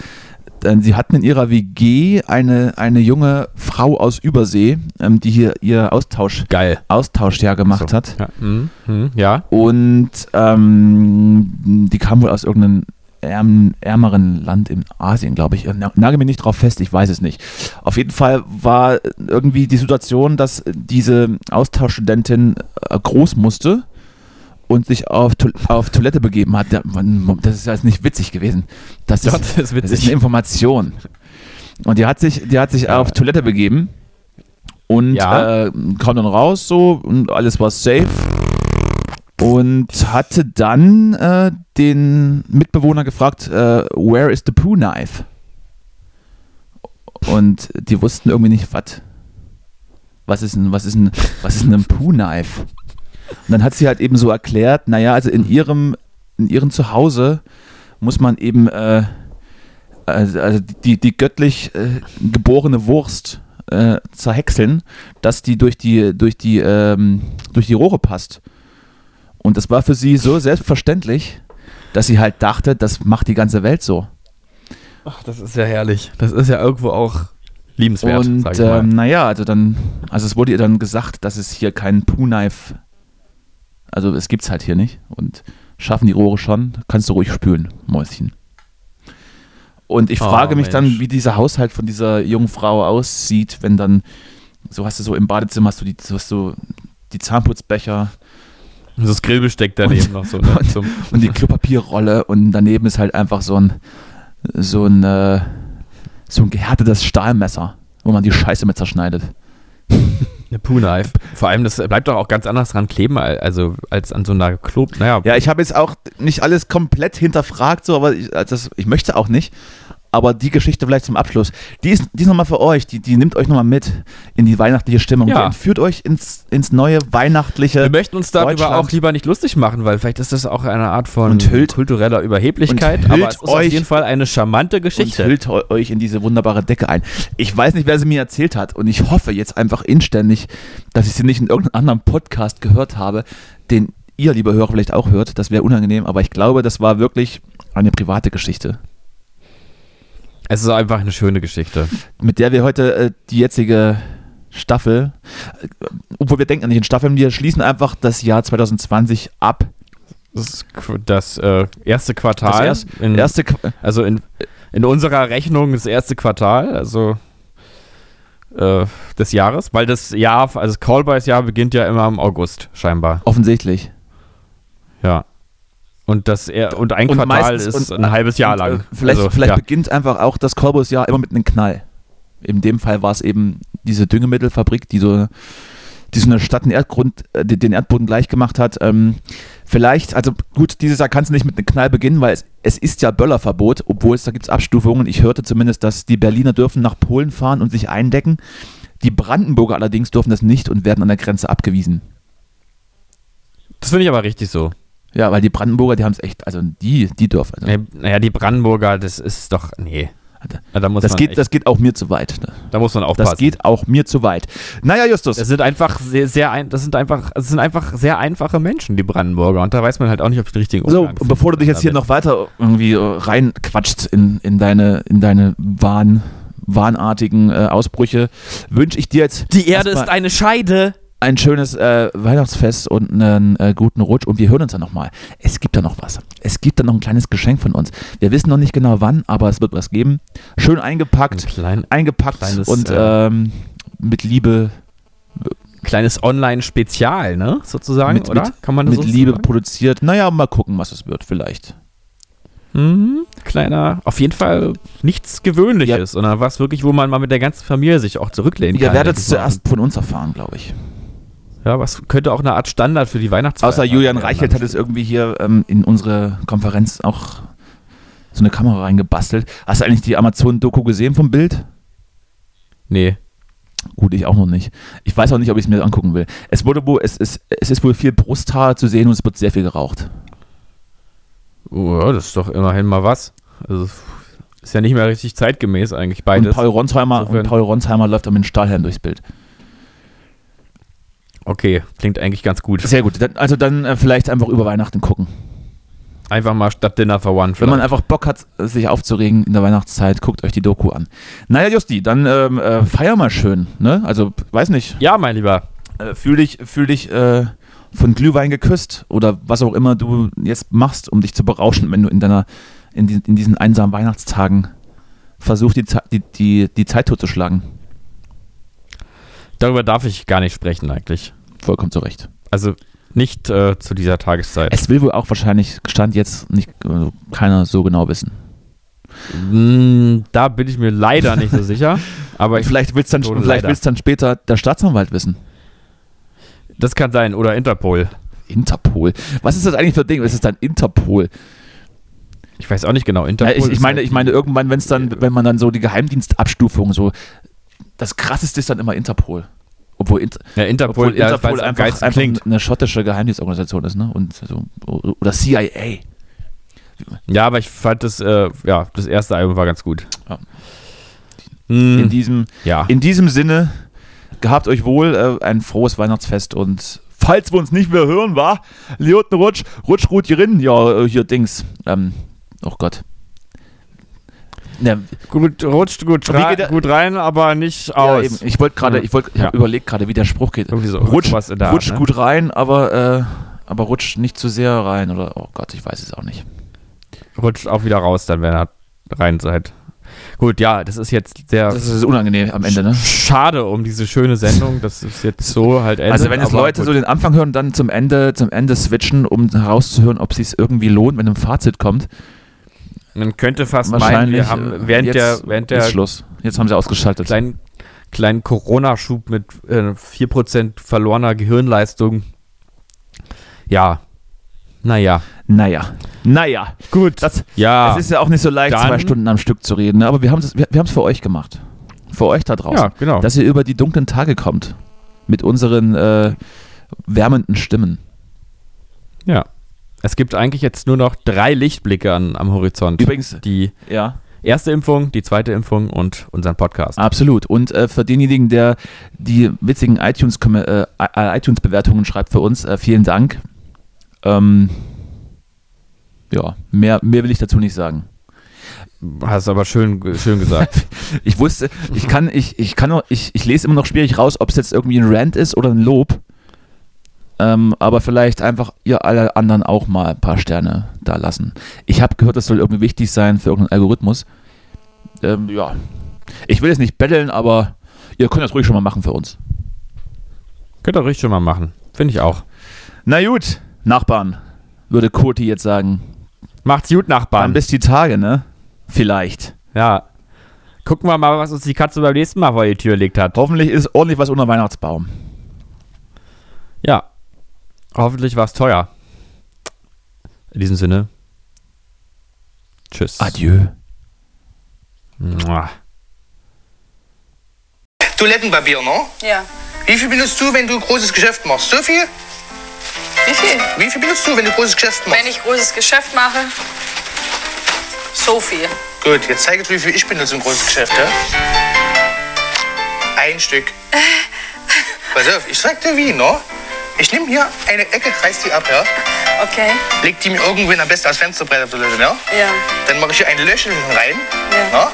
[SPEAKER 2] Denn sie hatten in ihrer WG eine, eine junge Frau aus Übersee, ähm, die hier ihr Austausch,
[SPEAKER 1] Geil.
[SPEAKER 2] Austauschjahr gemacht hat.
[SPEAKER 1] Ja. Mhm. Mhm. ja.
[SPEAKER 2] Und ähm, die kam wohl aus irgendeinem ärm, ärmeren Land in Asien, glaube ich. Na- Nagel mir nicht drauf fest, ich weiß es nicht. Auf jeden Fall war irgendwie die Situation, dass diese Austauschstudentin äh, groß musste und sich auf, Toil- auf Toilette begeben hat. Da- man- Das ist jetzt nicht witzig gewesen. Das ist,
[SPEAKER 1] Doch, das ist
[SPEAKER 2] Das ist eine
[SPEAKER 1] witzig.
[SPEAKER 2] Information. Und die hat sich, die hat sich auf Toilette begeben und
[SPEAKER 1] Ja.
[SPEAKER 2] äh, kam dann raus so und alles war safe. Und hatte dann äh, den Mitbewohner gefragt, äh, where is the poo knife? Und die wussten irgendwie nicht, was. Was ist ein, was ist ein, was ist denn ein poo knife? Und dann hat sie halt eben so erklärt, naja, also in ihrem, in ihrem Zuhause muss man eben äh, also, also die, die göttlich äh, geborene Wurst äh, zerhäckseln, dass die durch die, durch die, ähm, durch die Rohre passt. Und das war für sie so selbstverständlich, dass sie halt dachte, das macht die ganze Welt so.
[SPEAKER 1] Ach, das ist ja herrlich. Das ist ja irgendwo auch liebenswert,
[SPEAKER 2] Und
[SPEAKER 1] sag ich mal.
[SPEAKER 2] ähm, naja, also dann, also es wurde ihr dann gesagt, dass es hier keinen Poo-Knife, also es gibt's halt hier nicht. Und schaffen die Rohre schon, kannst du ruhig spülen, Mäuschen. Und ich
[SPEAKER 1] Oh,
[SPEAKER 2] frage mich dann,
[SPEAKER 1] Mensch.
[SPEAKER 2] wie dieser Haushalt von dieser jungen Frau aussieht, wenn dann, so hast du so im Badezimmer, hast du die, so hast du die Zahnputzbecher
[SPEAKER 1] Und das Grillbesteck daneben noch so. Ne?
[SPEAKER 2] und-
[SPEAKER 1] Zum,
[SPEAKER 2] und die Klopapierrolle und daneben ist halt einfach so ein, so ein, äh, so ein gehärtetes Stahlmesser, wo man die Scheiße mit zerschneidet.
[SPEAKER 1] eine Poo-Knife. Vor allem, das bleibt doch auch ganz anders dran kleben, al- also als an so einer Klo. Naja,
[SPEAKER 2] Ja, ich habe jetzt auch nicht alles komplett hinterfragt, so, aber ich, also das, ich möchte auch nicht. Aber die Geschichte vielleicht zum Abschluss. Die ist, die ist nochmal für euch, die, die nimmt euch nochmal mit in die weihnachtliche Stimmung.
[SPEAKER 1] Ja.
[SPEAKER 2] Die führt euch ins, ins neue weihnachtliche.
[SPEAKER 1] wir möchten uns darüber
[SPEAKER 2] äh, Deutschland.
[SPEAKER 1] auch lieber nicht lustig machen, weil vielleicht ist das auch eine Art von
[SPEAKER 2] Und hüllt-
[SPEAKER 1] kultureller Überheblichkeit,
[SPEAKER 2] und
[SPEAKER 1] aber
[SPEAKER 2] hüllt
[SPEAKER 1] es ist auf
[SPEAKER 2] euch-
[SPEAKER 1] jeden Fall eine charmante
[SPEAKER 2] und
[SPEAKER 1] Geschichte.
[SPEAKER 2] hüllt eu- euch in diese wunderbare Decke ein. Ich weiß nicht, wer sie mir erzählt hat und ich hoffe jetzt einfach inständig, dass ich sie nicht in irgendeinem anderen Podcast gehört habe, den ihr, liebe Hörer, vielleicht auch hört. Das wäre unangenehm, aber ich glaube, das war wirklich eine private Geschichte.
[SPEAKER 1] Es ist einfach eine schöne Geschichte.
[SPEAKER 2] mit der wir heute äh, die jetzige Staffel, äh, obwohl wir denken nicht in Staffeln, wir schließen einfach das Jahr 2020 ab.
[SPEAKER 1] Das, ist qu- das äh, erste Quartal.
[SPEAKER 2] Das erst-
[SPEAKER 1] in,
[SPEAKER 2] Erste, Qu-
[SPEAKER 1] Also in, in unserer Rechnung das erste Quartal, also äh, des Jahres, weil das Jahr, also das Callbys-Jahr beginnt ja immer im August, scheinbar.
[SPEAKER 2] offensichtlich.
[SPEAKER 1] Ja. Und das er, und ein
[SPEAKER 2] Und
[SPEAKER 1] Quartal
[SPEAKER 2] meistens-
[SPEAKER 1] ist
[SPEAKER 2] und-
[SPEAKER 1] ein halbes Jahr
[SPEAKER 2] Und,
[SPEAKER 1] lang.
[SPEAKER 2] äh, Vielleicht,
[SPEAKER 1] also,
[SPEAKER 2] vielleicht
[SPEAKER 1] ja.
[SPEAKER 2] beginnt einfach auch das Korbus-Jahr immer mit einem Knall. In dem Fall war es eben diese Düngemittelfabrik, die so, die so eine Stadt den, Erdgrund, äh, die- den Erdboden gleich gemacht hat. Ähm, vielleicht, also gut, dieses Jahr kannst du nicht mit einem Knall beginnen, weil es, es ist ja Böllerverbot, obwohl es da gibt es Abstufungen. Ich hörte zumindest, dass die Berliner dürfen nach Polen fahren und sich eindecken. Die Brandenburger allerdings dürfen das nicht und werden an der Grenze abgewiesen.
[SPEAKER 1] Das finde ich aber richtig so.
[SPEAKER 2] Ja, weil die Brandenburger, die haben es echt, also die, die dürfen. Also,
[SPEAKER 1] Nee, Naja, die Brandenburger, das ist doch. Nee. Ja, Da muss,
[SPEAKER 2] das,
[SPEAKER 1] man
[SPEAKER 2] geht,
[SPEAKER 1] echt-
[SPEAKER 2] das geht auch mir zu weit. Ne?
[SPEAKER 1] da muss man aufpassen.
[SPEAKER 2] Das geht auch mir zu weit. Naja, Justus.
[SPEAKER 1] Das sind einfach sehr, sehr ein, das sind einfach, das sind einfach sehr einfache Menschen, die Brandenburger. Und da weiß man halt auch nicht, ob es den richtigen
[SPEAKER 2] so,
[SPEAKER 1] Umgang findet
[SPEAKER 2] bevor du dich jetzt hier
[SPEAKER 1] damit.
[SPEAKER 2] noch weiter irgendwie äh, reinquatscht in, in deine, in deine Wahn, wahnartigen äh, Ausbrüche, wünsche ich dir jetzt
[SPEAKER 1] Die Erde
[SPEAKER 2] erstmal
[SPEAKER 1] ist eine Scheide.
[SPEAKER 2] ein schönes äh, Weihnachtsfest und einen äh, guten Rutsch und wir hören uns dann nochmal. Es gibt da noch was. Es gibt da noch ein kleines Geschenk von uns. Wir wissen noch nicht genau wann, aber es wird was geben. Schön eingepackt,
[SPEAKER 1] Klein,
[SPEAKER 2] eingepackt
[SPEAKER 1] kleines,
[SPEAKER 2] und
[SPEAKER 1] äh,
[SPEAKER 2] ähm, mit Liebe,
[SPEAKER 1] kleines Online-Spezial, ne? Sozusagen,
[SPEAKER 2] Mit-
[SPEAKER 1] oder? Kann man das
[SPEAKER 2] mit
[SPEAKER 1] so
[SPEAKER 2] Liebe
[SPEAKER 1] sagen?
[SPEAKER 2] produziert. Naja, mal gucken, was es wird vielleicht.
[SPEAKER 1] Mhm, kleiner, auf jeden Fall nichts Gewöhnliches, sondern was wirklich, wo man mal mit der ganzen Familie sich auch zurücklehnen
[SPEAKER 2] Ihr
[SPEAKER 1] kann.
[SPEAKER 2] werdet
[SPEAKER 1] denke
[SPEAKER 2] es
[SPEAKER 1] ich mal.
[SPEAKER 2] zuerst von uns erfahren, glaube ich.
[SPEAKER 1] Ja, was könnte auch eine Art Standard für die Weihnachtsfeier
[SPEAKER 2] Außer Julian
[SPEAKER 1] werden,
[SPEAKER 2] Reichelt hat es irgendwie hier ähm, in unsere Konferenz auch so eine Kamera reingebastelt. Hast du eigentlich die Amazon-Doku gesehen vom Bild?
[SPEAKER 1] Nee.
[SPEAKER 2] Gut, ich auch noch nicht. Ich weiß auch nicht, ob ich es mir angucken will. Es wurde wohl, es ist, es ist wohl viel Brusthaar zu sehen und es wird sehr viel geraucht.
[SPEAKER 1] Oh, ja, das ist doch immerhin mal was. Also, ist ja nicht mehr richtig zeitgemäß eigentlich
[SPEAKER 2] Und
[SPEAKER 1] beides.
[SPEAKER 2] Paul, Ronsheimer, und
[SPEAKER 1] Insofern-
[SPEAKER 2] Paul Ronsheimer läuft dann mit dem Stahlhelm durchs Bild.
[SPEAKER 1] Okay, klingt eigentlich ganz gut.
[SPEAKER 2] Sehr gut. Dann, also dann äh, vielleicht einfach über Weihnachten gucken.
[SPEAKER 1] Einfach mal statt Dinner for One.
[SPEAKER 2] Wenn man einfach Bock hat, sich aufzuregen in der Weihnachtszeit, guckt euch die Doku an. Naja, Justi, dann ähm, äh, feier mal schön. Ne? Also, weiß nicht.
[SPEAKER 1] ja, mein Lieber.
[SPEAKER 2] äh, fühl dich, fühl dich äh, von Glühwein geküsst oder was auch immer du jetzt machst, um dich zu berauschen, wenn du in deiner, in, die, in diesen einsamen Weihnachtstagen versuchst, die, Ze- die, die, die Zeit totzuschlagen.
[SPEAKER 1] Darüber darf ich gar nicht sprechen eigentlich.
[SPEAKER 2] Vollkommen zu Recht.
[SPEAKER 1] Also, Nicht äh, zu dieser Tageszeit.
[SPEAKER 2] Es will wohl auch wahrscheinlich, stand jetzt nicht äh, keiner so genau wissen.
[SPEAKER 1] Mm, da bin ich mir leider nicht so sicher. Aber ich,
[SPEAKER 2] Vielleicht willst du dann,
[SPEAKER 1] Oder
[SPEAKER 2] vielleicht
[SPEAKER 1] leider.
[SPEAKER 2] will's dann später der Staatsanwalt wissen.
[SPEAKER 1] das kann sein. Oder Interpol.
[SPEAKER 2] Interpol. Was ist das eigentlich für ein Ding? Was ist dann Interpol?
[SPEAKER 1] Ich weiß auch nicht genau.
[SPEAKER 2] Ja,
[SPEAKER 1] Interpol.
[SPEAKER 2] ich, ich
[SPEAKER 1] ist
[SPEAKER 2] meine,
[SPEAKER 1] halt
[SPEAKER 2] ich meine irgendwann, wenn es dann, wenn man dann so die Geheimdienstabstufung so, das krasseste ist dann immer Interpol. Obwohl, Inter
[SPEAKER 1] die- ja, Interpol,
[SPEAKER 2] obwohl
[SPEAKER 1] ja,
[SPEAKER 2] Interpol
[SPEAKER 1] weil's am
[SPEAKER 2] einfach,
[SPEAKER 1] geilsten
[SPEAKER 2] einfach
[SPEAKER 1] klingt.
[SPEAKER 2] eine schottische Geheimdienstorganisation ist, ne? Und so, oder CIA.
[SPEAKER 1] Ja, aber ich fand das, äh, ja, das erste Album war ganz gut.
[SPEAKER 2] Ja.
[SPEAKER 1] Mm,
[SPEAKER 2] In diesem,
[SPEAKER 1] ja.
[SPEAKER 2] in diesem Sinne, gehabt euch wohl äh, ein frohes Weihnachtsfest und falls wir uns nicht mehr hören, war Leoten Rutsch, Rutsch gut hier rein. ja, äh, hier Dings. Ähm, oh Gott. Ne,
[SPEAKER 1] gut, rutscht gut,
[SPEAKER 2] Wie
[SPEAKER 1] rein-
[SPEAKER 2] geht der-
[SPEAKER 1] gut rein, aber nicht
[SPEAKER 2] Ja,
[SPEAKER 1] aus.
[SPEAKER 2] eben. Ich wollte gerade,
[SPEAKER 1] Ja.
[SPEAKER 2] ich wollte, ich
[SPEAKER 1] Ja.
[SPEAKER 2] habe überlegt gerade, wie der Spruch geht.
[SPEAKER 1] Irgendwie so-
[SPEAKER 2] rutsch
[SPEAKER 1] sowas in der Art,
[SPEAKER 2] rutsch
[SPEAKER 1] ne?
[SPEAKER 2] gut rein, aber, äh, aber rutsch nicht zu sehr rein oder, oh Gott, ich weiß es auch nicht.
[SPEAKER 1] rutscht auch wieder raus, dann wenn er rein seid. Gut, ja, das ist jetzt sehr
[SPEAKER 2] Das ist unangenehm am Ende, ne?
[SPEAKER 1] schade um diese schöne Sendung. Das ist jetzt so halt endet,
[SPEAKER 2] Also wenn jetzt
[SPEAKER 1] aber
[SPEAKER 2] Leute
[SPEAKER 1] gut.
[SPEAKER 2] so den Anfang hören und dann zum Ende, zum Ende switchen, um herauszuhören, ob es irgendwie lohnt, wenn ein Fazit kommt,
[SPEAKER 1] Man könnte fast meinen,
[SPEAKER 2] wahrscheinlich
[SPEAKER 1] wir haben
[SPEAKER 2] äh,
[SPEAKER 1] während
[SPEAKER 2] jetzt,
[SPEAKER 1] der, während
[SPEAKER 2] ist
[SPEAKER 1] der
[SPEAKER 2] Schluss. Jetzt haben sie ausgeschaltet.
[SPEAKER 1] kleinen, kleinen Corona-Schub mit äh, 4% verlorener Gehirnleistung. Ja. Naja.
[SPEAKER 2] Naja, naja.
[SPEAKER 1] Gut.
[SPEAKER 2] Das,
[SPEAKER 1] ja.
[SPEAKER 2] Es ist ja auch nicht so leicht,
[SPEAKER 1] Dann-
[SPEAKER 2] zwei Stunden am Stück zu reden, ne? aber wir haben es wir, wir haben's für euch gemacht. Für euch da draußen.
[SPEAKER 1] ja, genau.
[SPEAKER 2] dass ihr über die dunklen Tage kommt. Mit unseren äh, wärmenden Stimmen.
[SPEAKER 1] ja. Es gibt eigentlich jetzt nur noch drei Lichtblicke an, am Horizont.
[SPEAKER 2] Übrigens,
[SPEAKER 1] Die
[SPEAKER 2] ja.
[SPEAKER 1] erste Impfung, die zweite Impfung und unseren Podcast.
[SPEAKER 2] Absolut. Und äh, für denjenigen, der die witzigen iTunes-Bewertungen äh, iTunes -Bewertungen schreibt für uns, äh, vielen Dank. Ähm, ja, mehr, mehr will ich dazu nicht sagen.
[SPEAKER 1] Hast aber schön, schön gesagt.
[SPEAKER 2] Ich wusste, ich kann, ich, ich kann noch, ich, ich lese immer noch schwierig raus, ob es jetzt irgendwie ein Rant ist oder ein Lob. Ähm, aber vielleicht einfach ihr alle anderen auch mal ein paar Sterne da lassen. Ich habe gehört, das soll irgendwie wichtig sein für irgendeinen Algorithmus. Ähm, ja. Ich will jetzt nicht betteln, aber ihr könnt das ruhig schon mal machen für uns.
[SPEAKER 1] Könnt ihr ruhig schon mal machen. Finde ich auch.
[SPEAKER 2] Na gut, Nachbarn, würde Koti jetzt sagen.
[SPEAKER 1] Macht's gut,
[SPEAKER 2] Dann
[SPEAKER 1] Nachbarn.
[SPEAKER 2] bis die Tage, ne? Vielleicht.
[SPEAKER 1] Ja. Gucken wir mal, was uns die Katze beim nächsten Mal vor die Tür gelegt hat.
[SPEAKER 2] Hoffentlich ist ordentlich was unter dem Weihnachtsbaum.
[SPEAKER 1] Ja. Hoffentlich war es teuer. In diesem Sinne. Tschüss.
[SPEAKER 2] Adieu.
[SPEAKER 1] Mua.
[SPEAKER 3] Toilettenpapier, ne?
[SPEAKER 4] Ja.
[SPEAKER 3] Wie viel benutzt du, wenn du ein großes Geschäft machst? So viel?
[SPEAKER 4] Wie viel?
[SPEAKER 3] Wie viel benutzt du, wenn du ein großes Geschäft machst?
[SPEAKER 4] Wenn ich großes Geschäft mache, so viel.
[SPEAKER 3] Gut, jetzt zeige ich dir, wie viel ich benutze im großen Geschäft, ja? Ein Stück.
[SPEAKER 4] Äh.
[SPEAKER 3] Pass auf, ich zeig dir wie, ne? Ich nehme hier eine Ecke, reiß die ab, ja?
[SPEAKER 4] Okay.
[SPEAKER 3] Leg die mir irgendwohin am besten als Fensterbrett auf die Toilette, ja?
[SPEAKER 4] Ja.
[SPEAKER 3] Dann mache ich hier ein Löchel rein,
[SPEAKER 4] Ja.
[SPEAKER 3] ne?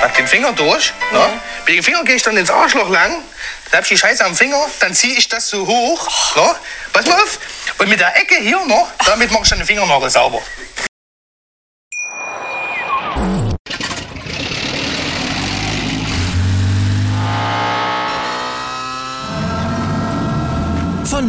[SPEAKER 3] Pack den Finger durch, ne? Mit dem Finger gehe ich dann ins Arschloch lang, dann hab ich die Scheiße am Finger, dann ziehe ich das so hoch, ne? Pass mal auf! Und mit der Ecke hier, ne? Damit mache ich dann den Fingernagel sauber.
[SPEAKER 5] Von